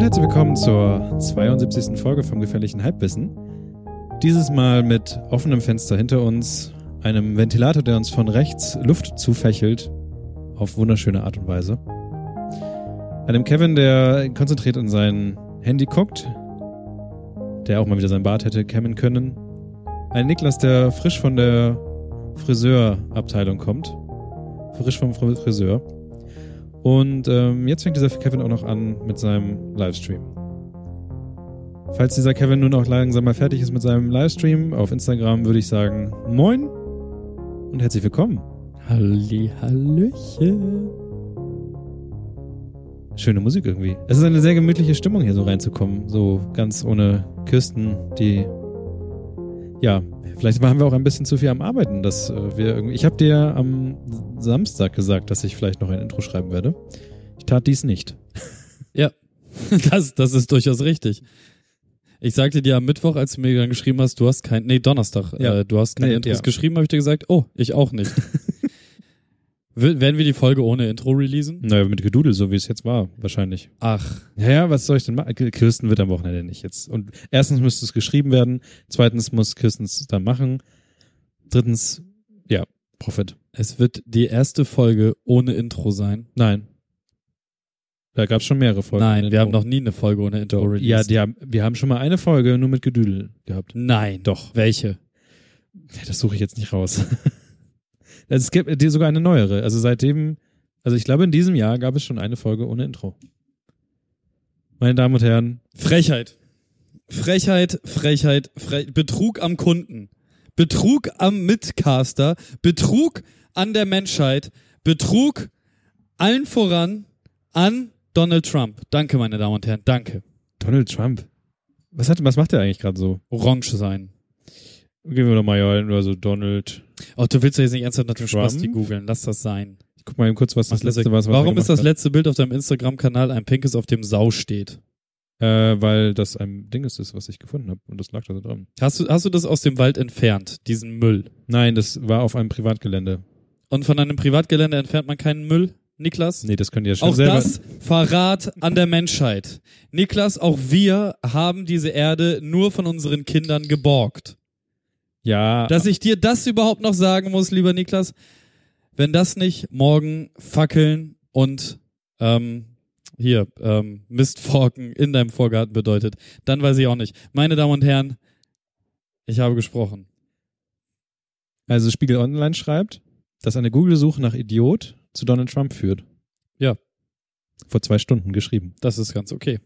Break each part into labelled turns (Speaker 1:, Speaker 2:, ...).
Speaker 1: herzlich willkommen zur 72. Folge vom Gefährlichen Halbwissen. Dieses Mal mit offenem Fenster hinter uns, einem Ventilator, der uns von rechts Luft zufächelt, auf wunderschöne Art und Weise. Einem Kevin, der konzentriert in sein Handy guckt, der auch mal wieder sein Bart hätte kämmen können. Ein Niklas, der frisch von der Friseurabteilung kommt. Frisch vom Fr- Friseur. Und ähm, jetzt fängt dieser Kevin auch noch an mit seinem Livestream. Falls dieser Kevin nun auch langsam mal fertig ist mit seinem Livestream auf Instagram, würde ich sagen, moin und herzlich willkommen.
Speaker 2: Halli, Hallöchen.
Speaker 1: Schöne Musik irgendwie. Es ist eine sehr gemütliche Stimmung hier so reinzukommen, so ganz ohne Kirsten, die ja, vielleicht waren wir auch ein bisschen zu viel am Arbeiten, dass äh, wir irgendwie ich habe dir am Samstag gesagt, dass ich vielleicht noch ein Intro schreiben werde. Ich tat dies nicht.
Speaker 2: Das, das ist durchaus richtig. Ich sagte dir am Mittwoch, als du mir dann geschrieben hast, du hast kein, nee, Donnerstag,
Speaker 1: Ja.
Speaker 2: äh, du hast kein
Speaker 1: Nee,
Speaker 2: Intros
Speaker 1: ja.
Speaker 2: geschrieben, habe ich dir gesagt, oh, ich auch nicht. W- Werden wir die Folge ohne Intro releasen?
Speaker 1: Naja, mit Gedudel, so wie es jetzt war, wahrscheinlich.
Speaker 2: Ach,
Speaker 1: Ja, ja, was soll ich denn machen? Kirsten wird am Wochenende nicht jetzt. Und erstens müsste es geschrieben werden, zweitens muss Kirsten es dann machen, drittens, ja, Profit.
Speaker 2: es wird die erste Folge ohne Intro sein.
Speaker 1: Nein. Da gab es schon mehrere Folgen.
Speaker 2: Nein, wir haben
Speaker 1: noch
Speaker 2: noch nie eine Folge ohne Intro released.
Speaker 1: Ja, die haben, wir haben schon mal eine Folge nur mit Gedüdel gehabt.
Speaker 2: Nein. Doch. Welche?
Speaker 1: Ja, das suche ich jetzt nicht raus. Also es gibt äh, die- sogar eine neuere. Also seitdem, also ich glaube, in diesem Jahr gab es schon eine Folge ohne Intro. Meine Damen und Herren,
Speaker 2: Frechheit. Frechheit, Frechheit, Frechheit. Betrug am Kunden. Betrug am Mitcaster. Betrug an der Menschheit. Betrug allen voran an Donald Trump. Danke, meine Damen und Herren. Danke.
Speaker 1: Donald Trump. Was, hat, was macht er eigentlich gerade so?
Speaker 2: Orange sein.
Speaker 1: Gehen wir doch mal hier hin, also Donald.
Speaker 2: Oh, du willst ja jetzt nicht ernsthaft nach dem
Speaker 1: Trump?
Speaker 2: Spasti googeln. Lass das sein.
Speaker 1: Ich guck mal eben kurz, was das
Speaker 2: Mach das
Speaker 1: letzte
Speaker 2: weg.
Speaker 1: war. Was er
Speaker 2: Warum ist das
Speaker 1: gemacht
Speaker 2: letzte Bild auf deinem Instagram-Kanal ein pinkes, auf dem Sau steht?
Speaker 1: hat. Äh, weil das ein Ding ist, was ich gefunden habe und das lag da so dran.
Speaker 2: Hast du, hast du das aus dem Wald entfernt, diesen Müll?
Speaker 1: Nein, das war auf einem Privatgelände.
Speaker 2: Und von einem Privatgelände entfernt man keinen Müll, Niklas?
Speaker 1: Nee, das könnt ihr schon
Speaker 2: Auch
Speaker 1: selber.
Speaker 2: das Verrat an der Menschheit. Niklas, auch wir haben diese Erde nur von unseren Kindern geborgt.
Speaker 1: ja,
Speaker 2: Dass ich dir das überhaupt noch sagen muss, lieber Niklas, wenn das nicht morgen Fackeln und ähm, hier ähm, Mistforken in deinem Vorgarten bedeutet, dann weiß ich auch nicht. Meine Damen und Herren, ich habe gesprochen.
Speaker 1: also Spiegel Online schreibt, dass eine Google-Suche nach Idiot zu Donald Trump führt.
Speaker 2: Ja.
Speaker 1: Vor zwei Stunden geschrieben.
Speaker 2: Das ist ganz okay.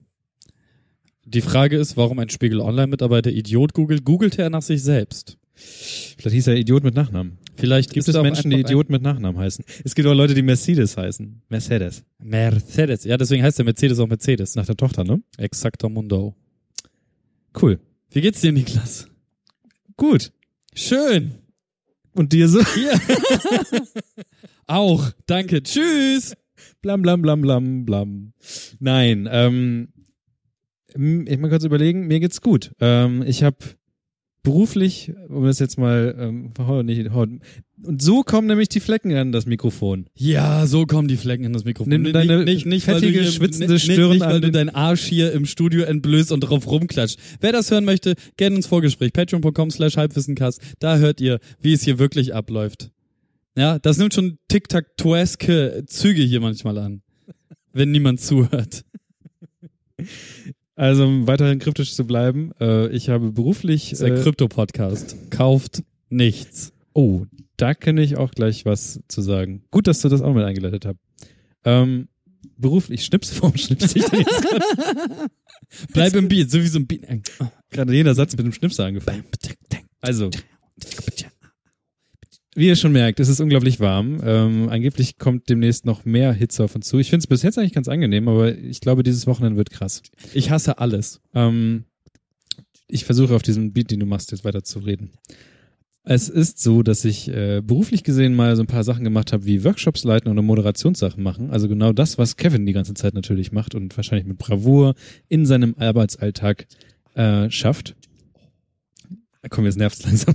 Speaker 2: Die Frage ist, warum ein Spiegel Online-Mitarbeiter Idiot googelt, googelte er nach sich selbst.
Speaker 1: Vielleicht hieß er Idiot mit Nachnamen.
Speaker 2: Vielleicht
Speaker 1: Gibt
Speaker 2: ist da
Speaker 1: es
Speaker 2: auch
Speaker 1: Menschen, die
Speaker 2: einfach ein-
Speaker 1: Idiot mit Nachnamen heißen? Es gibt auch Leute, die Mercedes heißen. Mercedes.
Speaker 2: Mercedes. Ja, deswegen heißt der Mercedes auch Mercedes. Na,
Speaker 1: Nach der Tochter, ne?
Speaker 2: exakter Mundo.
Speaker 1: Cool.
Speaker 2: Wie geht's dir, Niklas?
Speaker 1: Gut.
Speaker 2: Schön.
Speaker 1: Und dir so?
Speaker 2: Hier. Auch. Danke. Tschüss.
Speaker 1: Blam, blam, blam, blam, blam. Nein, ähm, m- ich mal kurz überlegen, mir geht's gut. Ähm, ich habe beruflich, um das jetzt mal, ähm, hau- nicht, hau- und so kommen nämlich die Flecken an das Mikrofon.
Speaker 2: Ja, so kommen die Flecken in das Mikrofon.
Speaker 1: Nimm deine fettige, schwitzende Stirn
Speaker 2: nicht, weil
Speaker 1: an
Speaker 2: du
Speaker 1: den-
Speaker 2: deinen Arsch hier im Studio entblößt und drauf rumklatscht. Wer das hören möchte, gerne ins Vorgespräch. Patreon.com slash Halbwissencast. Da hört ihr, wie es hier wirklich abläuft. Ja, das nimmt schon tic-tac-toeske Züge hier manchmal an. Wenn niemand zuhört.
Speaker 1: Also um weiterhin kryptisch zu bleiben, äh, ich habe beruflich...
Speaker 2: Das ist der
Speaker 1: äh,
Speaker 2: Krypto-Podcast. Kauft nichts.
Speaker 1: Oh, da kann ich auch gleich was zu sagen. Gut, dass du das auch mit eingeleitet hast. Ähm, beruflich, Schnips, warum schnips ich denn jetzt
Speaker 2: Bleib im Beat, so wie so ein Beat.
Speaker 1: gerade jeder Satz mit dem Schnipser angefangen? Also, wie ihr schon merkt, es ist unglaublich warm. Ähm, angeblich kommt demnächst noch mehr Hitze auf uns zu. Ich finde es bis jetzt eigentlich ganz angenehm, aber ich glaube, dieses Wochenende wird krass.
Speaker 2: Ich hasse alles.
Speaker 1: Ähm, ich versuche auf diesem Beat, den du machst, jetzt weiter zu reden. Es ist so, dass ich äh, beruflich gesehen mal so ein paar Sachen gemacht habe, wie Workshops leiten oder Moderationssachen machen. Also genau das, was Kevin die ganze Zeit natürlich macht und wahrscheinlich mit Bravour in seinem Arbeitsalltag äh, schafft. Komm, jetzt nervt's langsam.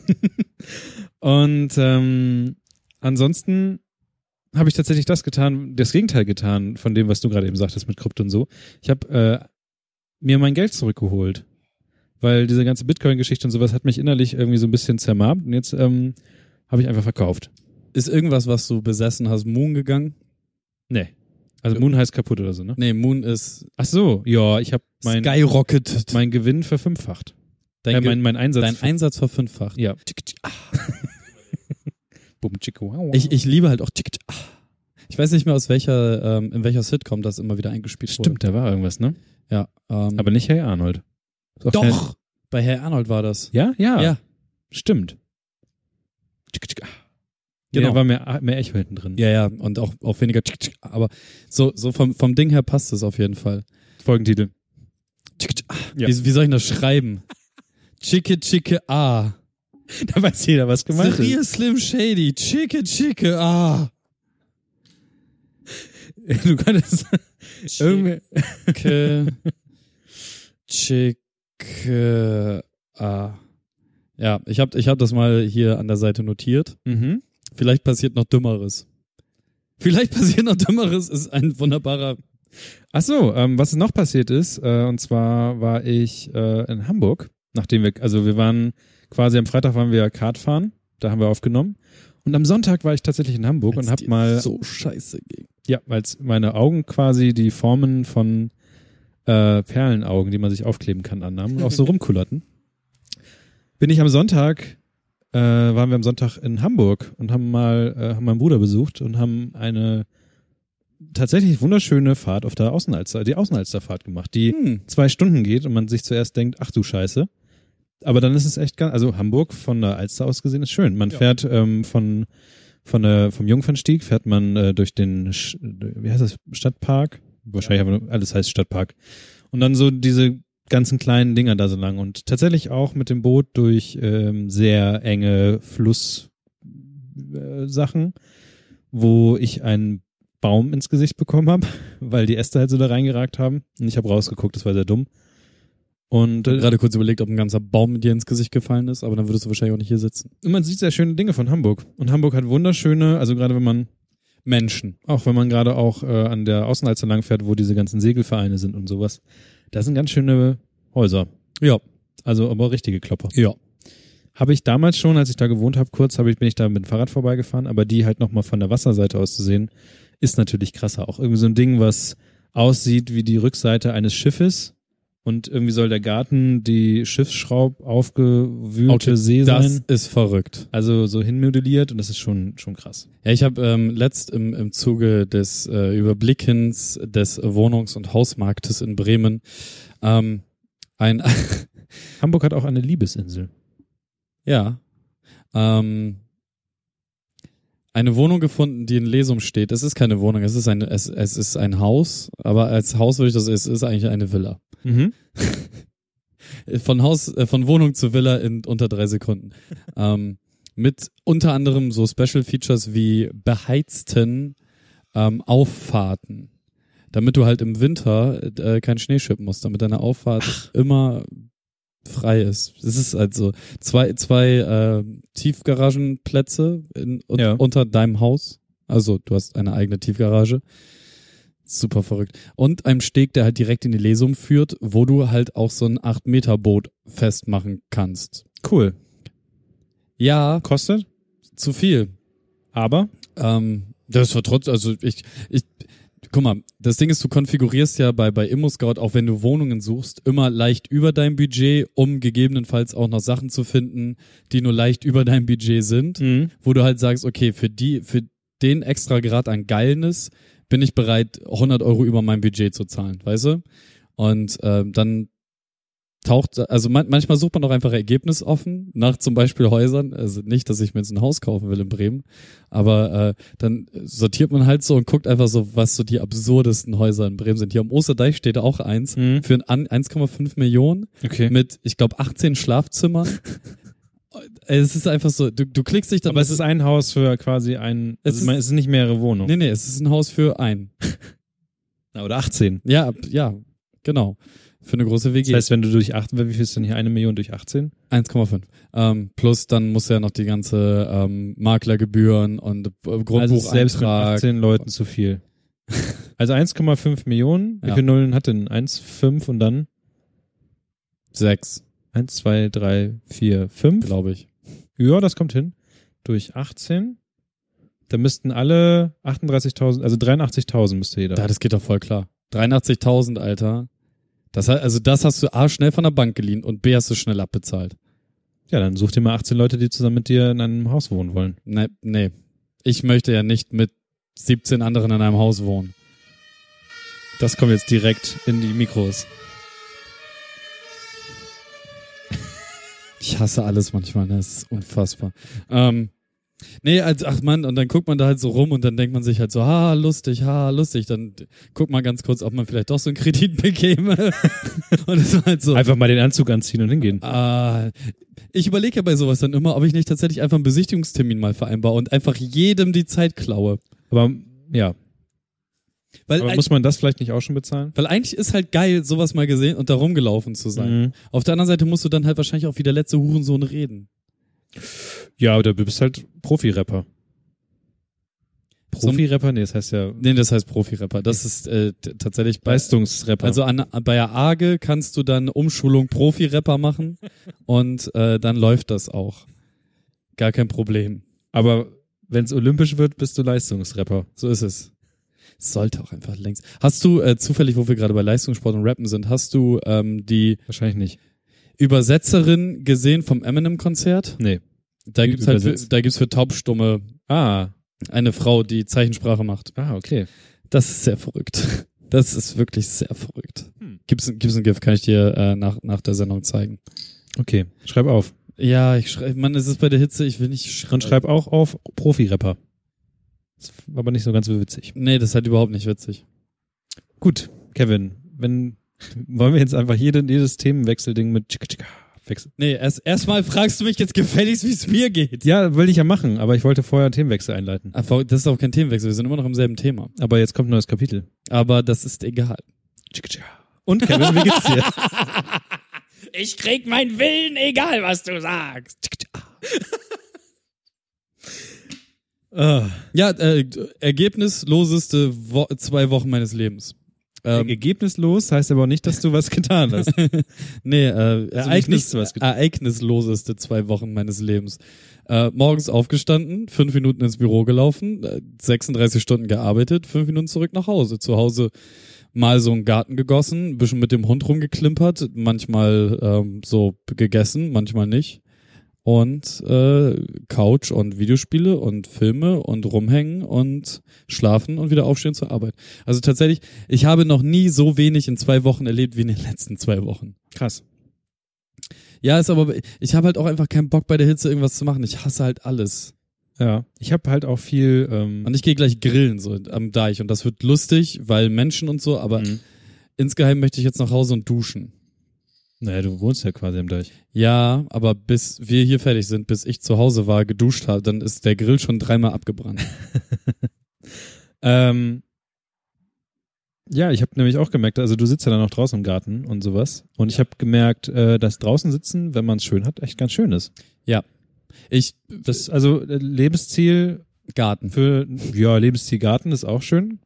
Speaker 1: und ähm, ansonsten habe ich tatsächlich das getan, das Gegenteil getan von dem, was du gerade eben sagtest mit Krypto und so. Ich habe äh, mir mein Geld zurückgeholt. Weil diese ganze Bitcoin-Geschichte und sowas hat mich innerlich irgendwie so ein bisschen zermarmt und jetzt ähm, habe ich einfach verkauft.
Speaker 2: Ist irgendwas, was du besessen hast, Moon gegangen?
Speaker 1: Nee. Also Moon heißt kaputt oder so, ne?
Speaker 2: Nee, Moon ist
Speaker 1: Ach so, ja, ich habe mein,
Speaker 2: Skyrocket.
Speaker 1: mein Gewinn verfünffacht.
Speaker 2: Dein,
Speaker 1: äh,
Speaker 2: Ge-
Speaker 1: mein, mein Einsatz. ah.
Speaker 2: dein Einsatz verfünffacht.
Speaker 1: ja. Bum, tschicku, wow, wow.
Speaker 2: Ich, ich liebe halt auch tick, tick, ah. Ich weiß nicht mehr, aus welcher, ähm, in welcher Sitcom das immer wieder eingespielt
Speaker 1: Stimmt, da war irgendwas, ne?
Speaker 2: wurde. Ja. Ähm,
Speaker 1: Aber nicht Hey Arnold. Ist auch schnell-
Speaker 2: doch! Bei Herr Arnold war das.
Speaker 1: Ja, ja,
Speaker 2: Ja.
Speaker 1: Stimmt. Genau.
Speaker 2: Genau.
Speaker 1: Ja, da war mehr, mehr Echo hinten drin.
Speaker 2: Ja, ja, und auch, auch weniger tick, tick, aber so, so vom, vom Ding her passt es auf jeden Fall.
Speaker 1: Folgentitel.
Speaker 2: Tick, tick, ah.
Speaker 1: Ja.
Speaker 2: Wie, wie soll ich das schreiben? Chicke, chicke, ah.
Speaker 1: Da weiß jeder, was gemeint
Speaker 2: Real Slim Shady. Chicke, chicke, ah.
Speaker 1: ist. Du könntest irgendwie.
Speaker 2: Chicke, chicke, ah. Ja, ich hab, ich hab das mal hier an der Seite notiert.
Speaker 1: Mhm.
Speaker 2: Vielleicht passiert noch Dümmeres. Vielleicht passiert noch Dümmeres ist ein wunderbarer.
Speaker 1: Ach so, ähm, was noch passiert ist, äh, und zwar war ich äh, in Hamburg, nachdem wir, also wir waren quasi am Freitag waren wir Kart fahren, da haben wir aufgenommen. Und am Sonntag war ich tatsächlich in Hamburg und
Speaker 2: Als
Speaker 1: hab
Speaker 2: dir
Speaker 1: mal
Speaker 2: So scheiße ging.
Speaker 1: Ja, weil meine Augen quasi die Formen von äh, Perlenaugen, die man sich aufkleben kann, annahmen und auch so rumkullerten. Bin ich am Sonntag, äh, waren wir am Sonntag in Hamburg und haben mal, äh, haben meinen Bruder besucht und haben eine tatsächlich wunderschöne Fahrt auf der Außenalster, die Außenalsterfahrt gemacht, die
Speaker 2: Hm.
Speaker 1: zwei Stunden geht und man sich zuerst denkt, ach du Scheiße. Aber dann ist es echt ganz, also Hamburg von der Alster aus gesehen ist schön. Man
Speaker 2: Ja.
Speaker 1: fährt ähm, von, von der, vom Jungfernstieg fährt man äh, durch den, Sch wie heißt das, Stadtpark? Wahrscheinlich aber alles heißt Stadtpark. Und dann so diese ganzen kleinen Dinger da so lang und tatsächlich auch mit dem Boot durch ähm, sehr enge Flusssachen, äh, Sachen, wo ich einen Baum ins Gesicht bekommen habe, weil die Äste halt so da reingeragt haben und ich habe rausgeguckt, das war sehr dumm. Und
Speaker 2: Ich hab
Speaker 1: äh,
Speaker 2: gerade kurz überlegt, ob ein ganzer Baum dir ins Gesicht gefallen ist, aber dann würdest du wahrscheinlich auch nicht hier sitzen.
Speaker 1: man sieht sehr schöne Dinge von Hamburg und Hamburg hat wunderschöne, also gerade wenn man
Speaker 2: Menschen.
Speaker 1: auch wenn man gerade auch äh, an der Außenalster langfährt, wo diese ganzen Segelvereine sind und sowas, da sind ganz schöne Häuser.
Speaker 2: Ja.
Speaker 1: Also aber richtige Klopper.
Speaker 2: Ja.
Speaker 1: Habe ich damals schon, als ich da gewohnt habe, kurz habe ich, bin ich da mit dem Fahrrad vorbeigefahren, aber die halt nochmal von der Wasserseite aus zu sehen, ist natürlich krasser. Auch irgendwie so ein Ding, was aussieht wie die Rückseite eines Schiffes und irgendwie soll der Garten die Schiffsschraub aufgewühlte
Speaker 2: Okay,
Speaker 1: See
Speaker 2: Das
Speaker 1: sein.
Speaker 2: ist verrückt.
Speaker 1: Also so hinmodelliert und das ist schon, schon krass.
Speaker 2: Ja, ich habe ähm, letzt im, im Zuge des äh, Überblickens des Wohnungs- und Hausmarktes in Bremen ähm, ein,
Speaker 1: Hamburg hat auch eine Liebesinsel.
Speaker 2: ja, ähm, eine Wohnung gefunden, die in Lesum steht. Es ist keine Wohnung, es ist ein, es, es ist ein Haus, aber als Haus würde ich das, es ist eigentlich eine Villa.
Speaker 1: Mhm.
Speaker 2: Von Haus, äh, von Wohnung zu Villa in unter drei Sekunden. ähm, mit unter anderem so Special Features wie beheizten ähm, Auffahrten. Damit du halt im Winter äh, keinen Schnee schippen musst, damit deine Auffahrt immer frei ist. Es ist also zwei, zwei äh, Tiefgaragenplätze in, un,
Speaker 1: Ja.
Speaker 2: unter deinem Haus. Also du hast eine eigene Tiefgarage. Super verrückt. Und einem Steg, der halt direkt in die Lesum führt, wo du halt auch so ein 8-Meter-Boot festmachen kannst.
Speaker 1: Cool.
Speaker 2: Ja,
Speaker 1: Kostet,
Speaker 2: zu viel.
Speaker 1: aber
Speaker 2: Ähm, das war trotzdem, also ich, ich, guck mal, das Ding ist, du konfigurierst ja bei, bei ImmoScout, auch wenn du Wohnungen suchst, immer leicht über dein Budget, um gegebenenfalls auch noch Sachen zu finden, die nur leicht über dein Budget sind, wo du halt sagst, okay, für die, für den extra Grad an Geilness bin ich bereit, 100 Euro über mein Budget zu zahlen, weißt du? Und ähm, dann taucht, also man, manchmal sucht man auch einfach Ergebnis offen nach zum Beispiel Häusern. Also nicht, dass ich mir jetzt ein Haus kaufen will in Bremen, aber äh, dann sortiert man halt so und guckt einfach so, was so die absurdesten Häuser in Bremen sind. Hier am Osterdeich steht auch eins
Speaker 1: Mhm.
Speaker 2: für ein an- 1,5 Millionen
Speaker 1: Okay.
Speaker 2: mit, ich glaube, 18 Schlafzimmern. es ist einfach so, du, du klickst dich dann.
Speaker 1: Aber es ist ein Haus für quasi ein,
Speaker 2: Es
Speaker 1: also
Speaker 2: ist-
Speaker 1: ich meine, es ist nicht mehrere Wohnungen.
Speaker 2: nee, nee, es ist ein Haus für einen.
Speaker 1: Oder 18.
Speaker 2: Ja, ja, genau. Für eine große WG.
Speaker 1: Das heißt, wenn du durch 8, wie viel ist denn hier eine Million durch 18?
Speaker 2: 1,5. Ähm, plus dann muss ja noch die ganze ähm, Maklergebühren und äh,
Speaker 1: Also es ist selbst mit
Speaker 2: Grundbucheintrag.
Speaker 1: 18 Leuten zu viel. Also 1,5 Millionen. Wie
Speaker 2: Ja.
Speaker 1: viele Nullen hat denn? 1,5 und dann
Speaker 2: Sechs,
Speaker 1: Eins, zwei, drei, vier, fünf.
Speaker 2: glaube ich.
Speaker 1: Ja, das kommt hin. Durch 18. Da müssten alle 38.000, also 83.000 müsste jeder.
Speaker 2: Da, das geht doch voll klar. 83.000, Alter. Das, hat- also das hast du A, schnell von der Bank geliehen und B, hast du schnell abbezahlt.
Speaker 1: Ja, dann such dir mal 18 Leute, die zusammen mit dir in einem Haus wohnen wollen.
Speaker 2: Nee, Ne, nee. Ich möchte ja nicht mit 17 anderen in einem Haus wohnen.
Speaker 1: Das kommt jetzt direkt in die Mikros.
Speaker 2: Ich hasse alles manchmal, ne? das ist unfassbar. Ähm, nee, als, ach Mann, und dann guckt man da halt so rum und dann denkt man sich halt so, ha, lustig, ha, lustig. Dann guckt man ganz kurz, ob man vielleicht doch so einen Kredit bekäme. und es war halt so.
Speaker 1: Einfach mal den Anzug anziehen und hingehen.
Speaker 2: Ah, ich überlege ja bei sowas dann immer, ob ich nicht tatsächlich einfach einen Besichtigungstermin mal vereinbare und einfach jedem die Zeit klaue.
Speaker 1: Aber ja,
Speaker 2: Weil,
Speaker 1: aber
Speaker 2: ein,
Speaker 1: muss man das vielleicht nicht auch schon bezahlen?
Speaker 2: weil eigentlich ist halt geil, sowas mal gesehen und da rumgelaufen zu sein.
Speaker 1: Mhm.
Speaker 2: Auf der anderen Seite musst du dann halt wahrscheinlich auch wie der letzte Hurensohn reden.
Speaker 1: Ja, aber du bist halt Profi-Rapper. Profi-Rapper? Nee, das heißt ja
Speaker 2: Nee, das heißt Profi-Rapper. Das ist äh, t- tatsächlich bei,
Speaker 1: Leistungsrapper.
Speaker 2: also an, bei der AGE kannst du dann Umschulung Profi-Rapper machen und äh, dann läuft das auch. Gar kein Problem.
Speaker 1: aber wenn es olympisch wird, bist du Leistungsrapper.
Speaker 2: So ist es. Sollte auch einfach längst. Hast du äh, zufällig, wo wir gerade bei Leistungssport und Rappen sind, hast du ähm, die
Speaker 1: Wahrscheinlich nicht.
Speaker 2: Übersetzerin gesehen vom Eminem-Konzert?
Speaker 1: Nee.
Speaker 2: Da gibt's halt für,
Speaker 1: Übersetzt.
Speaker 2: da gibt's für Taubstumme
Speaker 1: Ah,
Speaker 2: eine Frau, die Zeichensprache macht.
Speaker 1: ah, okay.
Speaker 2: Das ist sehr verrückt. Das ist wirklich sehr verrückt.
Speaker 1: Hm.
Speaker 2: Gibt's, ein- gibt's ein GIF, kann ich dir äh, nach, nach der Sendung zeigen.
Speaker 1: Okay, schreib auf.
Speaker 2: Ja, ich schreibe, Mann, es ist bei der Hitze, ich will nicht schreiben.
Speaker 1: Und schreib auch auf Profi-Rapper. Das war aber nicht so ganz so witzig.
Speaker 2: Nee, das ist halt überhaupt nicht witzig.
Speaker 1: Gut, Kevin, wenn wollen wir jetzt einfach jeden, jedes Themenwechselding mit Chicka Chicka wechseln?
Speaker 2: Nee, erst erstmal fragst du mich jetzt gefälligst, wie es mir geht.
Speaker 1: Ja, will ich ja machen, aber ich wollte vorher einen Themenwechsel einleiten.
Speaker 2: Einfach, das ist auch kein Themenwechsel, wir sind immer noch im selben Thema.
Speaker 1: Aber jetzt kommt ein neues Kapitel.
Speaker 2: Aber das ist egal.
Speaker 1: Chicka Chicka. Und Kevin, wie geht's dir?
Speaker 2: Ich krieg meinen Willen, egal was du sagst.
Speaker 1: Ah,
Speaker 2: Ja, äh, ergebnisloseste Wo zwei Wochen meines Lebens. Ähm,
Speaker 1: ergebnislos heißt aber auch nicht, dass du was getan hast.
Speaker 2: nee, äh, Ereignis
Speaker 1: Also nichts was getan.
Speaker 2: ereignisloseste zwei Wochen meines Lebens. Äh, morgens aufgestanden, fünf Minuten ins Büro gelaufen, äh, 36 Stunden gearbeitet, fünf Minuten zurück nach Hause. Zu Hause mal so einen Garten gegossen, ein bisschen mit dem Hund rumgeklimpert, manchmal ähm, so gegessen, manchmal nicht. Und äh, Couch und Videospiele und Filme und rumhängen und schlafen und wieder aufstehen zur Arbeit. Also tatsächlich, ich habe noch nie so wenig in zwei Wochen erlebt wie in den letzten zwei Wochen.
Speaker 1: Krass.
Speaker 2: Ja, ist aber, ich habe halt auch einfach keinen Bock bei der Hitze irgendwas zu machen. Ich hasse halt alles.
Speaker 1: Ja, ich habe halt auch viel. Ähm,
Speaker 2: Und ich gehe gleich grillen so am Deich und das wird lustig, weil Menschen und so, aber
Speaker 1: mhm.
Speaker 2: insgeheim möchte ich jetzt nach Hause und duschen.
Speaker 1: naja, du wohnst ja quasi am Deich.
Speaker 2: Ja, aber bis wir hier fertig sind, bis ich zu Hause war, geduscht habe, dann ist der Grill schon dreimal abgebrannt.
Speaker 1: Ähm, ja, ich habe nämlich auch gemerkt, also du sitzt ja dann auch draußen im Garten und sowas. Und ich habe gemerkt, äh, dass draußen sitzen, wenn man es schön hat, echt ganz schön ist.
Speaker 2: Ich,
Speaker 1: Das ist also äh, Lebensziel
Speaker 2: Garten.
Speaker 1: für, ja, Lebensziel Garten ist auch schön.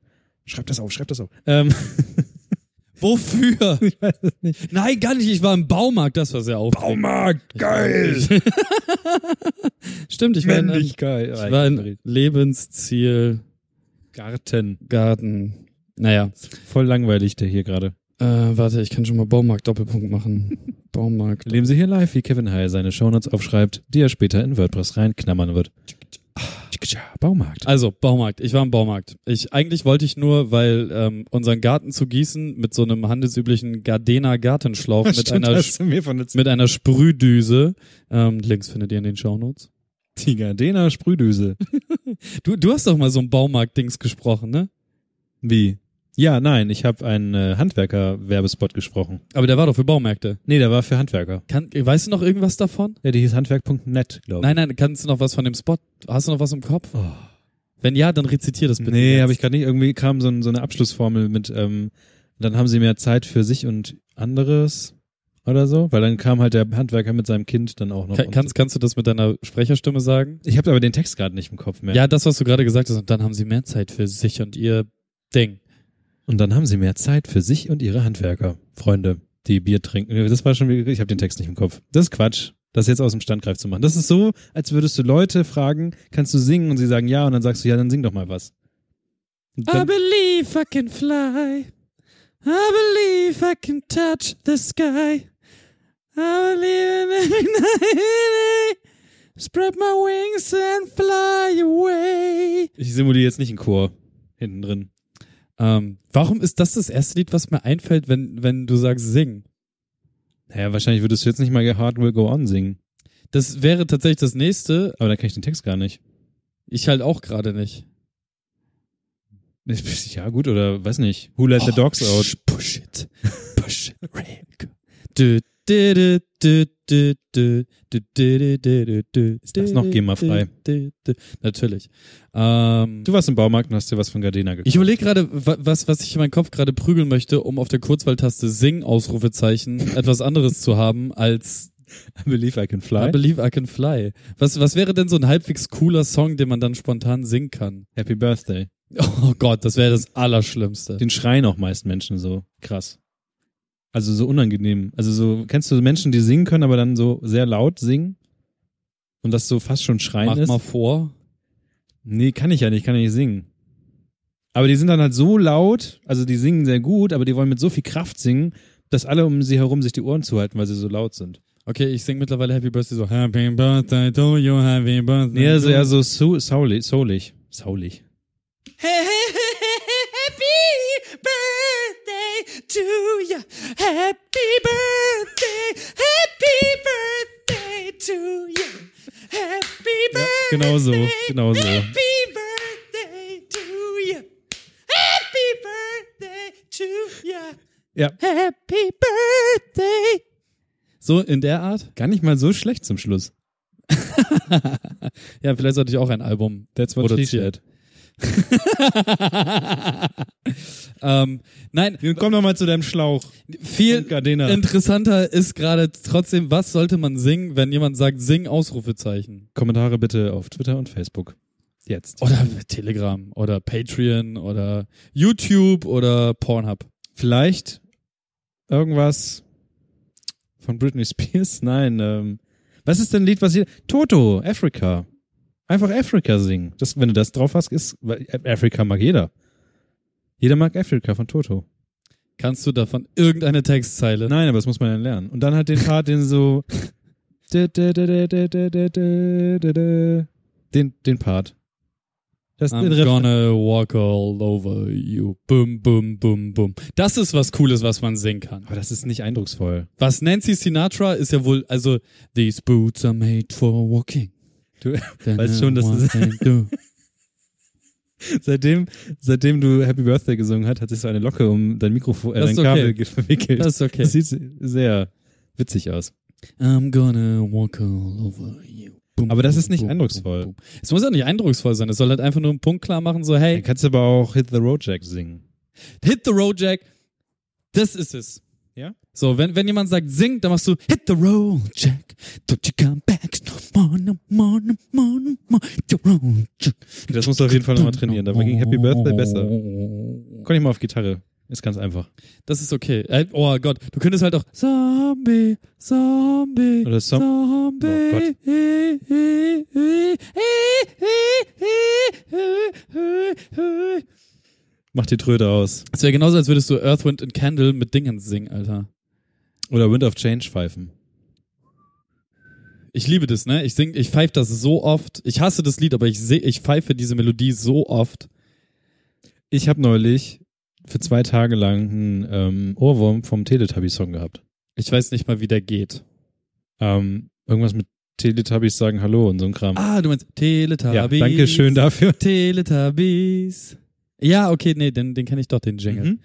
Speaker 1: Schreib das auf, schreib das auf. Ähm,
Speaker 2: Wofür?
Speaker 1: ich weiß es nicht.
Speaker 2: Nein, gar nicht. Ich war im Baumarkt, das war sehr aufregend.
Speaker 1: Baumarkt, geil!
Speaker 2: Stimmt, ich war in einem,
Speaker 1: Männlich
Speaker 2: ich
Speaker 1: geil. Ich
Speaker 2: war in Lebensziel,
Speaker 1: Garten.
Speaker 2: Garten. Naja.
Speaker 1: Voll langweilig der hier gerade.
Speaker 2: Äh, warte, ich kann schon mal Baumarkt Doppelpunkt machen. Baumarkt.
Speaker 1: Leben Sie hier live, wie Kevin Heil seine Shownotes aufschreibt, die er später in WordPress reinknabbern wird. Baumarkt.
Speaker 2: Also, Baumarkt. Ich war im Baumarkt. Ich, eigentlich wollte ich nur, weil ähm, unseren Garten zu gießen mit so einem handelsüblichen Gardena Gartenschlauch mit
Speaker 1: Stimmt,
Speaker 2: einer
Speaker 1: hast du mir von der
Speaker 2: mit einer Sprühdüse. Ähm, Links findet ihr in den Shownotes.
Speaker 1: Die Gardena Sprühdüse.
Speaker 2: Du, du hast doch mal so ein Baumarkt-Dings gesprochen, ne?
Speaker 1: Wie? Ja, nein, ich habe einen äh, Handwerker-Werbespot gesprochen.
Speaker 2: Aber der war doch für Baumärkte.
Speaker 1: Nee, der war für Handwerker.
Speaker 2: Kann, weißt du noch irgendwas davon?
Speaker 1: Ja, die hieß handwerk.net, glaube ich.
Speaker 2: Nein, nein, kannst du noch was von dem Spot? Hast du noch was im Kopf?
Speaker 1: Oh.
Speaker 2: Wenn ja, dann rezitier das bitte.
Speaker 1: Nee,
Speaker 2: jetzt.
Speaker 1: habe ich gerade nicht. Irgendwie kam so, ein, so eine Abschlussformel mit, ähm, dann haben sie mehr Zeit für sich und anderes oder so, weil dann kam halt der Handwerker mit seinem Kind dann auch noch.
Speaker 2: Kann,
Speaker 1: und-
Speaker 2: kannst, kannst du das mit deiner Sprecherstimme sagen?
Speaker 1: ich habe aber den Text gerade nicht im Kopf mehr.
Speaker 2: Ja, das, was du gerade gesagt hast. Und dann haben sie mehr Zeit für sich und ihr Ding.
Speaker 1: Und dann haben sie mehr Zeit für sich und ihre Handwerker, Freunde. die Bier trinken. Das war schon, wieder- ich habe den Text nicht im Kopf. Das ist Quatsch, das jetzt aus dem Standgreif zu machen. Das ist so, als würdest du Leute fragen, kannst du singen und sie sagen ja und dann sagst du ja, dann sing doch mal was. Und
Speaker 2: I
Speaker 1: Dann,
Speaker 2: believe I can fly. I believe I can touch the sky. I believe in every night. Spread my wings and fly away.
Speaker 1: ich simuliere jetzt nicht einen Chor hinten drin.
Speaker 2: Ähm, warum ist das das erste Lied, was mir einfällt, wenn, wenn du sagst singen?
Speaker 1: Naja, wahrscheinlich würdest du jetzt nicht mal Hard Will Go On singen.
Speaker 2: Das wäre tatsächlich das nächste.
Speaker 1: Aber dann kann ich den Text gar nicht.
Speaker 2: Ich halt auch gerade nicht.
Speaker 1: Ja, gut, oder weiß nicht. Who let the dogs out?
Speaker 2: Oh, sh- Push it. Push it. Rick. Du, du, du, du, du, du, du, du, du, du, du, du,
Speaker 1: Ist das noch GEMA-frei?
Speaker 2: du, du, du. Natürlich. Ähm,
Speaker 1: Du warst im Baumarkt und hast dir was von Gardena gekauft.
Speaker 2: ich überlege gerade, wa- was, was ich in meinen Kopf gerade prügeln möchte, um auf der Kurzwahltaste Sing, Ausrufezeichen, etwas anderes zu haben als
Speaker 1: I believe I can fly.
Speaker 2: I Believe I Can Fly. Was, was wäre denn so ein halbwegs cooler Song, den man dann spontan singen kann?
Speaker 1: Happy Birthday.
Speaker 2: Oh Gott, das wäre das Allerschlimmste.
Speaker 1: Den schreien auch meist Menschen so krass. Also so unangenehm. Also so, kennst du Menschen, die singen können, aber dann so sehr laut singen? Und das so fast schon schreien
Speaker 2: Mach
Speaker 1: ist?
Speaker 2: mal vor.
Speaker 1: Nee, kann ich ja nicht, kann ja nicht singen. Aber die sind dann halt so laut, also die singen sehr gut, aber die wollen mit so viel Kraft singen, dass alle um sie herum sich die Ohren zuhalten, weil sie so laut sind.
Speaker 2: Okay, ich singe mittlerweile Happy Birthday so. Happy Birthday to you, Happy Birthday.
Speaker 1: Nee, also
Speaker 2: to you.
Speaker 1: eher so su- soulig. Soulig. soulig.
Speaker 2: Happy Birthday to you. Happy Birthday. Happy Birthday to you. Happy
Speaker 1: Ja, genau so, genau so.
Speaker 2: Birthday to you. Happy Birthday to you.
Speaker 1: Ja.
Speaker 2: Happy Birthday. So in der Art?
Speaker 1: Gar nicht mal so schlecht zum Schluss.
Speaker 2: Ja, vielleicht sollte ich auch ein Album
Speaker 1: That's what she said.
Speaker 2: ähm, nein,
Speaker 1: Nun komm doch mal zu deinem Schlauch.
Speaker 2: viel
Speaker 1: Und Gardena.
Speaker 2: interessanter ist gerade trotzdem, was sollte man singen, wenn jemand sagt, sing Ausrufezeichen.
Speaker 1: Kommentare bitte auf Twitter und Facebook. Jetzt.
Speaker 2: Oder Telegram oder Patreon oder YouTube oder Pornhub.
Speaker 1: Vielleicht irgendwas von Britney Spears? Nein. Ähm, was ist denn ein Lied, was hier. Toto, Africa. Einfach Africa singen. Das, wenn du das drauf hast, ist. weil Africa mag jeder. Jeder mag Africa von Toto.
Speaker 2: Kannst du davon irgendeine Textzeile?
Speaker 1: Nein, aber das muss man dann lernen. Und dann halt den Part, den so. Den, den Part. Das den
Speaker 2: I'm
Speaker 1: Riff.
Speaker 2: gonna walk all over you. Bum, bum, bum, bum. Das ist was Cooles, was man singen kann.
Speaker 1: Aber das ist nicht eindrucksvoll.
Speaker 2: Was Nancy Sinatra ist ja wohl, also, these boots are made for walking.
Speaker 1: Du
Speaker 2: Then
Speaker 1: weißt
Speaker 2: I
Speaker 1: schon, dass
Speaker 2: walk
Speaker 1: es,
Speaker 2: and do.
Speaker 1: seitdem, seitdem du Happy Birthday gesungen hast, hat sich so eine Locke um dein Mikrofon, äh,
Speaker 2: Das
Speaker 1: dein
Speaker 2: ist
Speaker 1: Kabel
Speaker 2: okay.
Speaker 1: ge- verwickelt.
Speaker 2: Das ist okay.
Speaker 1: Das sieht sehr witzig aus.
Speaker 2: I'm gonna walk all over you. Bum,
Speaker 1: Aber das
Speaker 2: bum,
Speaker 1: ist nicht
Speaker 2: bum,
Speaker 1: eindrucksvoll.
Speaker 2: bum, bum. Es muss auch nicht eindrucksvoll sein. Es soll halt einfach nur einen Punkt klar machen, so,
Speaker 1: Dann
Speaker 2: hey,
Speaker 1: kannst du aber auch Hit the Road Jack singen.
Speaker 2: hit the road, Jack. Das ist es.
Speaker 1: Ja?
Speaker 2: So, wenn, wenn jemand sagt, sing, dann machst du hit the road, Jack. Don't you come back no more, no more, no more, no more. Hit the road, Jack.
Speaker 1: Das musst du auf jeden Fall nochmal trainieren. Dafür ging Happy Birthday besser. Kann ich mal auf Gitarre. Ist ganz einfach.
Speaker 2: Das ist okay. Äh, Oh Gott, du könntest halt auch Zombie, Zombie,
Speaker 1: Oder Som-
Speaker 2: Zombie.
Speaker 1: Oh Gott. Mach die Tröte aus.
Speaker 2: Es wäre genauso, als würdest du Earth, Wind and Candle mit Dingen singen, Alter.
Speaker 1: Oder Wind of Change pfeifen.
Speaker 2: Ich liebe das, ne? Ich sing, ich pfeife das so oft. Ich hasse das Lied, aber ich seh, ich pfeife diese Melodie so oft.
Speaker 1: Ich habe neulich für zwei Tage lang einen ähm, Ohrwurm vom Teletubby-Song gehabt.
Speaker 2: Ich weiß nicht mal, wie der geht.
Speaker 1: Ähm, irgendwas mit Teletubbies sagen Hallo und so ein Kram.
Speaker 2: Ah, du meinst
Speaker 1: ja,
Speaker 2: Teletubbies.
Speaker 1: danke schön dafür.
Speaker 2: Teletubbies. Ja, okay, nee, den, den kenne ich doch, den Jingle.
Speaker 1: Mhm.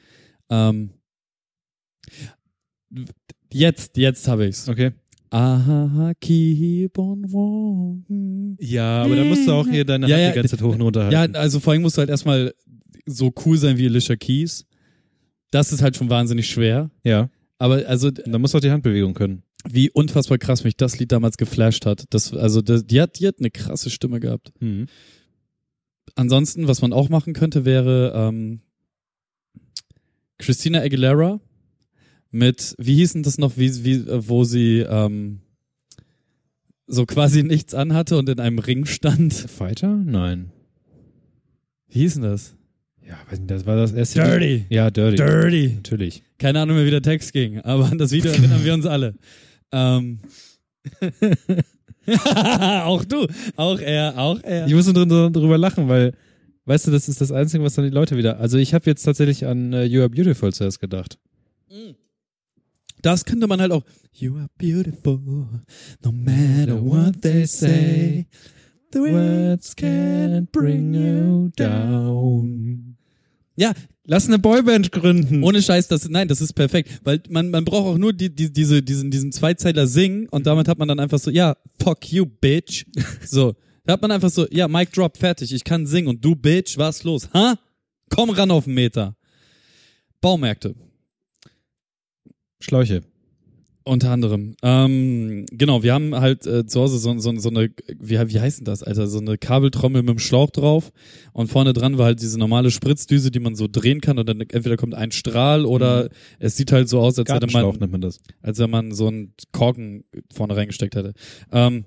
Speaker 2: Ähm, jetzt, jetzt habe ich's.
Speaker 1: Okay.
Speaker 2: Aha, keep on walking.
Speaker 1: Ja, aber dann musst du auch hier deine
Speaker 2: Ja,
Speaker 1: Hand
Speaker 2: ja.
Speaker 1: die ganze Zeit hoch und runter
Speaker 2: Ja,
Speaker 1: halten.
Speaker 2: also vor allem musst du halt erstmal so cool sein wie Alicia Keys. Das ist halt schon wahnsinnig schwer.
Speaker 1: Ja,
Speaker 2: Aber also,
Speaker 1: und dann musst du auch die Handbewegung können.
Speaker 2: wie unfassbar krass mich das Lied damals geflasht hat. Das, also, das, die, hat, die hat eine krasse Stimme gehabt.
Speaker 1: Mhm.
Speaker 2: Ansonsten, was man auch machen könnte, wäre ähm, Christina Aguilera mit, wie hieß denn das noch, wie, wie, äh, wo sie ähm, so quasi nichts anhatte und in einem Ring stand?
Speaker 1: Fighter? Nein.
Speaker 2: Wie hieß denn das?
Speaker 1: Ja, weiß nicht, das war das erste.
Speaker 2: Dirty.
Speaker 1: Ja, Dirty.
Speaker 2: Dirty.
Speaker 1: Natürlich.
Speaker 2: Keine Ahnung mehr, wie der Text ging, aber an das Video erinnern wir uns alle. Ähm. auch du, auch er, auch er.
Speaker 1: Ich muss nur drin- drüber lachen, weil, weißt du, das ist das Einzige, was dann die Leute wieder. Also ich habe jetzt tatsächlich an äh, You Are Beautiful zuerst gedacht.
Speaker 2: Das könnte man halt auch. You are beautiful, no matter what they say. The words can't bring you down. Ja,
Speaker 1: Lass eine Boyband gründen.
Speaker 2: ohne Scheiß, das, nein, das ist perfekt, weil man, man braucht auch nur die, die, diese, diesen, diesen Zweizeiler singen und damit hat man dann einfach so, ja, fuck you, bitch. So, da hat man einfach so, ja, Mic drop, fertig, ich kann singen und du, bitch, was los, ha? Komm ran auf den Meter. Baumärkte.
Speaker 1: Schläuche.
Speaker 2: Unter anderem. Ähm, genau, wir haben halt äh, zu Hause so, so, so eine, wie, wie heißt denn das, Alter? So eine Kabeltrommel mit einem Schlauch drauf und vorne dran war halt diese normale Spritzdüse, die man so drehen kann und dann entweder kommt ein Strahl oder es sieht halt so aus, als hätte
Speaker 1: Gartenschlauch ne?
Speaker 2: man,
Speaker 1: nennt man das.
Speaker 2: als wenn man so einen Korken vorne reingesteckt hätte. Ähm,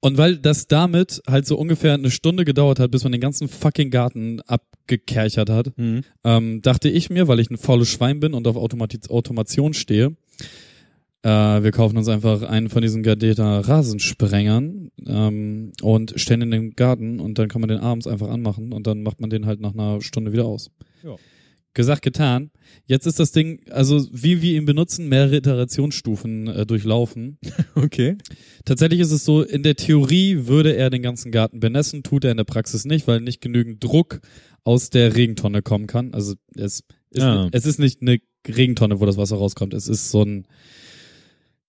Speaker 2: und weil das damit halt so ungefähr eine Stunde gedauert hat, bis man den ganzen fucking Garten abgekerchert hat,
Speaker 1: Hm.
Speaker 2: ähm, dachte ich mir, weil ich ein faules Schwein bin und auf Automati Automation stehe, äh, wir kaufen uns einfach einen von diesen Gardeta Rasensprengern ähm, und stellen ihn in den Garten und dann kann man den abends einfach anmachen und dann macht man den halt nach einer Stunde wieder aus.
Speaker 1: Ja.
Speaker 2: Gesagt, getan. Jetzt ist das Ding, also wie wir ihn benutzen, mehrere Iterationsstufen äh, durchlaufen.
Speaker 1: Okay.
Speaker 2: Tatsächlich ist es so, in der Theorie würde er den ganzen Garten benässen, tut er in der Praxis nicht, weil nicht genügend Druck aus der Regentonne kommen kann. Also es ist,
Speaker 1: Ah.
Speaker 2: es ist nicht eine Regentonne, wo das Wasser rauskommt. Es ist so ein,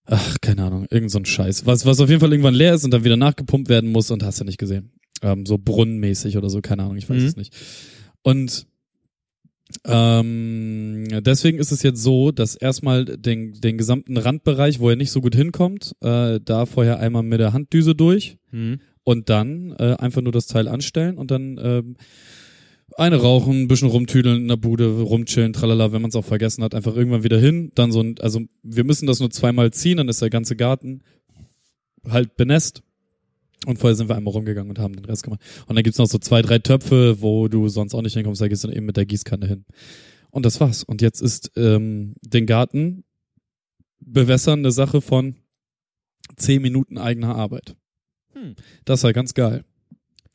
Speaker 2: ach, keine Ahnung, irgend so ein Scheiß. Was, was auf jeden Fall irgendwann leer ist und dann wieder nachgepumpt werden muss und hast du nicht gesehen. Ähm, so brunnenmäßig oder so, keine Ahnung, ich weiß
Speaker 1: Mhm.
Speaker 2: es nicht. Und ähm, deswegen ist es jetzt so, dass erstmal den, den gesamten Randbereich, wo er nicht so gut hinkommt, äh, da vorher einmal mit der Handdüse durch
Speaker 1: Hm.
Speaker 2: und dann äh, einfach nur das Teil anstellen und dann ähm, eine rauchen, ein bisschen rumtüdeln in der Bude, rumchillen, tralala, wenn man es auch vergessen hat, einfach irgendwann wieder hin. Dann so ein, also wir müssen das nur zweimal ziehen, dann ist der ganze Garten halt benässt. Und vorher sind wir einmal rumgegangen und haben den Rest gemacht. Und dann gibt's noch so zwei, drei Töpfe, wo du sonst auch nicht hinkommst, da gehst du dann eben mit der Gießkanne hin. Und das war's. Und jetzt ist ähm, den Garten bewässern eine Sache von zehn Minuten eigener Arbeit.
Speaker 1: Hm.
Speaker 2: Das war ganz geil.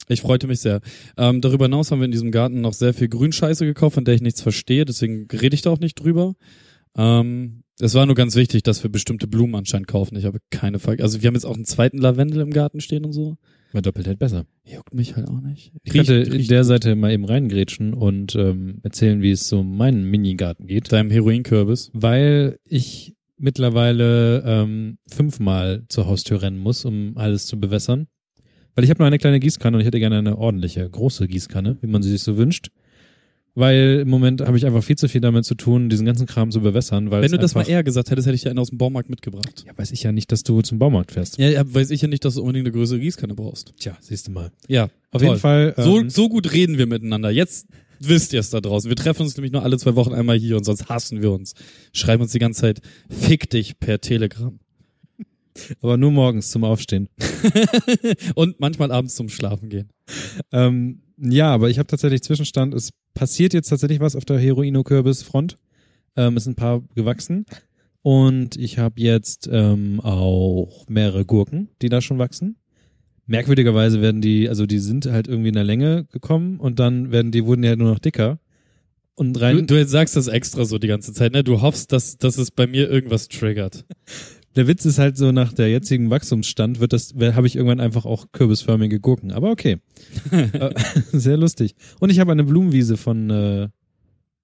Speaker 2: Ich freute mich sehr. Ähm, darüber hinaus haben wir in diesem Garten noch sehr viel Grünscheiße gekauft, von der ich nichts verstehe, deswegen rede ich da auch nicht drüber. Ähm, es war nur ganz wichtig, dass wir bestimmte Blumen anscheinend kaufen. Ich habe keine Ver Also wir haben jetzt auch einen zweiten Lavendel im Garten stehen und so.
Speaker 1: Man doppelt hält besser.
Speaker 2: Juckt mich halt auch nicht.
Speaker 1: Ich könnte in der Seite mal eben reingrätschen und ähm, erzählen, wie es so um meinen Minigarten geht.
Speaker 2: deinem Heroinkürbis.
Speaker 1: Weil ich mittlerweile ähm, fünfmal zur Haustür rennen muss, um alles zu bewässern. Weil ich habe nur eine kleine Gießkanne und ich hätte gerne eine ordentliche, große Gießkanne, wie man sie sich so wünscht. Weil im Moment habe ich einfach viel zu viel damit zu tun, diesen ganzen Kram zu bewässern. Weil
Speaker 2: Wenn
Speaker 1: es
Speaker 2: du das mal
Speaker 1: einfach,
Speaker 2: eher gesagt hättest, hätte ich dir einen aus dem Baumarkt mitgebracht.
Speaker 1: Ja, weiß ich ja nicht, dass du zum Baumarkt fährst.
Speaker 2: Ja, ja weiß ich ja nicht, dass du unbedingt eine größere Gießkanne brauchst.
Speaker 1: Tja, siehst du mal.
Speaker 2: Ja,
Speaker 1: Auf
Speaker 2: toll.
Speaker 1: jeden Fall. ähm,
Speaker 2: So, so gut reden wir miteinander. Jetzt wisst ihr es da draußen. Wir treffen uns nämlich nur alle zwei Wochen einmal hier und sonst hassen wir uns. Schreiben uns die ganze Zeit, fick dich per Telegram.
Speaker 1: Aber nur morgens zum Aufstehen.
Speaker 2: Und manchmal abends zum Schlafen gehen.
Speaker 1: Ähm, ja, aber ich habe tatsächlich Zwischenstand. Es passiert jetzt tatsächlich was auf der Heroino-Kürbis-Front. Ähm, es sind ein paar gewachsen. Und ich habe jetzt ähm, auch mehrere Gurken, die da schon wachsen. Merkwürdigerweise werden die, also die sind halt irgendwie in der Länge gekommen und dann werden die, wurden ja nur noch dicker. Und
Speaker 2: Du,
Speaker 1: rein,
Speaker 2: du jetzt sagst das extra so die ganze Zeit, ne? Du hoffst, dass, dass es bei mir irgendwas triggert.
Speaker 1: der Witz ist halt so, nach der jetzigen Wachstumsstand wird das, habe ich irgendwann einfach auch kürbisförmige Gurken. Aber okay. Äh, Sehr lustig. Und ich habe eine Blumenwiese von, äh,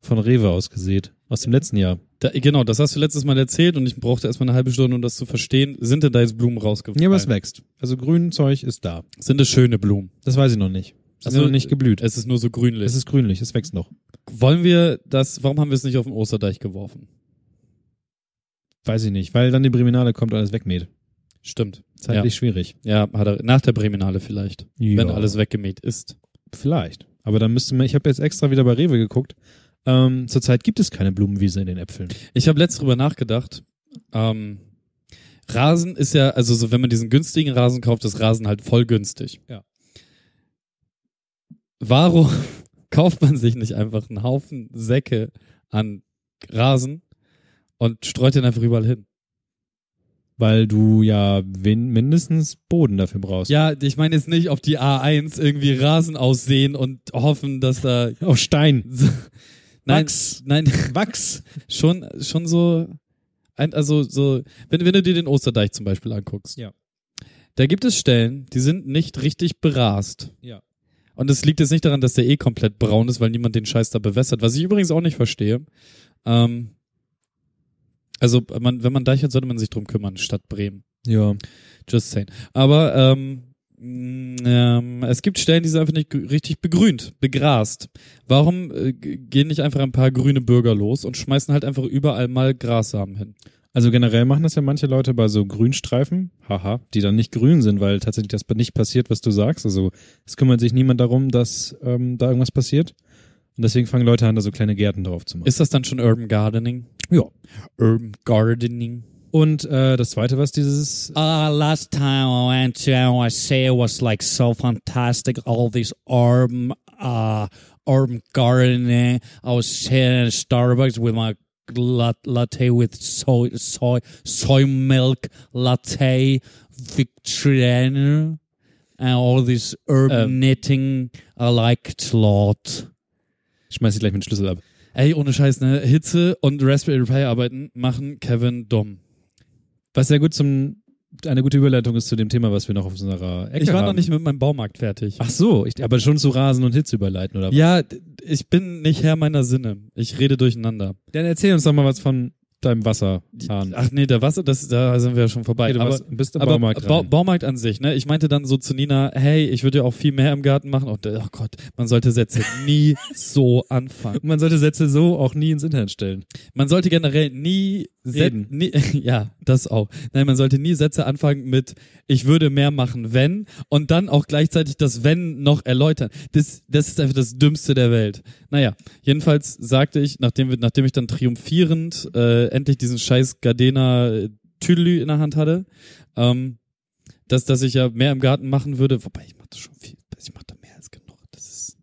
Speaker 1: von Rewe ausgesät. Aus dem letzten Jahr.
Speaker 2: Da, genau, das hast du letztes Mal erzählt und ich brauchte erstmal eine halbe Stunde, um das zu verstehen. Sind denn da jetzt Blumen rausgefallen?
Speaker 1: Ja, aber es wächst. Also grün Zeug ist da.
Speaker 2: Sind es schöne Blumen?
Speaker 1: Das weiß ich noch nicht. Es ist
Speaker 2: Also,
Speaker 1: noch nicht geblüht.
Speaker 2: Es ist nur so grünlich.
Speaker 1: Es ist grünlich, es wächst noch.
Speaker 2: Wollen wir das, warum haben wir es nicht auf den Osterdeich geworfen?
Speaker 1: Weiß ich nicht, weil dann die Breminale kommt und alles wegmäht.
Speaker 2: Stimmt.
Speaker 1: Zeitlich schwierig.
Speaker 2: Ja, hat er, nach der Breminale vielleicht.
Speaker 1: Ja.
Speaker 2: Wenn alles weggemäht ist.
Speaker 1: Vielleicht. Aber dann müsste man, ich habe jetzt extra wieder bei Rewe geguckt, Ähm, zurzeit gibt es keine Blumenwiese in den Äpfeln.
Speaker 2: Ich habe letzt drüber nachgedacht. Ähm, Rasen ist ja, also so, wenn man diesen günstigen Rasen kauft, ist Rasen halt voll günstig.
Speaker 1: Ja.
Speaker 2: Warum kauft man sich nicht einfach einen Haufen Säcke an Rasen und streut den einfach überall hin?
Speaker 1: Weil du ja wen, mindestens Boden dafür brauchst.
Speaker 2: Ja, ich meine jetzt nicht auf die A1 irgendwie Rasen aussehen und hoffen, dass da.
Speaker 1: Auf Oh, Stein.
Speaker 2: Nein,
Speaker 1: Wachs.
Speaker 2: nein,
Speaker 1: Wachs.
Speaker 2: schon, schon so, ein, also so, wenn, wenn du dir den Osterdeich zum Beispiel anguckst.
Speaker 1: Ja.
Speaker 2: Da gibt es Stellen, die sind nicht richtig berast.
Speaker 1: Ja.
Speaker 2: Und es liegt jetzt nicht daran, dass der eh komplett braun ist, weil niemand den Scheiß da bewässert, was ich übrigens auch nicht verstehe. Ähm, also, man, wenn man Deich hat, sollte man sich drum kümmern, statt Bremen.
Speaker 1: Ja.
Speaker 2: Just saying. Aber ähm, mh, ähm, es gibt Stellen, die sind einfach nicht gr- richtig begrünt, begrast. Warum äh, g- gehen nicht einfach ein paar grüne Bürger los und schmeißen halt einfach überall mal Grassamen hin?
Speaker 1: Also generell machen das ja manche Leute bei so Grünstreifen, haha, die dann nicht grün sind, weil tatsächlich das nicht passiert, was du sagst. Also es kümmert sich niemand darum, dass ähm, da irgendwas passiert. Und deswegen fangen Leute an, da so kleine Gärten drauf zu machen.
Speaker 2: Ist das dann schon Urban Gardening?
Speaker 1: ja.
Speaker 2: Urban Gardening.
Speaker 1: Und äh, das zweite, was dieses
Speaker 3: Uh, last time I went to NYC, it was like so fantastic. All this urban, uh, urban gardening. I was sitting in Starbucks with my lat- latte with soy, soy, soy milk latte, Victorina, and all this urban
Speaker 2: Um,
Speaker 3: knitting. I liked a lot.
Speaker 1: schmeiß ich gleich mit dem Schlüssel ab.
Speaker 2: Ey, ohne Scheiß, ne? Hitze und Raspberry Pi arbeiten machen Kevin dumm.
Speaker 1: Was sehr gut zum eine gute Überleitung ist zu dem Thema, was wir noch auf unserer Ecke
Speaker 2: Ich war
Speaker 1: haben.
Speaker 2: noch nicht mit meinem Baumarkt fertig.
Speaker 1: Ach so, ich, aber schon zu Rasen und Hitze überleiten oder? was?
Speaker 2: Ja, d- ich bin nicht Herr meiner Sinne. Ich rede durcheinander.
Speaker 1: Dann erzähl uns doch mal was von deinem Wasserhahn.
Speaker 2: Ach nee, der Wasser, das, da sind wir ja schon vorbei.
Speaker 1: Hey, du
Speaker 2: aber,
Speaker 1: warst- bist im
Speaker 2: aber
Speaker 1: Baumarkt
Speaker 2: Bau-
Speaker 1: rein.
Speaker 2: Baumarkt an sich, ne? Ich meinte dann so zu Nina, hey, ich würde ja auch viel mehr im Garten machen. Und äh, oh Gott, man sollte Sätze nie so anfangen.
Speaker 1: Man sollte Sätze so auch nie ins Internet stellen.
Speaker 2: Man sollte generell nie Sätze,
Speaker 1: Reden.
Speaker 2: nie, ja, das auch. Nein, man sollte nie Sätze anfangen mit ich würde mehr machen, wenn und dann auch gleichzeitig das wenn noch erläutern. Das das ist einfach das dümmste der Welt. Naja, jedenfalls sagte ich, nachdem wir nachdem ich dann triumphierend äh, endlich diesen scheiß Gardena äh, Tüdelü in der Hand hatte, ähm, dass dass ich ja mehr im Garten machen würde, wobei ich mache schon viel, ich mache da mehr als genug. Das ist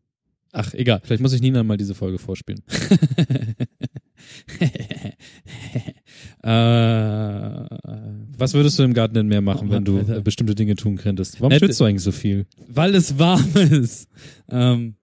Speaker 2: Ach, egal.
Speaker 1: Vielleicht muss ich Nina mal diese Folge vorspielen.
Speaker 2: Äh,
Speaker 1: Was würdest du im Garten denn mehr machen,
Speaker 2: Oh
Speaker 1: wenn
Speaker 2: Mann,
Speaker 1: du
Speaker 2: Alter.
Speaker 1: äh, bestimmte Dinge tun könntest? Warum
Speaker 2: Nett-
Speaker 1: schwitzt du eigentlich so viel?
Speaker 2: weil es warm ist. Ähm,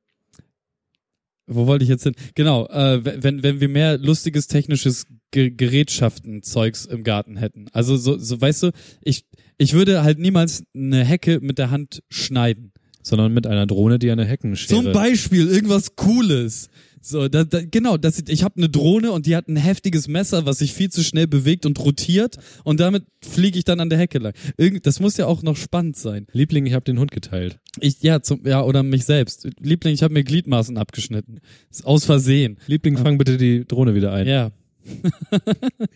Speaker 2: wo wollte ich jetzt hin? Genau, äh, we- wenn, wenn wir mehr lustiges technisches Ge Gerätschaften Zeugs im Garten hätten. Also so, so weißt du, ich, ich würde halt niemals eine Hecke mit der Hand schneiden.
Speaker 1: Sondern mit einer Drohne, die eine Heckenschere...
Speaker 2: Zum Beispiel irgendwas Cooles. So, da, da, genau, das, ich habe eine Drohne und die hat ein heftiges Messer, was sich viel zu schnell bewegt und rotiert und damit fliege ich dann an der Hecke lang. Irgend, das muss ja auch noch spannend sein.
Speaker 1: Liebling, ich habe den Hund geteilt.
Speaker 2: Ich, ja, zum, ja, oder mich selbst. Liebling, ich habe mir Gliedmaßen abgeschnitten. Ist aus Versehen.
Speaker 1: Liebling, fang bitte die Drohne wieder ein,
Speaker 2: Ja.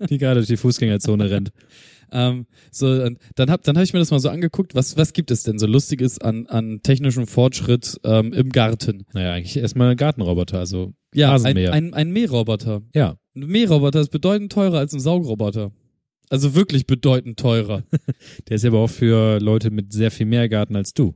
Speaker 1: die gerade durch die Fußgängerzone rennt.
Speaker 2: Ähm, so, und dann hab dann hab ich mir das mal so angeguckt. Was, was gibt es denn so Lustiges an, an technischem Fortschritt ähm, im Garten?
Speaker 1: Naja, eigentlich erstmal Gartenroboter, also
Speaker 2: Ja, ein,
Speaker 1: Rasenmäher.
Speaker 2: ein, ein Mähroboter.
Speaker 1: ja.
Speaker 2: Ein Mähroboter ist bedeutend teurer als ein Saugroboter. Also wirklich bedeutend teurer.
Speaker 1: Der ist ja aber auch für Leute mit sehr viel mehr Garten als du.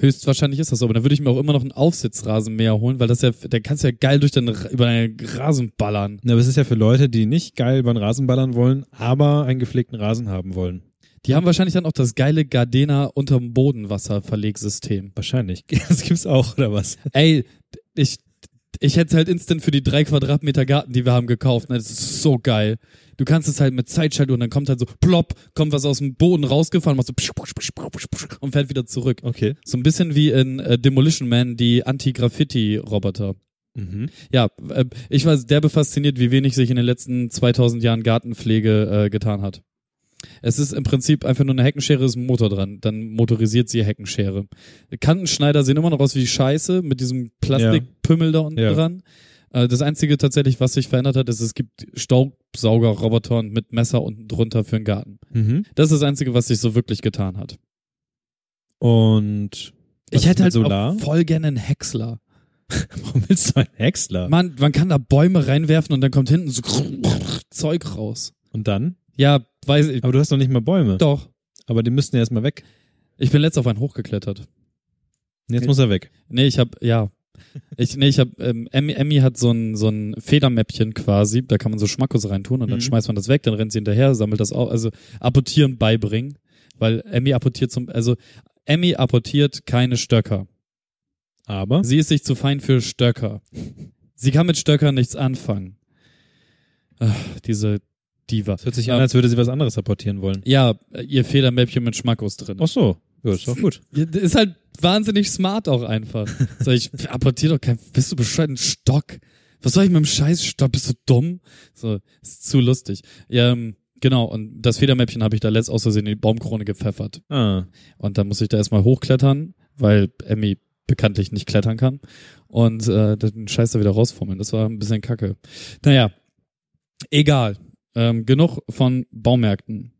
Speaker 2: Höchstwahrscheinlich ist das so, aber dann würde ich mir auch immer noch einen Aufsitzrasenmäher holen, weil das ja, der kannst ja geil durch deinen, Ra- über deinen Rasen ballern.
Speaker 1: Na, aber es ist ja für Leute, die nicht geil beim Rasenballern wollen, aber einen gepflegten Rasen haben wollen.
Speaker 2: Die haben wahrscheinlich dann auch das geile Gardena unterm Bodenwasserverlegsystem.
Speaker 1: Wahrscheinlich. Das gibt's auch, oder was?
Speaker 2: Ey, ich, ich hätte halt instant für die drei Quadratmeter Garten, die wir haben, gekauft. Ne? Das ist so geil. Du kannst es halt mit Zeitschaltuhr und dann kommt halt so plopp, kommt was aus dem Boden rausgefahren, macht so psch, psch, psch, psch, psch, psch und fährt wieder zurück.
Speaker 1: Okay.
Speaker 2: So ein bisschen wie in äh, Demolition Man, die Anti-Graffiti-Roboter.
Speaker 1: Mhm.
Speaker 2: Ja, äh, ich war derbe fasziniert, wie wenig sich in den letzten 2000 Jahren Gartenpflege äh, getan hat. Es ist im Prinzip einfach nur eine Heckenschere, ist ein Motor dran. Dann motorisiert sie Heckenschere. Kantenschneider sehen immer noch aus wie Scheiße mit diesem Plastikpümmel da unten
Speaker 1: Ja.
Speaker 2: dran. Äh, Das einzige tatsächlich, was sich verändert hat, ist, es gibt Staubsaugerroboter mit Messer unten drunter für den Garten.
Speaker 1: Mhm.
Speaker 2: Das ist das einzige, was sich so wirklich getan hat.
Speaker 1: Und was
Speaker 2: ich
Speaker 1: ist mit
Speaker 2: hätte halt
Speaker 1: Solar.
Speaker 2: Auch voll gerne einen Häcksler.
Speaker 1: Warum willst du einen Häcksler?
Speaker 2: Man, man kann da Bäume reinwerfen und dann kommt hinten so Zeug raus.
Speaker 1: Und dann?
Speaker 2: Ja, weiß ich.
Speaker 1: Aber du hast noch nicht mal Bäume.
Speaker 2: Doch.
Speaker 1: Aber die müssten ja erstmal weg.
Speaker 2: Ich bin letzt auf einen hochgeklettert.
Speaker 1: Und Jetzt muss er weg.
Speaker 2: Nee, ich hab, ja. Ich, nee, ich hab, ähm, Emmy, Emmy hat so ein, so ein Federmäppchen quasi, da kann man so Schmackos reintun und dann
Speaker 1: Mhm.
Speaker 2: schmeißt man das weg, dann rennt sie hinterher, sammelt das auf, also apportieren beibringen, weil Emmy apportiert zum, also Emmy apportiert keine Stöcker.
Speaker 1: Aber
Speaker 2: Sie ist sich zu fein für Stöcker. Sie kann mit Stöckern nichts anfangen. Ach, diese Diva.
Speaker 1: es hört sich
Speaker 2: Ja.
Speaker 1: an, als würde sie was anderes apportieren wollen.
Speaker 2: Ja, ihr Federmäppchen mit Schmackos drin.
Speaker 1: Ach so. Ja, ist doch gut.
Speaker 2: Ja, das Ist halt wahnsinnig smart auch einfach. So, ich apportiere doch kein, bist du bescheuert, ein Stock? Was soll ich mit dem scheiß Stock? Bist du dumm? So, ist zu lustig. Ja, ähm, genau, und das Federmäppchen habe ich da letzt aus Versehen in die Baumkrone gepfeffert.
Speaker 1: Ah.
Speaker 2: Und dann muss ich da erstmal hochklettern, weil Emmy bekanntlich nicht klettern kann. Und äh, den Scheiß da wieder rausfummeln. Das war ein bisschen kacke. Naja, egal. Ähm, genug von Baumärkten.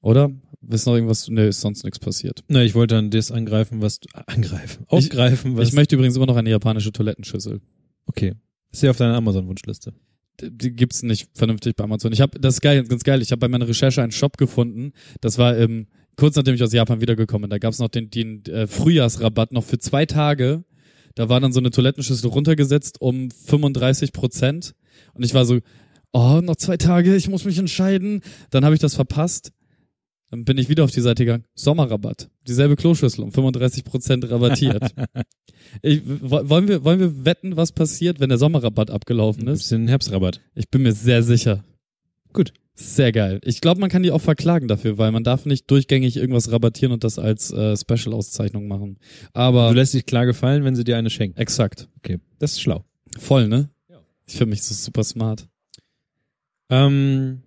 Speaker 2: Oder? Ist noch irgendwas? Nee, ist sonst nichts passiert.
Speaker 1: Na, ich wollte dann das angreifen, was du, angreifen, aufgreifen, was
Speaker 2: Ich möchte übrigens immer noch eine japanische Toilettenschüssel.
Speaker 1: Okay. Ist ja auf deiner Amazon-Wunschliste.
Speaker 2: D- Die gibt's nicht vernünftig bei Amazon. Ich habe das ist geil, ganz geil. Ich habe bei meiner Recherche einen Shop gefunden. Das war ähm, kurz nachdem ich aus Japan wiedergekommen bin. Da gab's noch den, den äh, Frühjahrsrabatt noch für zwei Tage. Da war dann so eine Toilettenschüssel runtergesetzt um 35 Prozent. Und ich war so, oh, noch zwei Tage, ich muss mich entscheiden. Dann habe ich das verpasst. Dann bin ich wieder auf die Seite gegangen. Sommerrabatt. Dieselbe Kloschüssel um 35% rabattiert. ich, wo- wollen, wir, wollen wir wetten, was passiert, wenn der Sommerrabatt abgelaufen
Speaker 1: Ein
Speaker 2: ist?
Speaker 1: bisschen Herbstrabatt.
Speaker 2: Ich bin mir sehr sicher.
Speaker 1: Gut.
Speaker 2: Sehr geil. Ich glaube, man kann die auch verklagen dafür, weil man darf nicht durchgängig irgendwas rabattieren und das als äh, Special-Auszeichnung machen.
Speaker 1: Du
Speaker 2: Aber
Speaker 1: lässt dich klar gefallen, wenn sie dir eine schenken.
Speaker 2: exakt.
Speaker 1: Okay. Das ist schlau.
Speaker 2: Voll, ne? Ich finde mich so super smart.
Speaker 1: Ähm,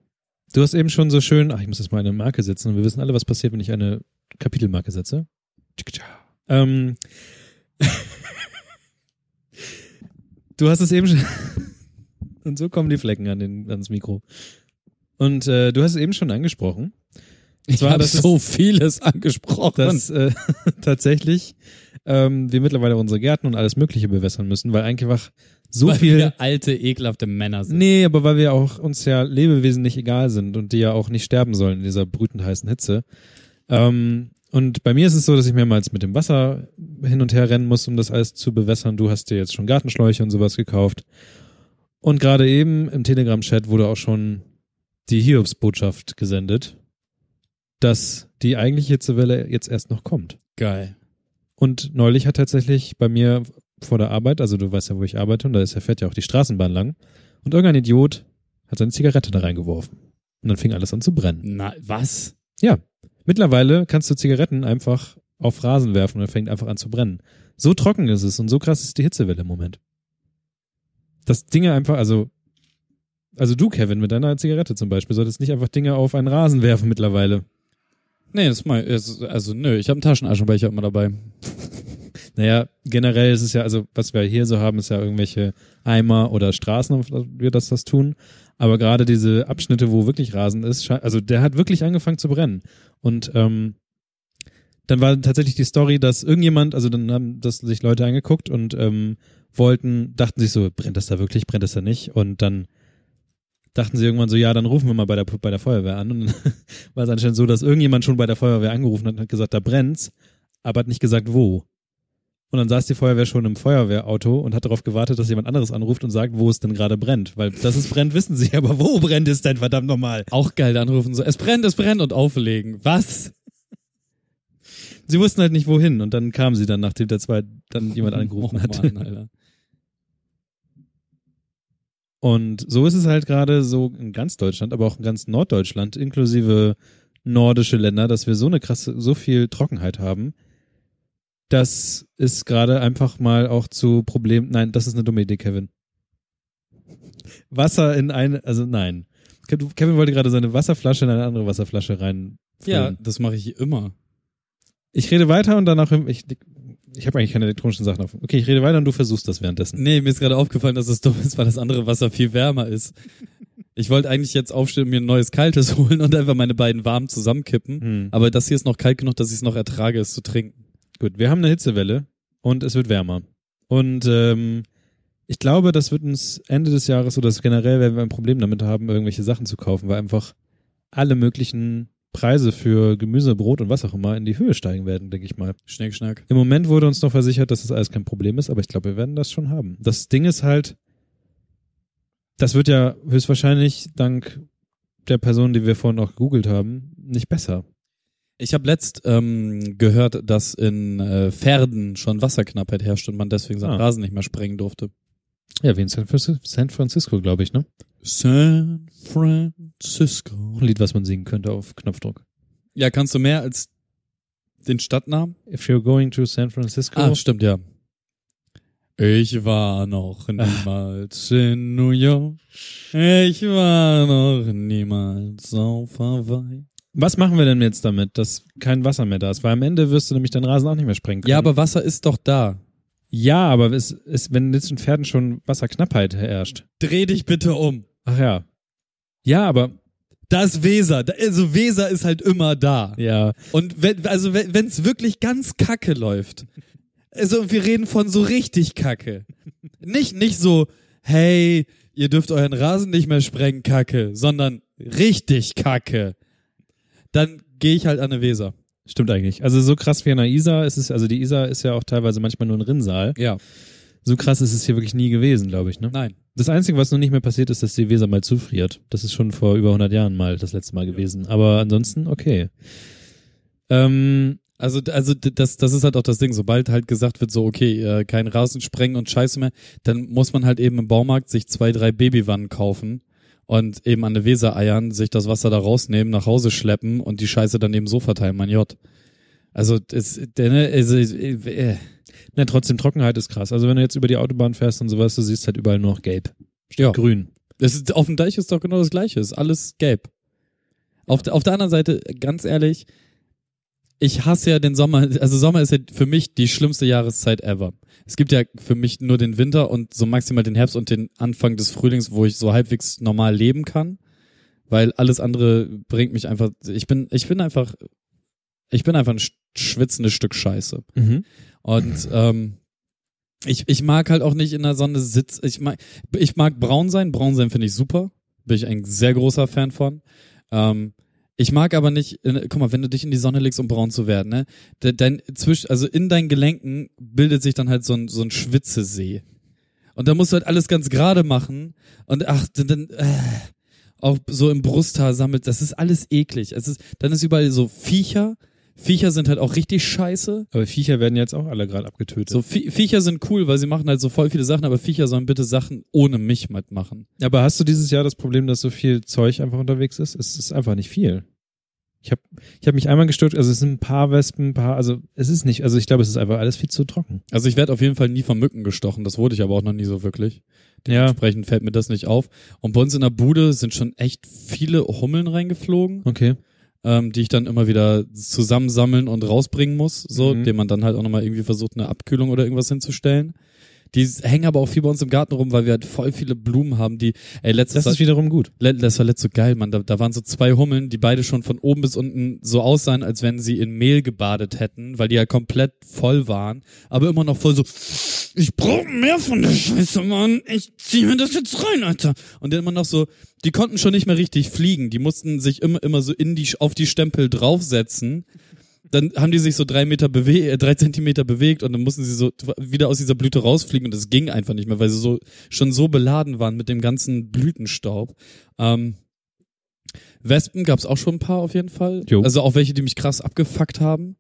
Speaker 1: du hast eben schon so schön, ach, ich muss jetzt mal eine Marke setzen und wir wissen alle, was passiert, wenn ich eine Kapitelmarke setze. Tschikitscha. Ähm, du hast es eben schon. und so kommen die Flecken an den, ans Mikro. Und äh, du hast es eben schon angesprochen.
Speaker 2: Ich
Speaker 1: zwar,
Speaker 2: habe
Speaker 1: das ist-
Speaker 2: so vieles angesprochen.
Speaker 1: dass äh, tatsächlich ähm, wir mittlerweile unsere Gärten und alles Mögliche bewässern müssen, weil einfach so
Speaker 2: weil
Speaker 1: viel.
Speaker 2: wir alte, ekelhafte Männer sind.
Speaker 1: Nee, aber weil wir auch uns ja Lebewesen nicht egal sind und die ja auch nicht sterben sollen in dieser brütend heißen Hitze. Ähm, und bei mir ist es so, dass ich mehrmals mit dem Wasser hin und her rennen muss, um das alles zu bewässern. Du hast dir jetzt schon Gartenschläuche und sowas gekauft. Und gerade eben im Telegram-Chat wurde auch schon die Hiobs-Botschaft gesendet, dass die eigentliche Hitzewelle jetzt erst noch kommt.
Speaker 2: Geil.
Speaker 1: Und neulich hat tatsächlich bei mir vor der Arbeit, also du weißt ja, wo ich arbeite, und da ist ja fährt ja auch die Straßenbahn lang. Und irgendein Idiot hat seine Zigarette da reingeworfen. Und dann fing alles an zu brennen.
Speaker 2: Na, was?
Speaker 1: Mittlerweile kannst du Zigaretten einfach auf Rasen werfen und dann fängt einfach an zu brennen. So trocken ist es und so krass ist die Hitzewelle im Moment. Das Dinge einfach, also, also du, Kevin, mit deiner Zigarette zum Beispiel, solltest nicht einfach Dinge auf einen Rasen werfen mittlerweile.
Speaker 2: Nee, das mal, also, also nö, ich habe einen Taschenaschenbecher immer dabei.
Speaker 1: Naja, generell ist es ja, also was wir hier so haben, ist ja irgendwelche Eimer oder Straßen, auf denen wir das, das tun. Aber gerade diese Abschnitte, wo wirklich Rasen ist, schein- also der hat wirklich angefangen zu brennen. Und ähm, dann war tatsächlich die Story, dass irgendjemand, also dann haben das sich Leute angeguckt und ähm, wollten, dachten sich so, brennt das da wirklich, brennt das da nicht? Und dann dachten sie irgendwann so, ja, dann rufen wir mal bei der, bei der Feuerwehr an. Und dann war es anscheinend so, dass irgendjemand schon bei der Feuerwehr angerufen hat und hat gesagt, da brennt's, aber hat nicht gesagt, wo. Und dann saß die Feuerwehr schon im Feuerwehrauto und hat darauf gewartet, dass jemand anderes anruft und sagt, wo es denn gerade brennt. Weil, dass es brennt, wissen sie, aber wo brennt es denn, verdammt nochmal?
Speaker 2: Auch geil, da anrufen so, es brennt, es brennt und auflegen. Was?
Speaker 1: Sie wussten halt nicht, wohin. Und dann kamen sie dann, nachdem der zwei dann jemand angerufen
Speaker 2: oh,
Speaker 1: hat.
Speaker 2: Mann, Alter.
Speaker 1: Und so ist es halt gerade so in ganz Deutschland, aber auch in ganz Norddeutschland, inklusive nordische Länder, dass wir so eine krasse, so viel Trockenheit haben, dass es gerade einfach mal auch zu Problemen, nein, das ist eine dumme Idee, Kevin. Wasser in eine, also nein. Ke- Kevin wollte gerade seine Wasserflasche in eine andere Wasserflasche rein.
Speaker 2: Ja,
Speaker 1: füllen.
Speaker 2: das mache ich immer.
Speaker 1: Ich rede weiter und danach, ich, ich habe eigentlich keine elektronischen Sachen auf. Okay, ich rede weiter und du versuchst das währenddessen.
Speaker 2: Nee, mir ist gerade aufgefallen, dass es dumm ist, weil das andere Wasser viel wärmer ist. Ich wollte eigentlich jetzt aufstehen und mir ein neues kaltes holen und einfach meine beiden warmen zusammenkippen.
Speaker 1: Hm.
Speaker 2: Aber das hier ist noch kalt genug, dass ich es noch ertrage, es zu trinken.
Speaker 1: Gut, wir haben eine Hitzewelle und es wird wärmer. Und ähm, ich glaube, das wird uns Ende des Jahres oder generell werden wir ein Problem damit haben, irgendwelche Sachen zu kaufen, weil einfach alle möglichen Preise für Gemüse, Brot und was auch immer in die Höhe steigen werden, denke ich mal.
Speaker 2: Schnick, schnack.
Speaker 1: Im Moment wurde uns noch versichert, dass das alles kein Problem ist, aber ich glaube, wir werden das schon haben. Das Ding ist halt, das wird ja höchstwahrscheinlich dank der Person, die wir vorhin auch gegoogelt haben, nicht besser.
Speaker 2: Ich habe letzt ähm, gehört, dass in äh, Pferden schon Wasserknappheit herrscht und man deswegen seinen
Speaker 1: Ah.
Speaker 2: Rasen nicht mehr sprengen durfte.
Speaker 1: Ja, wie in San Francisco, San Francisco glaube ich, ne?
Speaker 2: San Francisco.
Speaker 1: Ein Lied, was man singen könnte auf Knopfdruck.
Speaker 2: Ja, kannst du mehr als den Stadtnamen?
Speaker 1: If you're going to San Francisco,
Speaker 2: Ah, stimmt, ja. Ich war noch niemals in New York. Ich war noch niemals auf Hawaii.
Speaker 1: was machen wir denn jetzt damit, dass kein Wasser mehr da ist? Weil am Ende wirst du nämlich deinen Rasen auch nicht mehr sprengen können.
Speaker 2: Ja, aber Wasser ist doch da.
Speaker 1: ja, aber es, es, wenn jetzt in Pferden schon Wasserknappheit herrscht.
Speaker 2: Dreh dich bitte um.
Speaker 1: Ach ja. Ja, aber
Speaker 2: Da ist Weser. Da- Also Weser ist halt immer da.
Speaker 1: ja,
Speaker 2: Und wenn, also wenn es wirklich ganz kacke läuft, also wir reden von so richtig kacke. Nicht, nicht so, hey, ihr dürft euren Rasen nicht mehr sprengen, kacke, sondern richtig kacke. Dann gehe ich halt an eine Weser.
Speaker 1: Stimmt eigentlich. Also so krass wie an der Isar ist es, also die Isar ist ja auch teilweise manchmal nur ein Rinnsal.
Speaker 2: Ja,
Speaker 1: So krass ist es hier wirklich nie gewesen, glaube ich. Ne?
Speaker 2: nein.
Speaker 1: Das Einzige, was noch nicht mehr passiert, ist, dass die Weser mal zufriert. Das ist schon vor über 100 Jahren mal das letzte Mal gewesen. Aber ansonsten, okay. Ähm,
Speaker 2: Also, also d- das, das ist halt auch das Ding. Sobald halt gesagt wird, so, okay, äh, kein Rasen sprengen und Scheiße mehr, dann muss man halt eben im Baumarkt sich zwei, drei Babywannen kaufen und eben an der Weser eiern, sich das Wasser da rausnehmen, nach Hause schleppen und die Scheiße dann eben so verteilen, mein Jott. Also, es, der, ne, also, äh,
Speaker 1: na, trotzdem, Trockenheit ist krass. Also wenn du jetzt über die Autobahn fährst und sowas, du siehst halt überall nur noch gelb.
Speaker 2: ja.
Speaker 1: Grün.
Speaker 2: Das ist, auf dem Deich ist doch genau das Gleiche. Ist alles gelb. Auf, der- auf der anderen Seite, ganz ehrlich, ich hasse ja den Sommer. Also Sommer ist ja für mich die schlimmste Jahreszeit ever. Es gibt ja für mich nur den Winter und so maximal den Herbst und den Anfang des Frühlings, wo ich so halbwegs normal leben kann. Weil alles andere bringt mich einfach, ich bin, ich bin einfach, ich bin einfach ein sch- schwitzendes Stück Scheiße.
Speaker 1: Mhm.
Speaker 2: Und ähm, ich, ich mag halt auch nicht in der Sonne sitzen. Ich mag, ich mag braun sein. Braun sein finde ich super. Bin ich ein sehr großer Fan von. Ähm, ich mag aber nicht, in, guck mal, wenn du dich in die Sonne legst, um braun zu werden, ne? De, dein, zwischen, also in deinen Gelenken bildet sich dann halt so ein, so ein Schwitzesee. Und da musst du halt alles ganz gerade machen. Und ach, dann, dann äh, auch so im Brusthaar sammelt, das ist alles eklig. Es ist, dann ist überall so Viecher. Viecher sind halt auch richtig scheiße.
Speaker 1: Aber Viecher werden jetzt auch alle gerade abgetötet.
Speaker 2: So, Vie- Viecher sind cool, weil sie machen halt so voll viele Sachen, aber Viecher sollen bitte Sachen ohne mich mitmachen.
Speaker 1: Aber hast du dieses Jahr das Problem, dass so viel Zeug einfach unterwegs ist? Es ist einfach nicht viel. Ich habe ich hab mich einmal gestört, also es sind ein paar Wespen, ein paar, also es ist nicht, also ich glaube, es ist einfach alles viel zu trocken.
Speaker 2: Also ich werde auf jeden Fall nie von Mücken gestochen, das wurde ich aber auch noch nie so wirklich.
Speaker 1: Ja,
Speaker 2: Entsprechend fällt mir das nicht auf. Und bei uns in der Bude sind schon echt viele Hummeln reingeflogen,
Speaker 1: okay.
Speaker 2: ähm, die ich dann immer wieder zusammensammeln und rausbringen muss, so,
Speaker 1: Mhm.
Speaker 2: dem man dann halt auch nochmal irgendwie versucht, eine Abkühlung oder irgendwas hinzustellen. Die hängen aber auch viel bei uns im Garten rum, weil wir halt voll viele Blumen haben, die, ey, letztes
Speaker 1: Das ist wiederum gut.
Speaker 2: Let- Das war letzt so geil, Mann. Da, da waren so zwei Hummeln, die beide schon von oben bis unten so aussahen, als wenn sie in Mehl gebadet hätten, weil die ja komplett voll waren, aber immer noch voll so, ich brauche mehr von der Scheiße, Mann. Ich zieh mir das jetzt rein, Alter. Und dann immer noch so, die konnten schon nicht mehr richtig fliegen. Die mussten sich immer, immer so in die, auf die Stempel draufsetzen. Dann haben die sich so drei Meter bewe äh, drei Zentimeter bewegt und dann mussten sie so wieder aus dieser Blüte rausfliegen und es ging einfach nicht mehr, weil sie so schon so beladen waren mit dem ganzen Blütenstaub. Ähm, Wespen gab's auch schon ein paar auf jeden Fall.
Speaker 1: Jo.
Speaker 2: Also auch welche, die mich krass abgefuckt haben.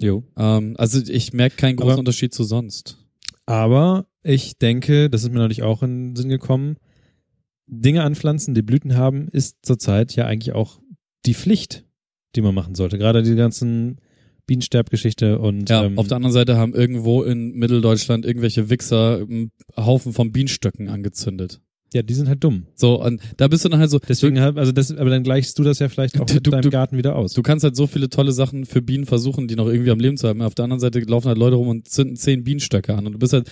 Speaker 1: Jo.
Speaker 2: Ähm, also ich merke keinen großen
Speaker 1: Aber-
Speaker 2: Unterschied zu sonst.
Speaker 1: Aber ich denke, das ist mir neulich auch in den Sinn gekommen, Dinge anpflanzen, die Blüten haben, ist zurzeit ja eigentlich auch die Pflicht, die man machen sollte. Gerade die ganzen Bienensterbgeschichte und
Speaker 2: Ja,
Speaker 1: ähm,
Speaker 2: auf der anderen Seite haben irgendwo in Mitteldeutschland irgendwelche Wichser einen Haufen von Bienenstöcken angezündet.
Speaker 1: ja, die sind halt dumm.
Speaker 2: So, und da bist du dann halt so,
Speaker 1: Deswegen halt, also das, aber dann gleichst du das ja vielleicht auch
Speaker 2: Du-
Speaker 1: mit
Speaker 2: du-
Speaker 1: deinem
Speaker 2: du-
Speaker 1: Garten wieder aus.
Speaker 2: du kannst halt so viele tolle Sachen für Bienen versuchen, die noch irgendwie am Leben zu halten. Auf der anderen Seite laufen halt Leute rum und zünden zehn Bienenstöcke an und du bist halt,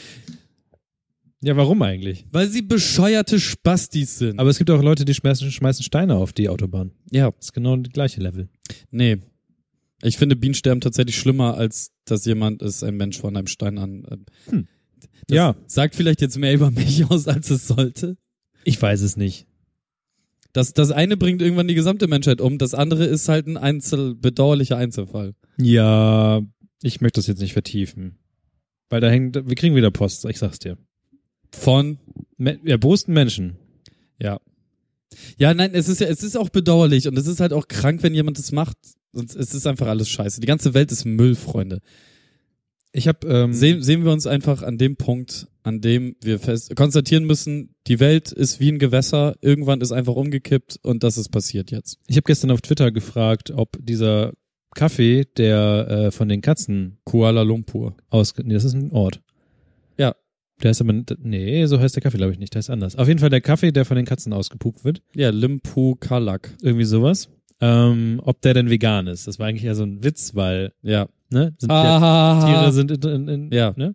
Speaker 1: ja, warum eigentlich?
Speaker 2: weil sie bescheuerte Spastis sind.
Speaker 1: Aber es gibt auch Leute, die schmeißen, schmeißen Steine auf die Autobahn.
Speaker 2: ja,
Speaker 1: Das ist genau das gleiche Level.
Speaker 2: nee. Ich finde Bienensterben tatsächlich schlimmer, als dass jemand ist, ein Mensch von einem Stein an. äh, Das
Speaker 1: Hm. Ja.
Speaker 2: Sagt vielleicht jetzt mehr über mich aus, als es sollte.
Speaker 1: Ich weiß es nicht.
Speaker 2: Das, das eine bringt irgendwann die gesamte Menschheit um, das andere ist halt ein einzel bedauerlicher Einzelfall.
Speaker 1: Ja, ich möchte das jetzt nicht vertiefen. Weil da hängt, wir kriegen wieder Post, ich sag's dir.
Speaker 2: Von
Speaker 1: Me erbosten Menschen.
Speaker 2: Ja. Ja, nein, es ist ja, es ist auch bedauerlich und es ist halt auch krank, wenn jemand das macht. Und es ist einfach alles scheiße. Die ganze Welt ist Müll, Freunde.
Speaker 1: Ich habe ähm,
Speaker 2: Sehen, sehen wir uns einfach an dem Punkt, an dem wir fest konstatieren müssen, die Welt ist wie ein Gewässer, irgendwann ist einfach umgekippt und das ist passiert jetzt.
Speaker 1: Ich habe gestern auf Twitter gefragt, ob dieser Kaffee, der äh, von den Katzen
Speaker 2: Kuala Lumpur.
Speaker 1: aus, nee, das ist ein Ort.
Speaker 2: Ja.
Speaker 1: Der heißt aber, nee, so heißt der Kaffee, glaube ich nicht, der ist anders. Auf jeden Fall der Kaffee, der von den Katzen ausgepupt wird,
Speaker 2: Ja, Limpu Kalak.
Speaker 1: irgendwie sowas. Ähm, ob der denn vegan ist. Das war eigentlich eher so ein Witz, weil,
Speaker 2: Ja.
Speaker 1: ne, sind ja
Speaker 2: Ah,
Speaker 1: Tiere sind in, in, in
Speaker 2: Ja.
Speaker 1: ne?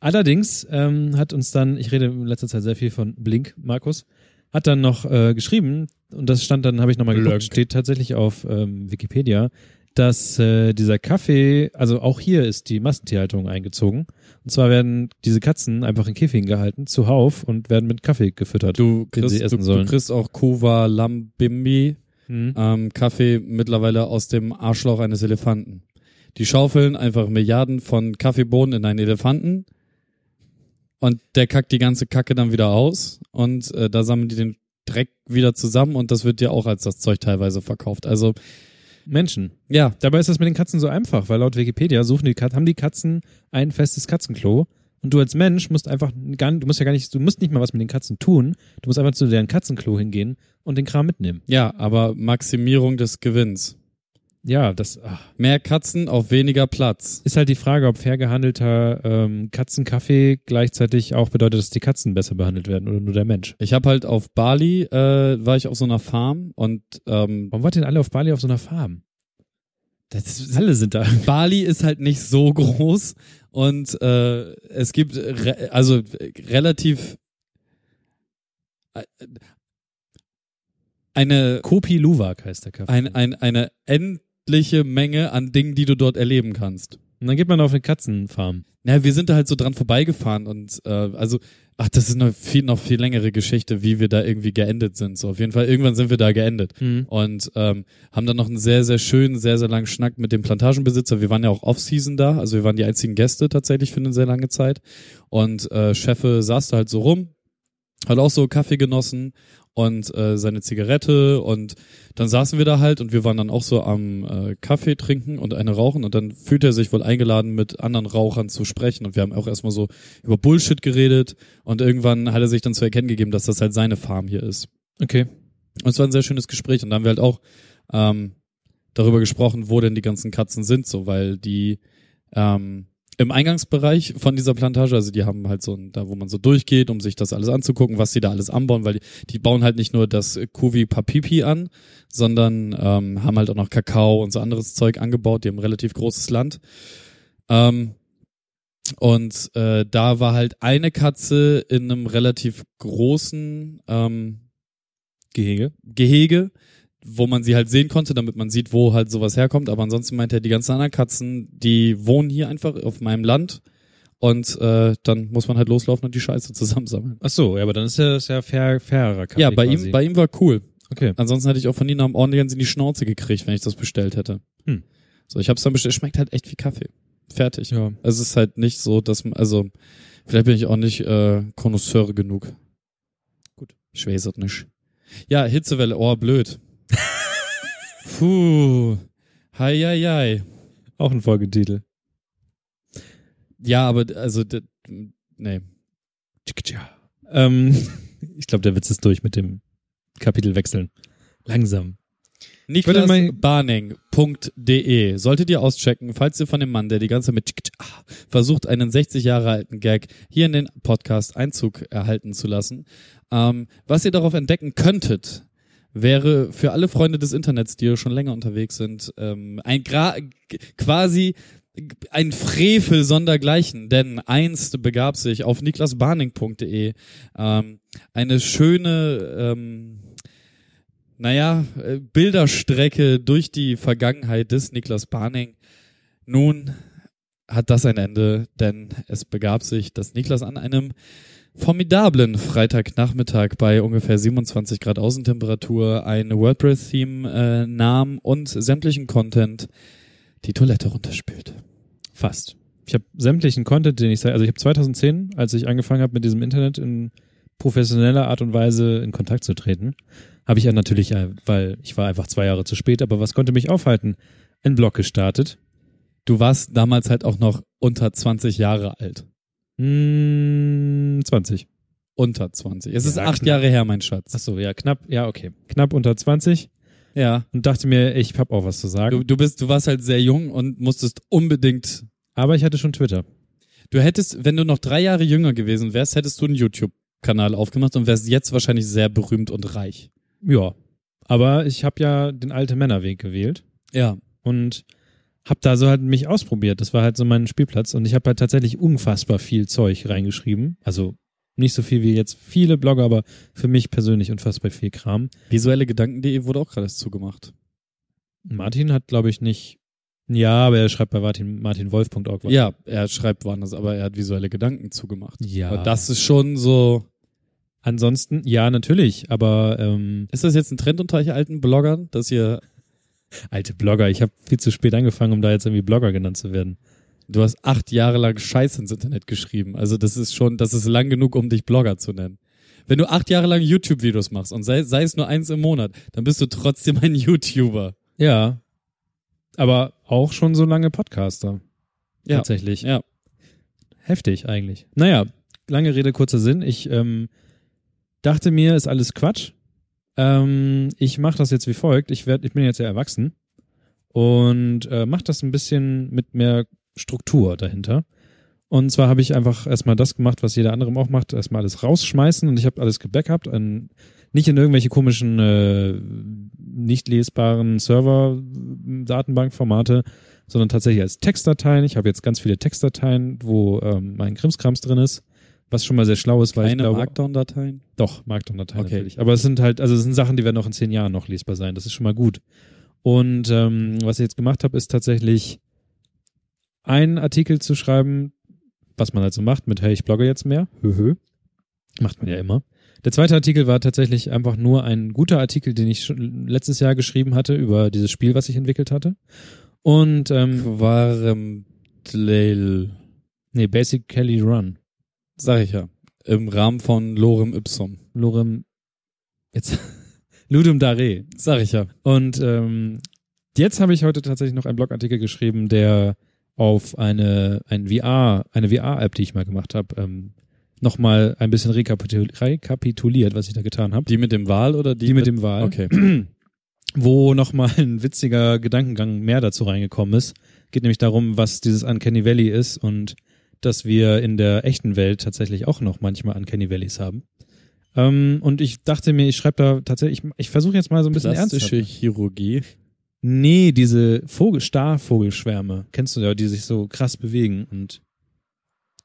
Speaker 1: Allerdings ähm, hat uns dann, ich rede in letzter Zeit sehr viel von Blink, Markus, hat dann noch äh, geschrieben, und das stand dann, habe ich nochmal geguckt,
Speaker 2: Blink.
Speaker 1: steht tatsächlich auf ähm, Wikipedia, dass äh, dieser Kaffee, also auch hier ist die Massentierhaltung eingezogen. Und zwar werden diese Katzen einfach in Käfigen gehalten, zuhauf, und werden mit Kaffee gefüttert.
Speaker 2: du
Speaker 1: den sie
Speaker 2: kriegst, du,
Speaker 1: essen sollen.
Speaker 2: du kriegst auch Kuwa Lambimbi.
Speaker 1: Hm.
Speaker 2: ähm, Kaffee mittlerweile aus dem Arschloch eines Elefanten. Die schaufeln einfach Milliarden von Kaffeebohnen in einen Elefanten und der kackt die ganze Kacke dann wieder aus und äh, da sammeln die den Dreck wieder zusammen und das wird dir auch als das Zeug teilweise verkauft. Also
Speaker 1: Menschen.
Speaker 2: ja,
Speaker 1: Dabei ist das mit den Katzen so einfach, weil laut Wikipedia suchen die Kat haben die Katzen ein festes Katzenklo. Und du als Mensch musst einfach gar du musst ja gar nicht, du musst nicht mal was mit den Katzen tun. Du musst einfach zu deren Katzenklo hingehen und den Kram mitnehmen.
Speaker 2: ja, aber Maximierung des Gewinns.
Speaker 1: Ja, das ach,
Speaker 2: Mehr Katzen auf weniger Platz.
Speaker 1: ist halt die Frage, ob fair gehandelter ähm, Katzenkaffee gleichzeitig auch bedeutet, dass die Katzen besser behandelt werden oder nur der Mensch.
Speaker 2: Ich habe halt auf Bali, äh, war ich auf so einer Farm und ähm,
Speaker 1: Warum wart ihr denn alle auf Bali auf so einer Farm?
Speaker 2: das,
Speaker 1: Alle sind da.
Speaker 2: Bali ist halt nicht so groß und äh, es gibt re also äh, relativ äh, eine,
Speaker 1: Kopi Luwak heißt der Kaffee.
Speaker 2: ein, ein, eine endliche Menge an Dingen, die du dort erleben kannst.
Speaker 1: und dann geht man auf eine Katzenfarm.
Speaker 2: Na, wir sind da halt so dran vorbeigefahren und äh, also, ach, das ist eine viel, noch viel längere Geschichte, wie wir da irgendwie geendet sind. So, auf jeden Fall, irgendwann sind wir da geendet
Speaker 1: Hm, Mhm.
Speaker 2: und ähm, haben dann noch einen sehr, sehr schönen, sehr, sehr langen Schnack mit dem Plantagenbesitzer. Wir waren ja auch Off-Season da, also wir waren die einzigen Gäste tatsächlich für eine sehr lange Zeit. Und äh, Chefe saß da halt so rum, hat auch so Kaffee genossen und äh, seine Zigarette und dann saßen wir da halt und wir waren dann auch so am äh, Kaffee trinken und eine rauchen und dann fühlte er sich wohl eingeladen, mit anderen Rauchern zu sprechen und wir haben auch erstmal so über Bullshit geredet und irgendwann hat er sich dann zu erkennen gegeben, dass das halt seine Farm hier ist.
Speaker 1: Okay.
Speaker 2: Und es war ein sehr schönes Gespräch. Und da haben wir halt auch ähm, darüber gesprochen, wo denn die ganzen Katzen sind, so, weil die ähm, im Eingangsbereich von dieser Plantage, also die haben halt so ein, da wo man so durchgeht, um sich das alles anzugucken, was sie da alles anbauen, weil die, die bauen halt nicht nur das äh, Kuvi Papipi an, sondern ähm, haben halt auch noch Kakao und so anderes Zeug angebaut, die haben relativ großes Land. Ähm, und äh, da war halt eine Katze in einem relativ großen ähm,
Speaker 1: Gehege.
Speaker 2: Gehege, wo man sie halt sehen konnte, damit man sieht, wo halt sowas herkommt. Aber ansonsten meinte er, die ganzen anderen Katzen, die wohnen hier einfach auf meinem Land. Und äh, dann muss man halt loslaufen und die Scheiße zusammensammeln.
Speaker 1: Ach so, ja, aber dann ist ja das ja fair, fairer Kaffee.
Speaker 2: ja, bei
Speaker 1: quasi.
Speaker 2: ihm, bei ihm war cool.
Speaker 1: Okay.
Speaker 2: Ansonsten hätte ich auch von ihm am ordentlich in die Schnauze gekriegt, wenn ich das bestellt hätte.
Speaker 1: Hm.
Speaker 2: So, ich hab's dann bestellt. Schmeckt halt echt wie Kaffee. Fertig.
Speaker 1: Ja.
Speaker 2: Es ist halt nicht so, dass man, also vielleicht bin ich auch nicht äh, Connoisseur genug.
Speaker 1: Gut.
Speaker 2: Ich weiß es nicht. Ja, Hitzewelle, oh, blöd. Puh. Hei, hei, hei.
Speaker 1: Auch ein Folgetitel.
Speaker 2: Ja, aber d- also, d- nee.
Speaker 1: Tschikitschia. Ähm, ich glaube, der Witz ist durch mit dem Kapitel wechseln. Langsam. würde mal-
Speaker 2: Niklasbarning.de Solltet ihr auschecken, falls ihr von dem Mann, der die ganze Zeit mit tschk, tschk, ah, versucht, einen 60 Jahre alten Gag hier in den Podcast Einzug erhalten zu lassen. Ähm, was ihr darauf entdecken könntet, wäre für alle Freunde des Internets, die schon länger unterwegs sind, ähm, ein Gra g- quasi ein Frevel sondergleichen, denn einst begab sich auf niklasbarning.de ähm, eine schöne ähm, naja, äh, Bilderstrecke durch die Vergangenheit des Niklas Barning. Nun hat das ein Ende, denn es begab sich, dass Niklas an einem formidablen Freitagnachmittag bei ungefähr 27 Grad Außentemperatur ein WordPress-Theme äh, nahm und sämtlichen Content die Toilette runterspült.
Speaker 1: Fast. Ich habe sämtlichen Content, den ich seit, also ich habe 2010, als ich angefangen habe mit diesem Internet in professioneller Art und Weise in Kontakt zu treten, habe ich ja natürlich, äh, weil ich war einfach zwei Jahre zu spät, aber was konnte mich aufhalten? Ein Blog gestartet.
Speaker 2: Du warst damals halt auch noch unter 20 Jahre alt.
Speaker 1: Mm, 20.
Speaker 2: Unter 20. Es ist
Speaker 1: Ja,
Speaker 2: acht
Speaker 1: knapp.
Speaker 2: Jahre her, mein Schatz.
Speaker 1: Ach so, ja, knapp, ja, okay. Knapp unter 20
Speaker 2: Ja.
Speaker 1: und dachte mir, ich habe auch was zu sagen.
Speaker 2: Du, du bist, du warst halt sehr jung und musstest unbedingt.
Speaker 1: Aber ich hatte schon Twitter.
Speaker 2: Du hättest, wenn du noch drei Jahre jünger gewesen wärst, hättest du einen YouTube-Kanal aufgemacht und wärst jetzt wahrscheinlich sehr berühmt und reich.
Speaker 1: Ja. Aber ich habe ja den alten Männerweg gewählt
Speaker 2: Ja.
Speaker 1: und habe da so halt mich ausprobiert. Das war halt so mein Spielplatz und ich habe halt tatsächlich unfassbar viel Zeug reingeschrieben. Also nicht so viel wie jetzt viele Blogger, aber für mich persönlich unfassbar viel Kram.
Speaker 2: Visuelle Gedanken.de wurde auch gerade erst zugemacht.
Speaker 1: Martin hat, glaube ich, nicht. Ja, aber er schreibt bei Martin, martinwolf.org. was.
Speaker 2: Ja, er schreibt woanders, aber er hat visuelle Gedanken zugemacht.
Speaker 1: Ja.
Speaker 2: Aber das ist schon so.
Speaker 1: Ansonsten, ja, natürlich, aber ähm,
Speaker 2: Ist das jetzt ein Trend unter euch alten Bloggern, dass ihr.
Speaker 1: alte Blogger, ich habe viel zu spät angefangen, um da jetzt irgendwie Blogger genannt zu werden.
Speaker 2: Du hast acht Jahre lang Scheiße ins Internet geschrieben. Also das ist schon, das ist lang genug, um dich Blogger zu nennen. Wenn du acht Jahre lang YouTube-Videos machst und sei, sei es nur eins im Monat, dann bist du trotzdem ein YouTuber.
Speaker 1: Ja. Aber auch schon so lange Podcaster.
Speaker 2: Ja.
Speaker 1: Tatsächlich.
Speaker 2: Ja.
Speaker 1: Heftig eigentlich. Naja, lange Rede, kurzer Sinn. Ich ähm, dachte mir, ist alles Quatsch. Ähm, ich mache das jetzt wie folgt. Ich, werd, ich bin jetzt ja erwachsen und äh, mache das ein bisschen mit mehr Struktur dahinter. Und zwar habe ich einfach erstmal das gemacht, was jeder andere auch macht, erstmal alles rausschmeißen und ich habe alles gebackupt, an, nicht in irgendwelche komischen, äh, nicht lesbaren Server-Datenbankformate, sondern tatsächlich als Textdateien. Ich habe jetzt ganz viele Textdateien, wo ähm, mein Krimskrams drin ist, was schon mal sehr schlau ist, weil ich
Speaker 2: Keine
Speaker 1: glaube,
Speaker 2: Markdown-Dateien.
Speaker 1: doch, Markdown-Dateien
Speaker 2: Okay.
Speaker 1: natürlich. Aber es sind halt, also es sind Sachen, die werden auch in zehn Jahren noch lesbar sein. Das ist schon mal gut. Und ähm, was ich jetzt gemacht habe, ist tatsächlich einen Artikel zu schreiben, was man halt so macht mit, hey, ich blogge jetzt mehr. Höhö. Macht man ja immer. Der zweite Artikel war tatsächlich einfach nur ein guter Artikel, den ich schon letztes Jahr geschrieben hatte über dieses Spiel, was ich entwickelt hatte. Und, ähm,
Speaker 2: Quaremdlel.
Speaker 1: nee, Basically Run.
Speaker 2: Sag ich ja. Im Rahmen von Lorem Ipsum.
Speaker 1: Lorem, jetzt, Ludum Dare.
Speaker 2: Sag ich ja.
Speaker 1: Und ähm, jetzt habe ich heute tatsächlich noch einen Blogartikel geschrieben, der auf eine ein VR, eine VR-App, die ich mal gemacht habe, ähm, nochmal ein bisschen rekapitul rekapituliert, was ich da getan habe.
Speaker 2: Die mit dem Wal oder die,
Speaker 1: Die, mit dem Wahl,
Speaker 2: Okay.
Speaker 1: wo nochmal ein witziger Gedankengang mehr dazu reingekommen ist. Geht nämlich darum, was dieses Uncanny Valley ist und dass wir in der echten Welt tatsächlich auch noch manchmal Uncanny Valleys haben. Ähm, und ich dachte mir, ich schreibe da tatsächlich, ich, ich versuche jetzt mal so ein bisschen ernst.
Speaker 2: Plastische Chirurgie.
Speaker 1: Nee, diese Vogel, Starvogelschwärme, kennst du ja, die sich so krass bewegen und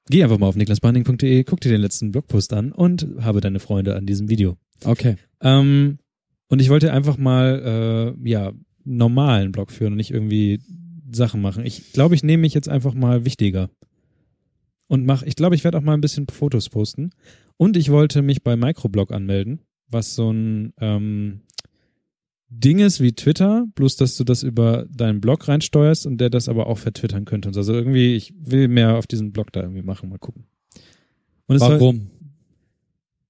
Speaker 1: geh einfach mal auf niklasbanding.de, guck dir den letzten Blogpost an und habe deine Freunde an diesem Video.
Speaker 2: Okay.
Speaker 1: Ähm, und ich wollte einfach mal, äh, ja, normalen Blog führen und nicht irgendwie Sachen machen. Ich glaube, ich nehme mich jetzt einfach mal wichtiger und mache, ich glaube, ich werde auch mal ein bisschen Fotos posten. Und ich wollte mich bei Microblog anmelden, was so ein ähm, Ding ist wie Twitter, bloß dass du das über deinen Blog reinsteuerst und der das aber auch vertwittern könnte. und so. Also irgendwie, ich will mehr auf diesen Blog da irgendwie machen, mal gucken. Und es soll-
Speaker 2: Warum?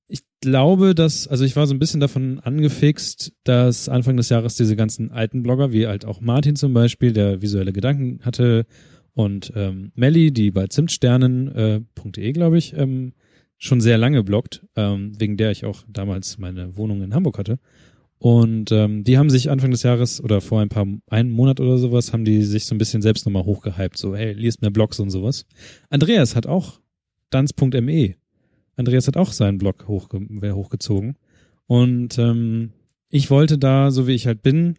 Speaker 1: ich glaube, dass, also ich war so ein bisschen davon angefixt, dass Anfang des Jahres diese ganzen alten Blogger, wie halt auch Martin zum Beispiel, der visuelle Gedanken hatte, und ähm, Melli, die bei zimtsternen.de, glaube ich, ähm, schon sehr lange bloggt, ähm, wegen der ich auch damals meine Wohnung in Hamburg hatte. Und ähm, die haben sich Anfang des Jahres oder vor ein paar, einen Monat oder sowas, haben die sich so ein bisschen selbst nochmal hochgehypt, so, hey, liest mehr Blogs und sowas. Andreas hat auch danz.me Andreas hat auch seinen Blog hochge wär hochgezogen. Und ähm, ich wollte da, so wie ich halt bin,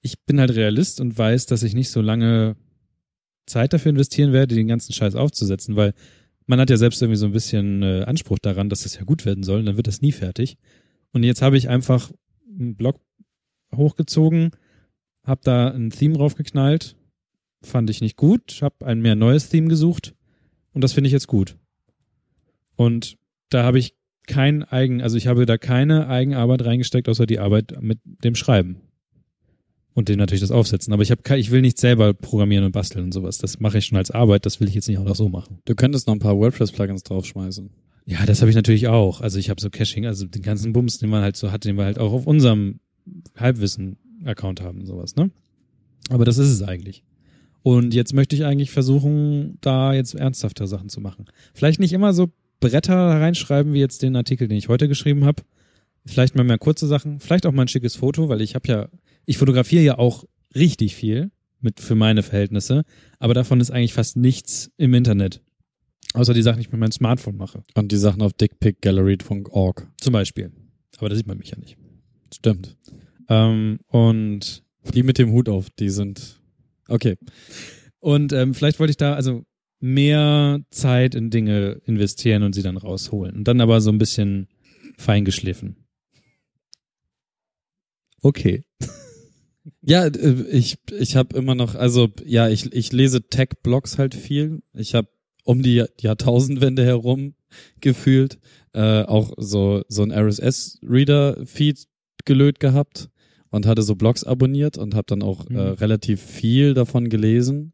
Speaker 1: ich bin halt Realist und weiß, dass ich nicht so lange Zeit dafür investieren werde, den ganzen Scheiß aufzusetzen, weil man hat ja selbst irgendwie so ein bisschen äh, Anspruch daran, dass das ja gut werden soll, und dann wird das nie fertig. Und jetzt habe ich einfach einen Blog hochgezogen, habe da ein Theme draufgeknallt, fand ich nicht gut, habe ein mehr neues Theme gesucht und das finde ich jetzt gut. Und da habe ich kein Eigen, also ich habe da keine Eigenarbeit reingesteckt, außer die Arbeit mit dem Schreiben und dem natürlich das Aufsetzen. Aber ich habe, ich will nicht selber programmieren und basteln und sowas. Das mache ich schon als Arbeit. Das will ich jetzt nicht auch noch so machen.
Speaker 2: Du könntest noch ein paar WordPress-Plugins draufschmeißen.
Speaker 1: Ja, das habe ich natürlich auch. Also ich habe so Caching, also den ganzen Bums, den man halt so hat, den wir halt auch auf unserem Halbwissen-Account haben und sowas, ne? Aber das ist es eigentlich. Und jetzt möchte ich eigentlich versuchen, da jetzt ernsthafter Sachen zu machen. Vielleicht nicht immer so Bretter reinschreiben, wie jetzt den Artikel, den ich heute geschrieben habe. Vielleicht mal mehr kurze Sachen, vielleicht auch mal ein schickes Foto, weil ich habe ja, ich fotografiere ja auch richtig viel mit für meine Verhältnisse, aber davon ist eigentlich fast nichts im Internet. Außer die Sachen, die ich mit meinem Smartphone mache,
Speaker 2: Und die Sachen auf dickpicgallery.org.
Speaker 1: zum Beispiel. Aber da sieht man mich ja nicht.
Speaker 2: Stimmt.
Speaker 1: Ähm, und
Speaker 2: Die mit dem Hut auf, die sind. Okay.
Speaker 1: Und ähm, vielleicht wollte ich da also mehr Zeit in Dinge investieren und sie dann rausholen. Und dann aber so ein bisschen feingeschliffen. Okay.
Speaker 2: Ja, äh, ich, ich habe immer noch, also ja, ich, ich lese Tech-Blogs halt viel. Ich habe um die Jahr- Jahrtausendwende herum gefühlt äh, auch so, so ein RSS-Reader-Feed gelöt gehabt und hatte so Blogs abonniert und habe dann auch
Speaker 1: Mhm.
Speaker 2: äh, relativ viel davon gelesen.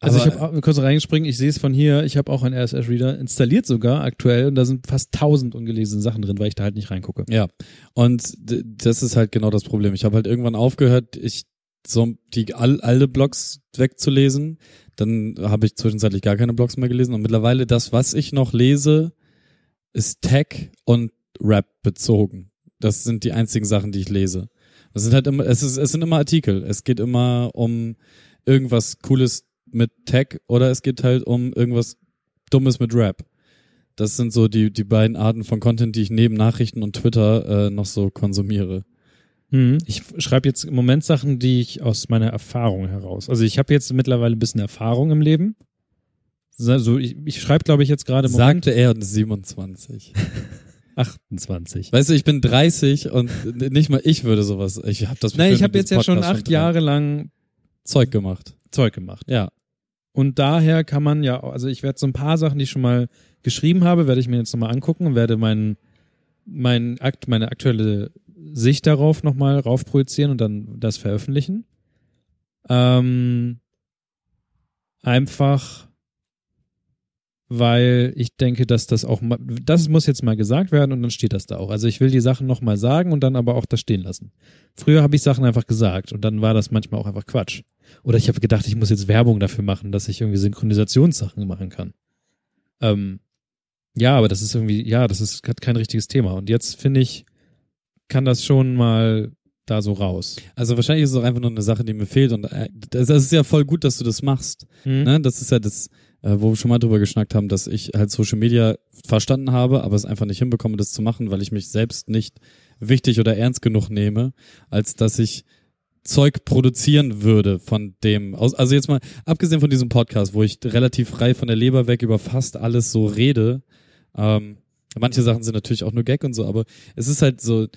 Speaker 1: Also
Speaker 2: Aber-
Speaker 1: ich habe kurz reingespringen, ich sehe es von hier, ich habe auch einen RSS-Reader installiert sogar aktuell und da sind fast tausend ungelesene Sachen drin, weil ich da halt nicht reingucke.
Speaker 2: Ja, und d- das ist halt genau das Problem. Ich habe halt irgendwann aufgehört, ich so die all, alle Blogs wegzulesen. Dann habe ich zwischenzeitlich gar keine Blogs mehr gelesen und mittlerweile das, was ich noch lese, ist Tech und Rap bezogen. Das sind die einzigen Sachen, die ich lese. Das sind halt immer, es ist, es sind immer Artikel. Es geht immer um irgendwas Cooles mit Tech oder es geht halt um irgendwas Dummes mit Rap. Das sind so die, die beiden Arten von Content, die ich neben Nachrichten und Twitter äh, noch so konsumiere.
Speaker 1: Mhm. Ich schreibe jetzt im Moment Sachen, die ich aus meiner Erfahrung heraus. Also ich habe jetzt mittlerweile ein bisschen Erfahrung im Leben. Also ich, ich schreibe, glaube ich, jetzt gerade im Moment
Speaker 2: Sagte er und ist 27.
Speaker 1: 28.
Speaker 2: Weißt du, ich bin 30 und n- nicht mal ich würde sowas. Ich habe das.
Speaker 1: Nein, ich
Speaker 2: bestimmt
Speaker 1: habe
Speaker 2: in
Speaker 1: jetzt
Speaker 2: diesem
Speaker 1: ja schon
Speaker 2: Podcast
Speaker 1: acht
Speaker 2: drin.
Speaker 1: Jahre lang
Speaker 2: Zeug gemacht.
Speaker 1: äh, Zeug gemacht.
Speaker 2: Ja,
Speaker 1: Und daher kann man ja, also ich werde so ein paar Sachen, die ich schon mal geschrieben habe, werde ich mir jetzt nochmal angucken und werde meinen, meinen Akt, meine aktuelle Sicht darauf nochmal raufprojizieren und dann das veröffentlichen. Ähm, einfach, weil ich denke, dass das auch, ma- das muss jetzt mal gesagt werden und dann steht das da auch. Also ich will die Sachen nochmal sagen und dann aber auch da stehen lassen. Früher habe ich Sachen einfach gesagt und dann war das manchmal auch einfach Quatsch. Oder ich habe gedacht, ich muss jetzt Werbung dafür machen, dass ich irgendwie Synchronisationssachen machen kann. Ähm, ja, aber das ist irgendwie, ja, das ist hat kein richtiges Thema. Und jetzt finde ich, kann das schon mal da so raus.
Speaker 2: also wahrscheinlich ist es auch einfach nur eine Sache, die mir fehlt und äh, das, das ist ja voll gut, dass du das machst.
Speaker 1: Ne?
Speaker 2: Ne? Das ist ja das, äh, wo wir schon mal drüber geschnackt haben, dass ich halt Social Media verstanden habe, aber es einfach nicht hinbekomme, das zu machen, weil ich mich selbst nicht wichtig oder ernst genug nehme, als dass ich Zeug produzieren würde von dem. aus- Also jetzt mal, abgesehen von diesem Podcast, wo ich relativ frei von der Leber weg über fast alles so rede, ähm, manche Sachen sind natürlich auch nur Gag und so, aber es ist halt so,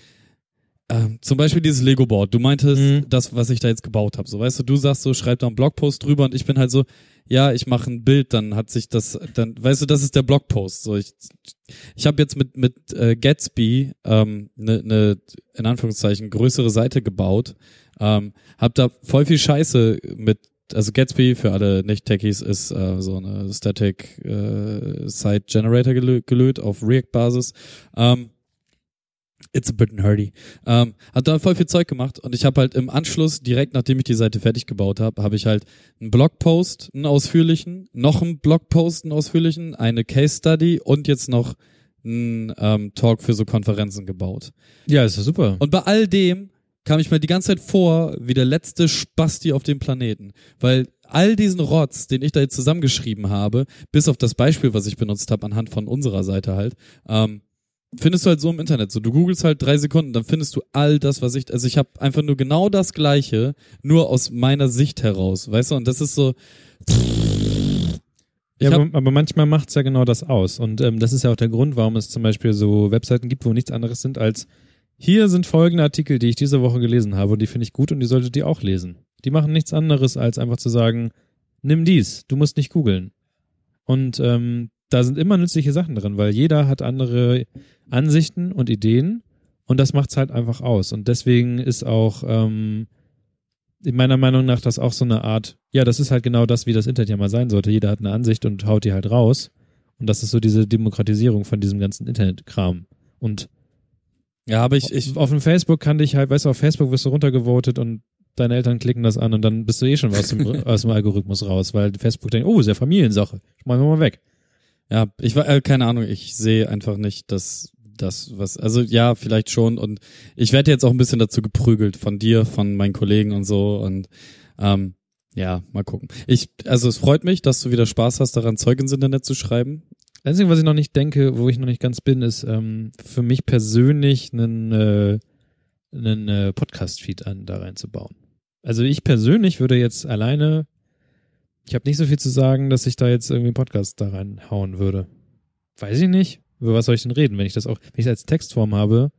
Speaker 2: ähm, zum Beispiel dieses Lego-Board. Du meintest,
Speaker 1: Mhm.
Speaker 2: das, was ich da jetzt gebaut habe. So, weißt du, du sagst so, schreib da einen Blogpost drüber und ich bin halt so, ja, ich mache ein Bild, dann hat sich das, dann, weißt du, das ist der Blogpost. So, ich, ich habe jetzt mit mit äh, Gatsby ähm, ne, ne, in Anführungszeichen größere Seite gebaut, ähm, habe da voll viel Scheiße mit. Also Gatsby für alle Nicht-Techies ist äh, so eine Static äh, Site Generator gelö gelöt auf React-Basis. Ähm, it's a bit nerdy. Ähm, hat da voll viel Zeug gemacht und ich habe halt im Anschluss, direkt nachdem ich die Seite fertig gebaut habe, habe ich halt einen Blogpost, einen ausführlichen, noch einen Blogpost, einen ausführlichen, eine Case Study und jetzt noch einen ähm, Talk für so Konferenzen gebaut.
Speaker 1: Ja, ist doch super.
Speaker 2: Und bei all dem kam ich mir die ganze Zeit vor wie der letzte Spasti auf dem Planeten. Weil all diesen Rotz, den ich da jetzt zusammengeschrieben habe, bis auf das Beispiel, was ich benutzt habe, anhand von unserer Seite halt, ähm, findest du halt so im Internet. So, du googelst halt drei Sekunden, dann findest du all das, was ich. Also ich habe einfach nur genau das Gleiche, nur aus meiner Sicht heraus, weißt du? Und das ist so. Ich
Speaker 1: ja,
Speaker 2: hab-
Speaker 1: aber, aber manchmal macht's ja genau das aus. Und ähm, das ist ja auch der Grund, warum es zum Beispiel so Webseiten gibt, wo nichts anderes sind als hier sind folgende Artikel, die ich diese Woche gelesen habe und die finde ich gut und die solltet ihr auch lesen. Die machen nichts anderes, als einfach zu sagen, nimm dies, du musst nicht googeln. Und ähm, da sind immer nützliche Sachen drin, weil jeder hat andere Ansichten und Ideen und das macht's halt einfach aus. Und deswegen ist auch ähm, in meiner Meinung nach das auch so eine Art, ja, das ist halt genau das, wie das Internet ja mal sein sollte. Jeder hat eine Ansicht und haut die halt raus. Und das ist so diese Demokratisierung von diesem ganzen Internetkram. Und
Speaker 2: Ja, aber ich, ich,
Speaker 1: auf dem Facebook kann dich halt, weißt du, auf Facebook wirst du runtergevotet und deine Eltern klicken das an und dann bist du eh schon aus dem, aus dem Algorithmus raus, weil Facebook denkt, oh, ist ja Familiensache. Schmeißen wir mal weg.
Speaker 2: ja, ich war, äh, keine Ahnung, ich sehe einfach nicht, dass das, was, also ja, vielleicht schon. Und ich werde jetzt auch ein bisschen dazu geprügelt von dir, von meinen Kollegen und so. Und ähm, ja, mal gucken. Ich, also es freut mich, dass du wieder Spaß hast, daran Zeug ins Internet zu schreiben.
Speaker 1: Das Einzige, was ich noch nicht denke, wo ich noch nicht ganz bin, ist ähm, für mich persönlich einen, äh, einen äh, Podcast-Feed an, da reinzubauen. Also ich persönlich würde jetzt alleine, ich habe nicht so viel zu sagen, dass ich da jetzt irgendwie einen Podcast da reinhauen würde. Weiß ich nicht. Über was soll ich denn reden? Wenn ich das auch, wenn ich es als Textform habe,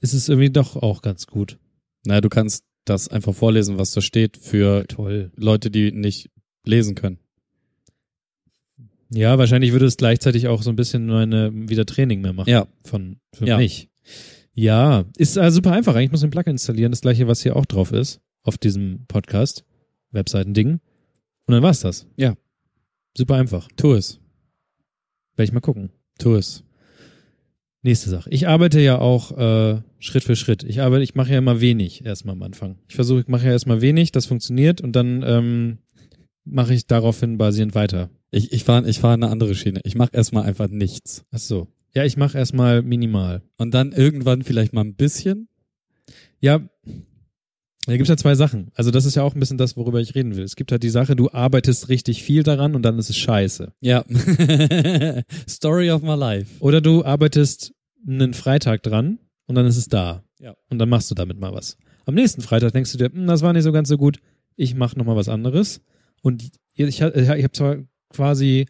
Speaker 1: ist es irgendwie doch auch ganz gut.
Speaker 2: Na, du kannst das einfach vorlesen, was da steht für
Speaker 1: Toll.
Speaker 2: Leute, die nicht lesen können.
Speaker 1: Ja, wahrscheinlich würde es gleichzeitig auch so ein bisschen meine wieder Training mehr machen.
Speaker 2: Ja.
Speaker 1: von für
Speaker 2: Ja.
Speaker 1: mich. Ja, ist äh, super einfach. Eigentlich muss ich ein Plugin installieren, das gleiche, was hier auch drauf ist, auf diesem Podcast, Webseiten-Ding. Und dann war's das.
Speaker 2: Ja.
Speaker 1: Super einfach.
Speaker 2: Tu es.
Speaker 1: Werde ich mal gucken.
Speaker 2: Tu es.
Speaker 1: Nächste Sache. Ich arbeite ja auch äh, Schritt für Schritt. Ich arbeite, ich mache ja immer wenig erstmal am Anfang. Ich versuche, ich mache ja erstmal wenig, das funktioniert und dann ähm, mache ich daraufhin basierend weiter.
Speaker 2: Ich, ich fahre ich fahr in eine andere Schiene. Ich mache erstmal einfach nichts.
Speaker 1: Ach so. Ja, ich mache erstmal minimal.
Speaker 2: Und dann irgendwann vielleicht mal ein bisschen.
Speaker 1: Ja, da gibt's ja zwei Sachen. Also das ist ja auch ein bisschen das, worüber ich reden will. Es gibt halt die Sache, du arbeitest richtig viel daran und dann ist es scheiße.
Speaker 2: Ja. Story of my life.
Speaker 1: Oder du arbeitest einen Freitag dran und dann ist es da.
Speaker 2: Ja.
Speaker 1: Und dann machst du damit mal was. Am nächsten Freitag denkst du dir, "Hm, das war nicht so ganz so gut, ich mache nochmal was anderes. Und ich, ha- ich habe zwar quasi,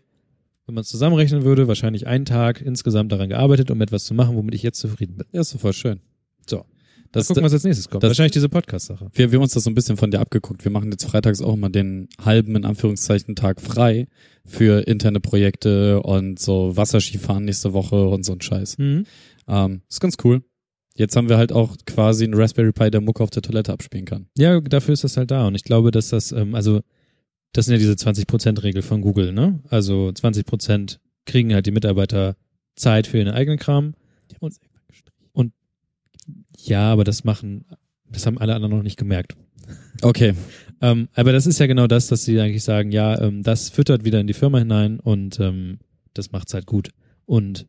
Speaker 1: wenn man es zusammenrechnen würde, wahrscheinlich einen Tag insgesamt daran gearbeitet, um etwas zu machen, womit ich jetzt zufrieden bin.
Speaker 2: Ja, ist doch voll schön. So.
Speaker 1: Das
Speaker 2: Das,
Speaker 1: gucken, was als nächstes kommt.
Speaker 2: das-
Speaker 1: Wahrscheinlich diese Podcast-Sache.
Speaker 2: wir, wir haben uns das so ein bisschen von dir abgeguckt. Wir machen jetzt freitags auch immer den halben, in Anführungszeichen, Tag frei für interne Projekte und so Wasserskifahren nächste Woche und so ein Scheiß.
Speaker 1: Mhm.
Speaker 2: Ähm, ist ganz cool. Jetzt haben wir halt auch quasi einen Raspberry Pi, der Mucke auf der Toilette abspielen kann.
Speaker 1: Ja, dafür ist das halt da. Und ich glaube, dass das, ähm, also, das sind ja diese 20%-Regel von Google, ne? Also 20% kriegen halt die Mitarbeiter Zeit für ihren eigenen Kram. Und, und ja, aber das machen, das haben alle anderen noch nicht gemerkt.
Speaker 2: Okay.
Speaker 1: Ähm, aber das ist ja genau das, dass sie eigentlich sagen, ja, ähm, das füttert wieder in die Firma hinein und ähm, das macht's halt gut. Und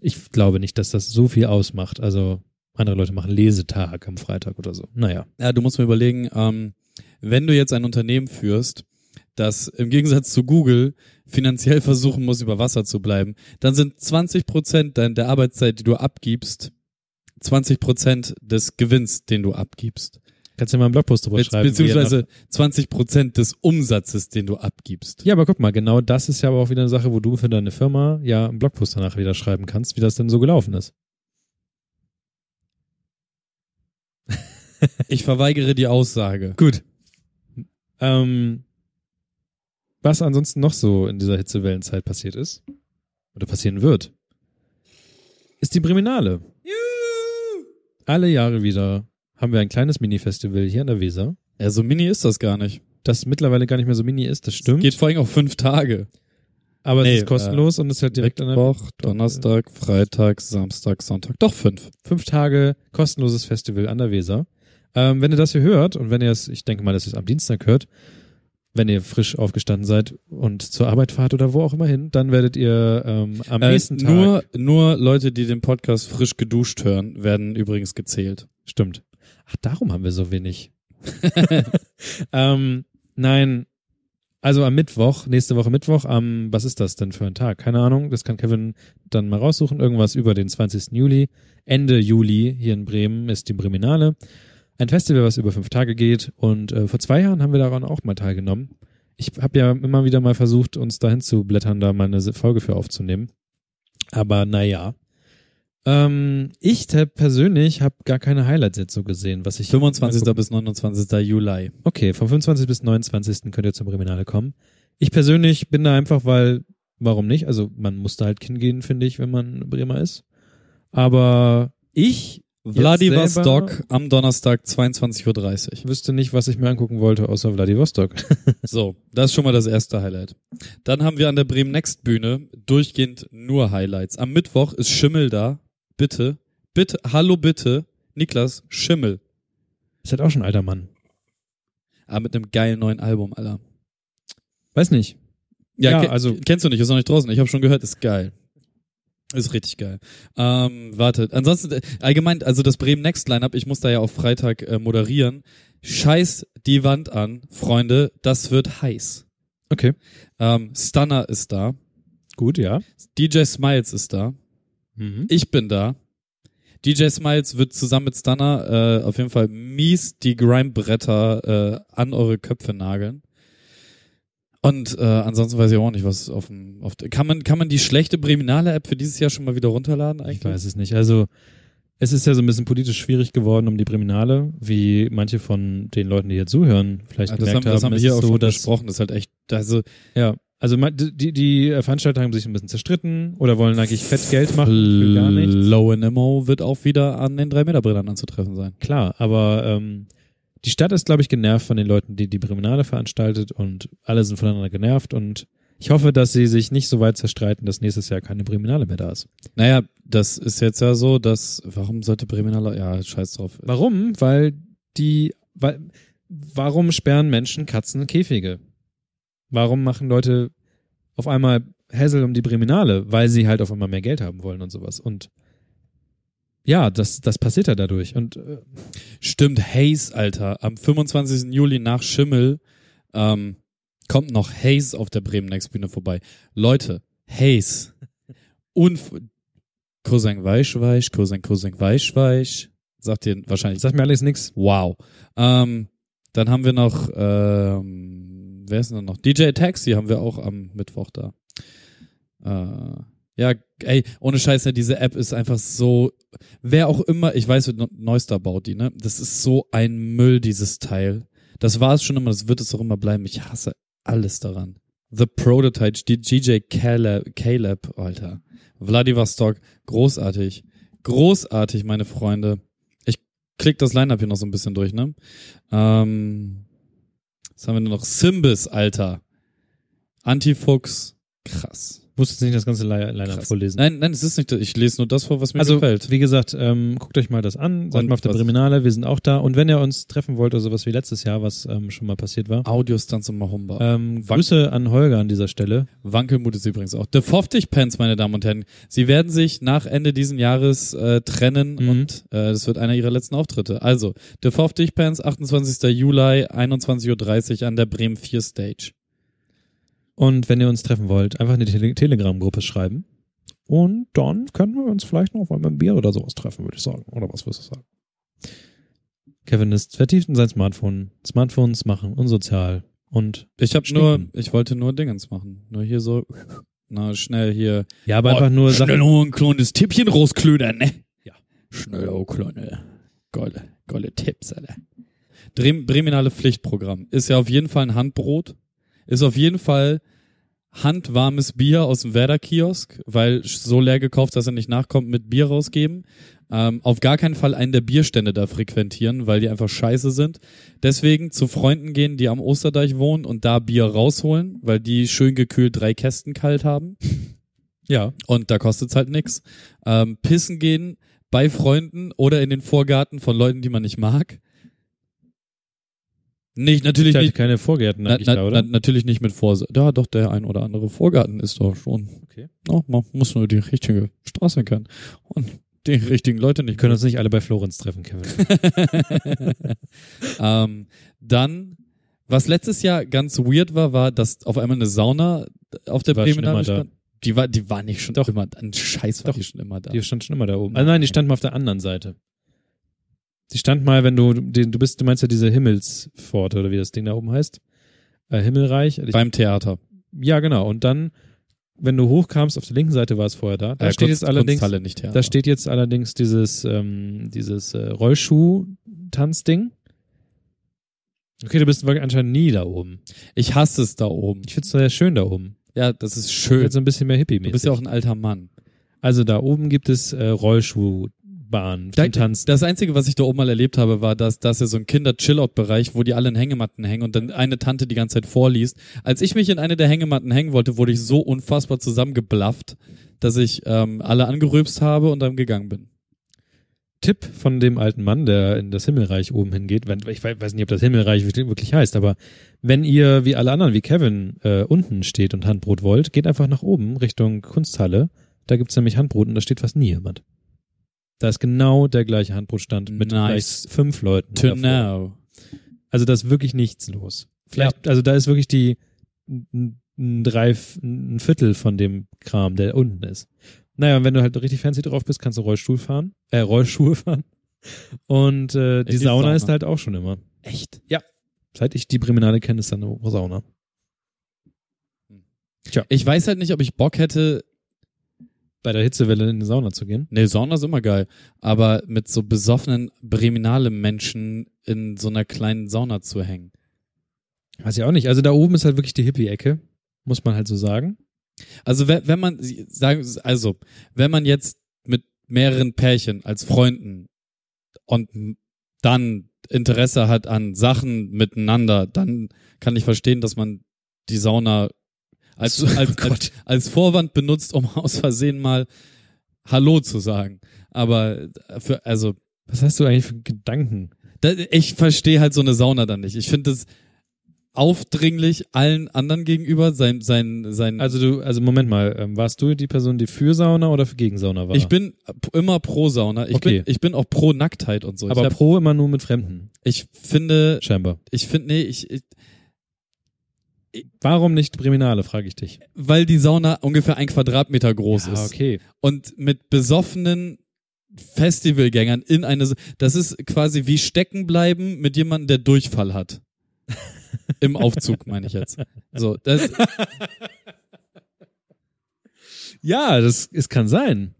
Speaker 1: ich glaube nicht, dass das so viel ausmacht. Also andere Leute machen Lesetag am Freitag oder so. Naja.
Speaker 2: Ja, du musst mir überlegen, ähm, wenn du jetzt ein Unternehmen führst, das im Gegensatz zu Google finanziell versuchen muss, über Wasser zu bleiben, dann sind 20 Prozent der Arbeitszeit, die du abgibst, 20 Prozent des Gewinns, den du abgibst.
Speaker 1: Kannst du ja mal einen Blogpost drüber
Speaker 2: Be
Speaker 1: schreiben. wie ihr
Speaker 2: beziehungsweise 20 Prozent des Umsatzes, den du
Speaker 1: nach-
Speaker 2: abgibst.
Speaker 1: Ja, aber guck mal, genau das ist ja aber auch wieder eine Sache, wo du für deine Firma ja einen Blogpost danach wieder schreiben kannst, wie das denn so gelaufen ist.
Speaker 2: Ich verweigere die Aussage.
Speaker 1: Gut. Ähm, was ansonsten noch so in dieser Hitzewellenzeit passiert ist oder passieren wird, ist die Briminale. Alle Jahre wieder haben wir ein kleines Mini-Festival hier an der Weser,
Speaker 2: Ja, so mini ist das gar nicht.
Speaker 1: das mittlerweile gar nicht mehr so mini ist, das stimmt,
Speaker 2: Geht vor allem auf fünf Tage.
Speaker 1: aber
Speaker 2: nee, äh,
Speaker 1: es ist kostenlos und es ist halt direkt an der
Speaker 2: Mittwoch, Donnerstag, Freitag, Samstag, Sonntag. Doch fünf.
Speaker 1: fünf Tage kostenloses Festival an der Weser. Ähm, wenn ihr das hier hört und wenn ihr es, ich denke mal, dass ihr es am Dienstag hört, wenn ihr frisch aufgestanden seid und zur Arbeit fahrt oder wo auch immer hin, dann werdet ihr ähm, am
Speaker 2: Äh,
Speaker 1: nächsten Tag.
Speaker 2: Nur, nur Leute, die den Podcast frisch geduscht hören, werden übrigens gezählt.
Speaker 1: Stimmt. Ach, darum haben wir so wenig. ähm, nein, also am Mittwoch, nächste Woche Mittwoch, am, was ist das denn für ein Tag? Keine Ahnung, das kann Kevin dann mal raussuchen. Irgendwas über den 20. Juli. Ende Juli hier in Bremen ist die Breminale. Ein Festival, was über fünf Tage geht. Und äh, vor zwei Jahren haben wir daran auch mal teilgenommen. Ich habe ja immer wieder mal versucht, uns dahin zu blättern, da mal eine Folge für aufzunehmen. Aber naja. Ähm, ich te- persönlich habe gar keine Highlights jetzt so gesehen, was ich.
Speaker 2: 25. bis 29. Juli.
Speaker 1: Okay, vom 25. bis 29. könnt ihr zum Reminale kommen. Ich persönlich bin da einfach, weil, warum nicht? Also man muss da halt hingehen, finde ich, wenn man Bremer ist. Aber ich jetzt selber
Speaker 2: Vladivostok am Donnerstag 22.30 Uhr.
Speaker 1: wüsste nicht, was ich mir angucken wollte, außer Vladivostok.
Speaker 2: So, das ist schon mal das erste Highlight. Dann haben wir an der Bremen Next Bühne durchgehend nur Highlights. Am Mittwoch ist Schimmel da. Bitte, bitte, hallo bitte, Niklas, Schimmel.
Speaker 1: Ist halt auch schon ein alter Mann.
Speaker 2: Ah, mit einem geilen neuen Album, Alter.
Speaker 1: Weiß nicht.
Speaker 2: Ja,
Speaker 1: Ja,
Speaker 2: ke-
Speaker 1: also-
Speaker 2: kennst du nicht, ist noch nicht draußen. Ich habe schon gehört, ist geil. Ist richtig geil. Ähm, warte, ansonsten äh, allgemein, also das Bremen Next Lineup, ich muss da ja auf Freitag äh, moderieren. Scheiß die Wand an, Freunde, das wird heiß.
Speaker 1: Okay.
Speaker 2: Ähm, Stunner ist da,
Speaker 1: Gut, ja.
Speaker 2: DJ Smiles ist da,
Speaker 1: Mhm.
Speaker 2: ich bin da. DJ Smiles wird zusammen mit Stunner äh, auf jeden Fall mies die Grime-Bretter äh, an eure Köpfe nageln. Und äh, ansonsten weiß ich auch nicht, was auf dem. Auf, der- kann, man, kann man die schlechte Breminale-App für dieses Jahr schon mal wieder runterladen eigentlich?
Speaker 1: Ich weiß es nicht. Also, es ist ja so ein bisschen politisch schwierig geworden um die Priminale, wie manche von den Leuten, die hier zuhören, vielleicht
Speaker 2: Ja, Ah, das haben,
Speaker 1: gemerkt
Speaker 2: das haben wir
Speaker 1: Es
Speaker 2: hier
Speaker 1: ist
Speaker 2: auch
Speaker 1: so,
Speaker 2: schon
Speaker 1: dass,
Speaker 2: besprochen. Das ist halt echt. Also,
Speaker 1: Ja, also ma- die, die äh, Veranstalter haben sich ein bisschen zerstritten oder wollen eigentlich fett Geld machen für
Speaker 2: Äh.
Speaker 1: gar nichts.
Speaker 2: Low NMO wird auch wieder an den 3-Meter-Brillern anzutreffen sein.
Speaker 1: Klar, aber ähm, die Stadt ist, glaube ich, genervt von den Leuten, die die Priminale veranstaltet und alle sind voneinander genervt und ich hoffe, dass sie sich nicht so weit zerstreiten, dass nächstes Jahr keine Priminale mehr da ist.
Speaker 2: Naja, das ist jetzt ja so, dass. Warum sollte Breminaler. Ja, scheiß drauf.
Speaker 1: Warum? Weil die, weil, warum sperren Menschen Katzen in Käfige? Warum machen Leute auf einmal Hassel um die Breminale, weil sie halt auf einmal mehr Geld haben wollen und sowas? Und ja, das, das passiert ja dadurch. Und äh,
Speaker 2: Stimmt, Haze, Alter. Am 25. Juli nach Schimmel ähm, kommt noch Haze auf der Bremen Next Bühne vorbei. Leute, Haze. Unf Cousin Weich, Weich, Cousin, Cousin Weich, Weich. Sagt ihr wahrscheinlich.
Speaker 1: sagt mir alles nix.
Speaker 2: Wow. Ähm, dann haben wir noch, ähm, wer ist denn noch? DJ Taxi haben wir auch am Mittwoch da. Äh, ja, ey, ohne Scheiße, diese App ist einfach so, wer auch immer, ich weiß, Neu- Neuster baut die, ne? Das ist so ein Müll, dieses Teil. Das war es schon immer, das wird es auch immer bleiben. Ich hasse alles daran. The Prototype, die DJ Caleb, Caleb, Alter. Vladivostok, großartig. Großartig, meine Freunde klick das Line-Up hier noch so ein bisschen durch, ne? Ähm, was haben wir denn noch? Simbis, Alter. Antifuchs. Krass.
Speaker 1: Muss jetzt nicht das ganze Li- Line-Up
Speaker 2: Krass.
Speaker 1: vorlesen.
Speaker 2: Nein, nein, es ist nicht. Ich lese nur das vor, was mir
Speaker 1: also,
Speaker 2: gefällt.
Speaker 1: wie gesagt, ähm, guckt euch mal das an. Seid
Speaker 2: Und
Speaker 1: mal auf der
Speaker 2: was-
Speaker 1: Breminale, wir sind auch da. Und wenn ihr uns treffen wollt oder sowas wie letztes Jahr, was ähm, schon mal passiert war,
Speaker 2: Audiostunts und Mahumba.
Speaker 1: ähm, Grüße an Holger an dieser Stelle.
Speaker 2: Wankelmut ist übrigens auch. The Foftig Pants, meine Damen und Herren. Sie werden sich nach Ende diesen Jahres äh, trennen
Speaker 1: Mhm.
Speaker 2: und äh, das wird einer ihrer letzten Auftritte. Also, The Foftig Pants, 28. Juli, 21.30 Uhr an der Bremen 4 Stage.
Speaker 1: Und wenn ihr uns treffen wollt, einfach in die Tele Telegram-Gruppe schreiben. Und dann können wir uns vielleicht noch mal mit einem Bier oder sowas treffen, würde ich sagen. Oder was würdest du sagen? Kevin ist vertieft in sein Smartphone. Smartphones machen unsozial. Und
Speaker 2: Ich habe nur,
Speaker 1: Stinken.
Speaker 2: ich wollte nur Dingens machen. Nur hier so, na schnell hier.
Speaker 1: ja,
Speaker 2: Oh,
Speaker 1: aber einfach nur Sachen.
Speaker 2: nur ein kleines Tippchen rausklödern, ne?
Speaker 1: Ja.
Speaker 2: Schnell, oh kleine. Geile, geile Tipps, Alter. Drem- Breminale Pflichtprogramm. Ist ja auf jeden Fall ein Handbrot. Ist auf jeden Fall handwarmes Bier aus dem Werder-Kiosk, weil so leer gekauft, dass er nicht nachkommt, mit Bier rausgeben. Ähm, auf gar keinen Fall einen der Bierstände da frequentieren, weil die einfach scheiße sind. Deswegen zu Freunden gehen, die am Osterdeich wohnen und da Bier rausholen, weil die schön gekühlt drei Kästen kalt haben.
Speaker 1: Ja.
Speaker 2: Und da kostet's halt nix. Ähm, pissen gehen bei Freunden oder in den Vorgarten von Leuten, die man nicht mag. Nicht,
Speaker 1: Ich
Speaker 2: natürlich
Speaker 1: hatte
Speaker 2: nicht.
Speaker 1: keine Vorgärten,
Speaker 2: Na,
Speaker 1: denke ich
Speaker 2: na,
Speaker 1: da,
Speaker 2: na,
Speaker 1: oder?
Speaker 2: natürlich nicht mit Vorsatz. Ja, doch, der ein oder andere Vorgarten ist doch schon.
Speaker 1: Okay.
Speaker 2: Ja, man muss nur die richtige Straße kennen. Und die richtigen Leute nicht.
Speaker 1: Wir können uns nicht alle bei Florenz treffen, Kevin.
Speaker 2: ähm, dann, was letztes Jahr ganz weird war, war, dass auf einmal eine Sauna auf der
Speaker 1: Die war schon immer
Speaker 2: Bremen
Speaker 1: da.
Speaker 2: stand. Die war, die war nicht schon
Speaker 1: Doch.
Speaker 2: immer, ein Scheiß war
Speaker 1: Doch.
Speaker 2: die schon immer da.
Speaker 1: Die stand schon immer da oben. Also nein, die stand mal auf der anderen Seite. Die stand mal, wenn du, den, du bist, du meinst ja diese Himmelspforte oder wie das Ding da oben heißt. Äh, Himmelreich. Ich
Speaker 2: Beim Theater.
Speaker 1: Ja, genau. Und dann wenn du hochkamst, auf der linken Seite war es vorher da. Da
Speaker 2: Äh,
Speaker 1: steht
Speaker 2: Kunst-
Speaker 1: jetzt allerdings,
Speaker 2: Kunsthalle nicht her.
Speaker 1: da steht jetzt allerdings dieses, ähm, dieses äh, Rollschuh-Tanzding. Okay, du bist wirklich anscheinend nie da oben.
Speaker 2: ich hasse es da oben.
Speaker 1: Ich find's sehr schön da oben.
Speaker 2: Ja, das ist
Speaker 1: Ich bin
Speaker 2: schön.
Speaker 1: jetzt so ein bisschen mehr hippie
Speaker 2: Du bist ja auch ein alter Mann.
Speaker 1: Also da oben gibt es äh, Rollschuhbahnen
Speaker 2: Da-
Speaker 1: zum Tanzen.
Speaker 2: Das Einzige, was ich da oben mal erlebt habe, war, dass das ja so ein Kinder-Chill-Out-Bereich, wo die alle in Hängematten hängen und dann eine Tante die ganze Zeit vorliest. Als ich mich in eine der Hängematten hängen wollte, wurde ich so unfassbar zusammengeblafft, dass ich ähm, alle angerülpst habe und dann gegangen bin.
Speaker 1: Tipp von dem alten Mann, der in das Himmelreich oben hingeht. Wenn, ich wei- weiß nicht, ob das Himmelreich wirklich wirklich heißt, aber wenn ihr wie alle anderen, wie Kevin, äh, unten steht und Handbrot wollt, geht einfach nach oben Richtung Kunsthalle. Da gibt's nämlich Handbrot und da steht fast nie jemand. Da ist genau der gleiche Handbrotstand mit
Speaker 2: Nice.
Speaker 1: gleich fünf Leuten.
Speaker 2: To
Speaker 1: davor.
Speaker 2: know.
Speaker 1: Also da ist wirklich nichts los. Vielleicht, also da ist wirklich die n- n- drei, ein Viertel von dem Kram, der unten ist. Naja, und wenn du halt richtig fancy drauf bist, kannst du Rollstuhl fahren, äh, Rollschuhe fahren. Und äh, die
Speaker 2: die
Speaker 1: Sauna,
Speaker 2: Sauna.
Speaker 1: ist halt auch schon immer.
Speaker 2: Echt?
Speaker 1: Seit ich die Briminale kenne, ist da eine Sauna.
Speaker 2: Ich weiß halt nicht, ob ich Bock hätte.
Speaker 1: Bei der Hitzewelle in die Sauna zu gehen.
Speaker 2: Nee, Sauna ist immer geil. Aber mit so besoffenen Breminale-Menschen in so einer kleinen Sauna zu hängen.
Speaker 1: Weiß ich auch nicht. Also da oben ist halt wirklich die Hippie-Ecke, muss man halt so sagen.
Speaker 2: Also wenn, wenn man sie- sagen, also wenn man jetzt mit mehreren Pärchen als Freunden und m- dann Interesse hat an Sachen miteinander, dann kann ich verstehen, dass man die Sauna als,
Speaker 1: So,
Speaker 2: als,
Speaker 1: Oh Gott.
Speaker 2: als, als Vorwand benutzt, um aus Versehen mal Hallo zu sagen. Aber für, also
Speaker 1: Was hast du eigentlich für Gedanken?
Speaker 2: da, ich verstehe halt so eine Sauna dann nicht. Ich finde es aufdringlich allen anderen gegenüber, sein, sein, sein
Speaker 1: Also du, also Moment mal, ähm, warst du die Person, die für Sauna oder für gegen Sauna war?
Speaker 2: Ich bin p- immer pro Sauna. Ich,
Speaker 1: Okay.
Speaker 2: bin, ich bin auch pro Nacktheit und so.
Speaker 1: aber
Speaker 2: ich, hab,
Speaker 1: pro immer nur mit Fremden,
Speaker 2: ich finde,
Speaker 1: scheinbar.
Speaker 2: ich finde, nee, ich, ich,
Speaker 1: Warum nicht Priminale, frage ich dich.
Speaker 2: weil die Sauna ungefähr ein Quadratmeter groß ist.
Speaker 1: okay.
Speaker 2: Und mit besoffenen Festivalgängern in eine, Sa- das ist quasi wie stecken bleiben mit jemandem, der Durchfall hat. Im Aufzug, meine ich jetzt. So, das,
Speaker 1: Ja, das es kann sein.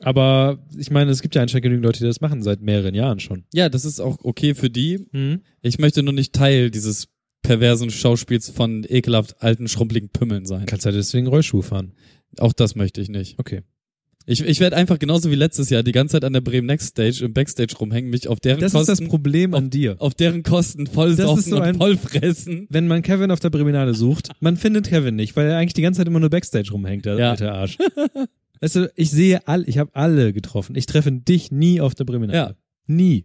Speaker 1: Aber ich meine, es gibt ja anscheinend genügend Leute, die das machen seit mehreren Jahren schon.
Speaker 2: ja, das ist auch okay für die. Ich möchte nur nicht Teil dieses perversen Schauspiels von ekelhaft alten, schrumpeligen Pümmeln sein.
Speaker 1: Kannst halt deswegen Rollschuh fahren.
Speaker 2: Auch das möchte ich nicht.
Speaker 1: Okay.
Speaker 2: Ich, ich werde einfach genauso wie letztes Jahr die ganze Zeit an der Bremen Next Stage im Backstage rumhängen, mich auf deren Kosten,
Speaker 1: Problem an dir.
Speaker 2: auf deren Kosten voll
Speaker 1: Das ist
Speaker 2: saufen
Speaker 1: so ein-
Speaker 2: und voll fressen.
Speaker 1: Wenn man Kevin auf der Priminale sucht, man findet Kevin nicht, weil er eigentlich die ganze Zeit immer nur Backstage rumhängt, der
Speaker 2: Ja.
Speaker 1: alte Arsch. Weißt du, ich sehe all, ich habe alle getroffen. Ich treffe dich nie auf der Priminale.
Speaker 2: Ja.
Speaker 1: Nie.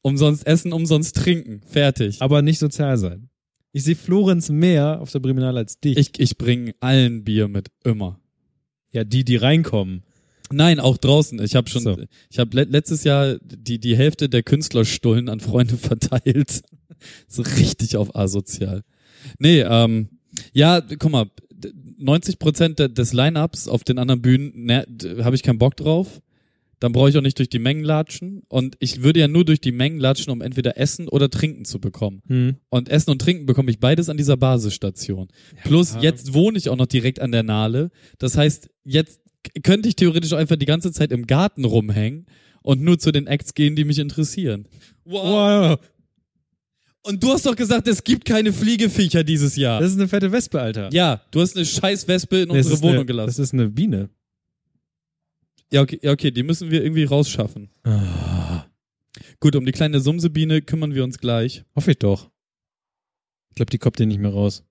Speaker 2: Umsonst essen, umsonst trinken. Fertig.
Speaker 1: Aber nicht sozial sein. Ich sehe Florenz mehr auf der Priminale als dich.
Speaker 2: Ich, ich bringe allen Bier mit, immer.
Speaker 1: ja, die, die reinkommen.
Speaker 2: Nein, auch draußen. Ich habe schon,
Speaker 1: So.
Speaker 2: ich habe le letztes Jahr die, die Hälfte der Künstlerstullen an Freunde verteilt. so richtig auf asozial. Nee, ähm, ja, guck mal, d- 90 Prozent des Line-Ups auf den anderen Bühnen ne, habe ich keinen Bock drauf. Dann brauche ich auch nicht durch die Mengen latschen. Und ich würde ja nur durch die Mengen latschen, um entweder Essen oder Trinken zu bekommen.
Speaker 1: Hm.
Speaker 2: Und Essen und Trinken bekomme ich beides an dieser Basisstation. Plus, jetzt wohne ich auch noch direkt an der Nahle. Das heißt, jetzt k- könnte ich theoretisch einfach die ganze Zeit im Garten rumhängen und nur zu den Acts gehen, die mich interessieren. Oh.
Speaker 1: Wow.
Speaker 2: Und du hast doch gesagt, es gibt keine Fliegeviecher dieses Jahr.
Speaker 1: Das ist eine fette Wespe, Alter.
Speaker 2: ja, du hast eine scheiß Wespe in
Speaker 1: Nee, es
Speaker 2: unsere
Speaker 1: ist eine-
Speaker 2: Wohnung gelassen.
Speaker 1: Das ist eine Biene.
Speaker 2: Ja okay, ja, okay, die müssen wir irgendwie rausschaffen.
Speaker 1: Ah,
Speaker 2: Gut, um die kleine Sumsebiene kümmern wir uns gleich.
Speaker 1: Hoffe ich doch. Ich glaube, die kommt hier nicht mehr raus.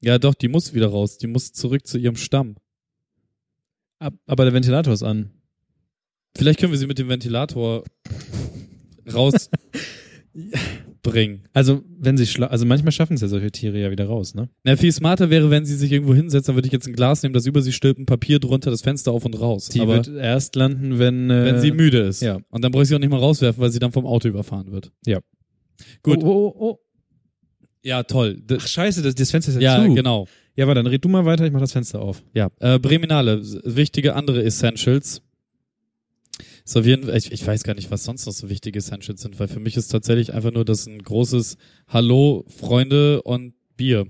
Speaker 2: Ja, doch, die muss wieder raus. Die muss zurück zu ihrem Stamm.
Speaker 1: Ab, aber der Ventilator ist an.
Speaker 2: Vielleicht können wir sie mit dem Ventilator rausbringen.
Speaker 1: Also, wenn sie schla also manchmal schaffen es ja solche Tiere ja wieder raus, ne?
Speaker 2: Na, viel smarter wäre, wenn sie sich irgendwo hinsetzt, dann würde ich jetzt ein Glas nehmen, das über sie stülpt, ein Papier drunter, das Fenster auf und raus.
Speaker 1: Die
Speaker 2: Aber
Speaker 1: wird erst landen, wenn äh,
Speaker 2: wenn sie müde ist.
Speaker 1: ja.
Speaker 2: Und dann brauche ich sie auch nicht mal rauswerfen, weil sie dann vom Auto überfahren wird.
Speaker 1: Ja.
Speaker 2: Gut.
Speaker 1: Oh, oh, oh.
Speaker 2: Ja, toll. D-
Speaker 1: Ach, scheiße, das, das Fenster ist ja,
Speaker 2: ja,
Speaker 1: zu.
Speaker 2: genau.
Speaker 1: Ja, aber dann red du mal weiter, ich mach das Fenster auf.
Speaker 2: Ja. Äh, Breminale, s- wichtige andere Essentials. So, wir, ich, ich weiß gar nicht, was sonst noch so wichtige Essentials sind, weil für mich ist tatsächlich einfach nur das ein großes Hallo, Freunde und Bier.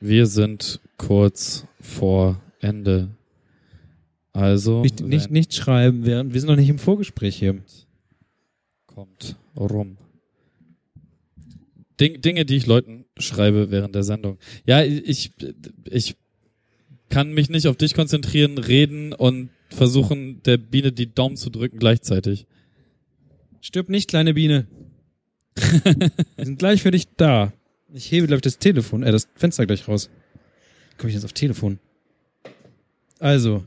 Speaker 2: Wir sind kurz vor Ende. Also,
Speaker 1: Nicht,
Speaker 2: wenn-
Speaker 1: nicht, nicht schreiben, während wir sind noch nicht im Vorgespräch hier.
Speaker 2: kommt rum. Ding, Dinge, die ich Leuten schreibe während der Sendung. Ja, ich, ich kann mich nicht auf dich konzentrieren, reden und versuchen, der Biene die Daumen zu drücken gleichzeitig.
Speaker 1: Stirb nicht, kleine Biene. wir sind gleich für dich da. Ich hebe, glaube ich, das Telefon, äh, das Fenster gleich raus. Komme ich jetzt auf Telefon? Also,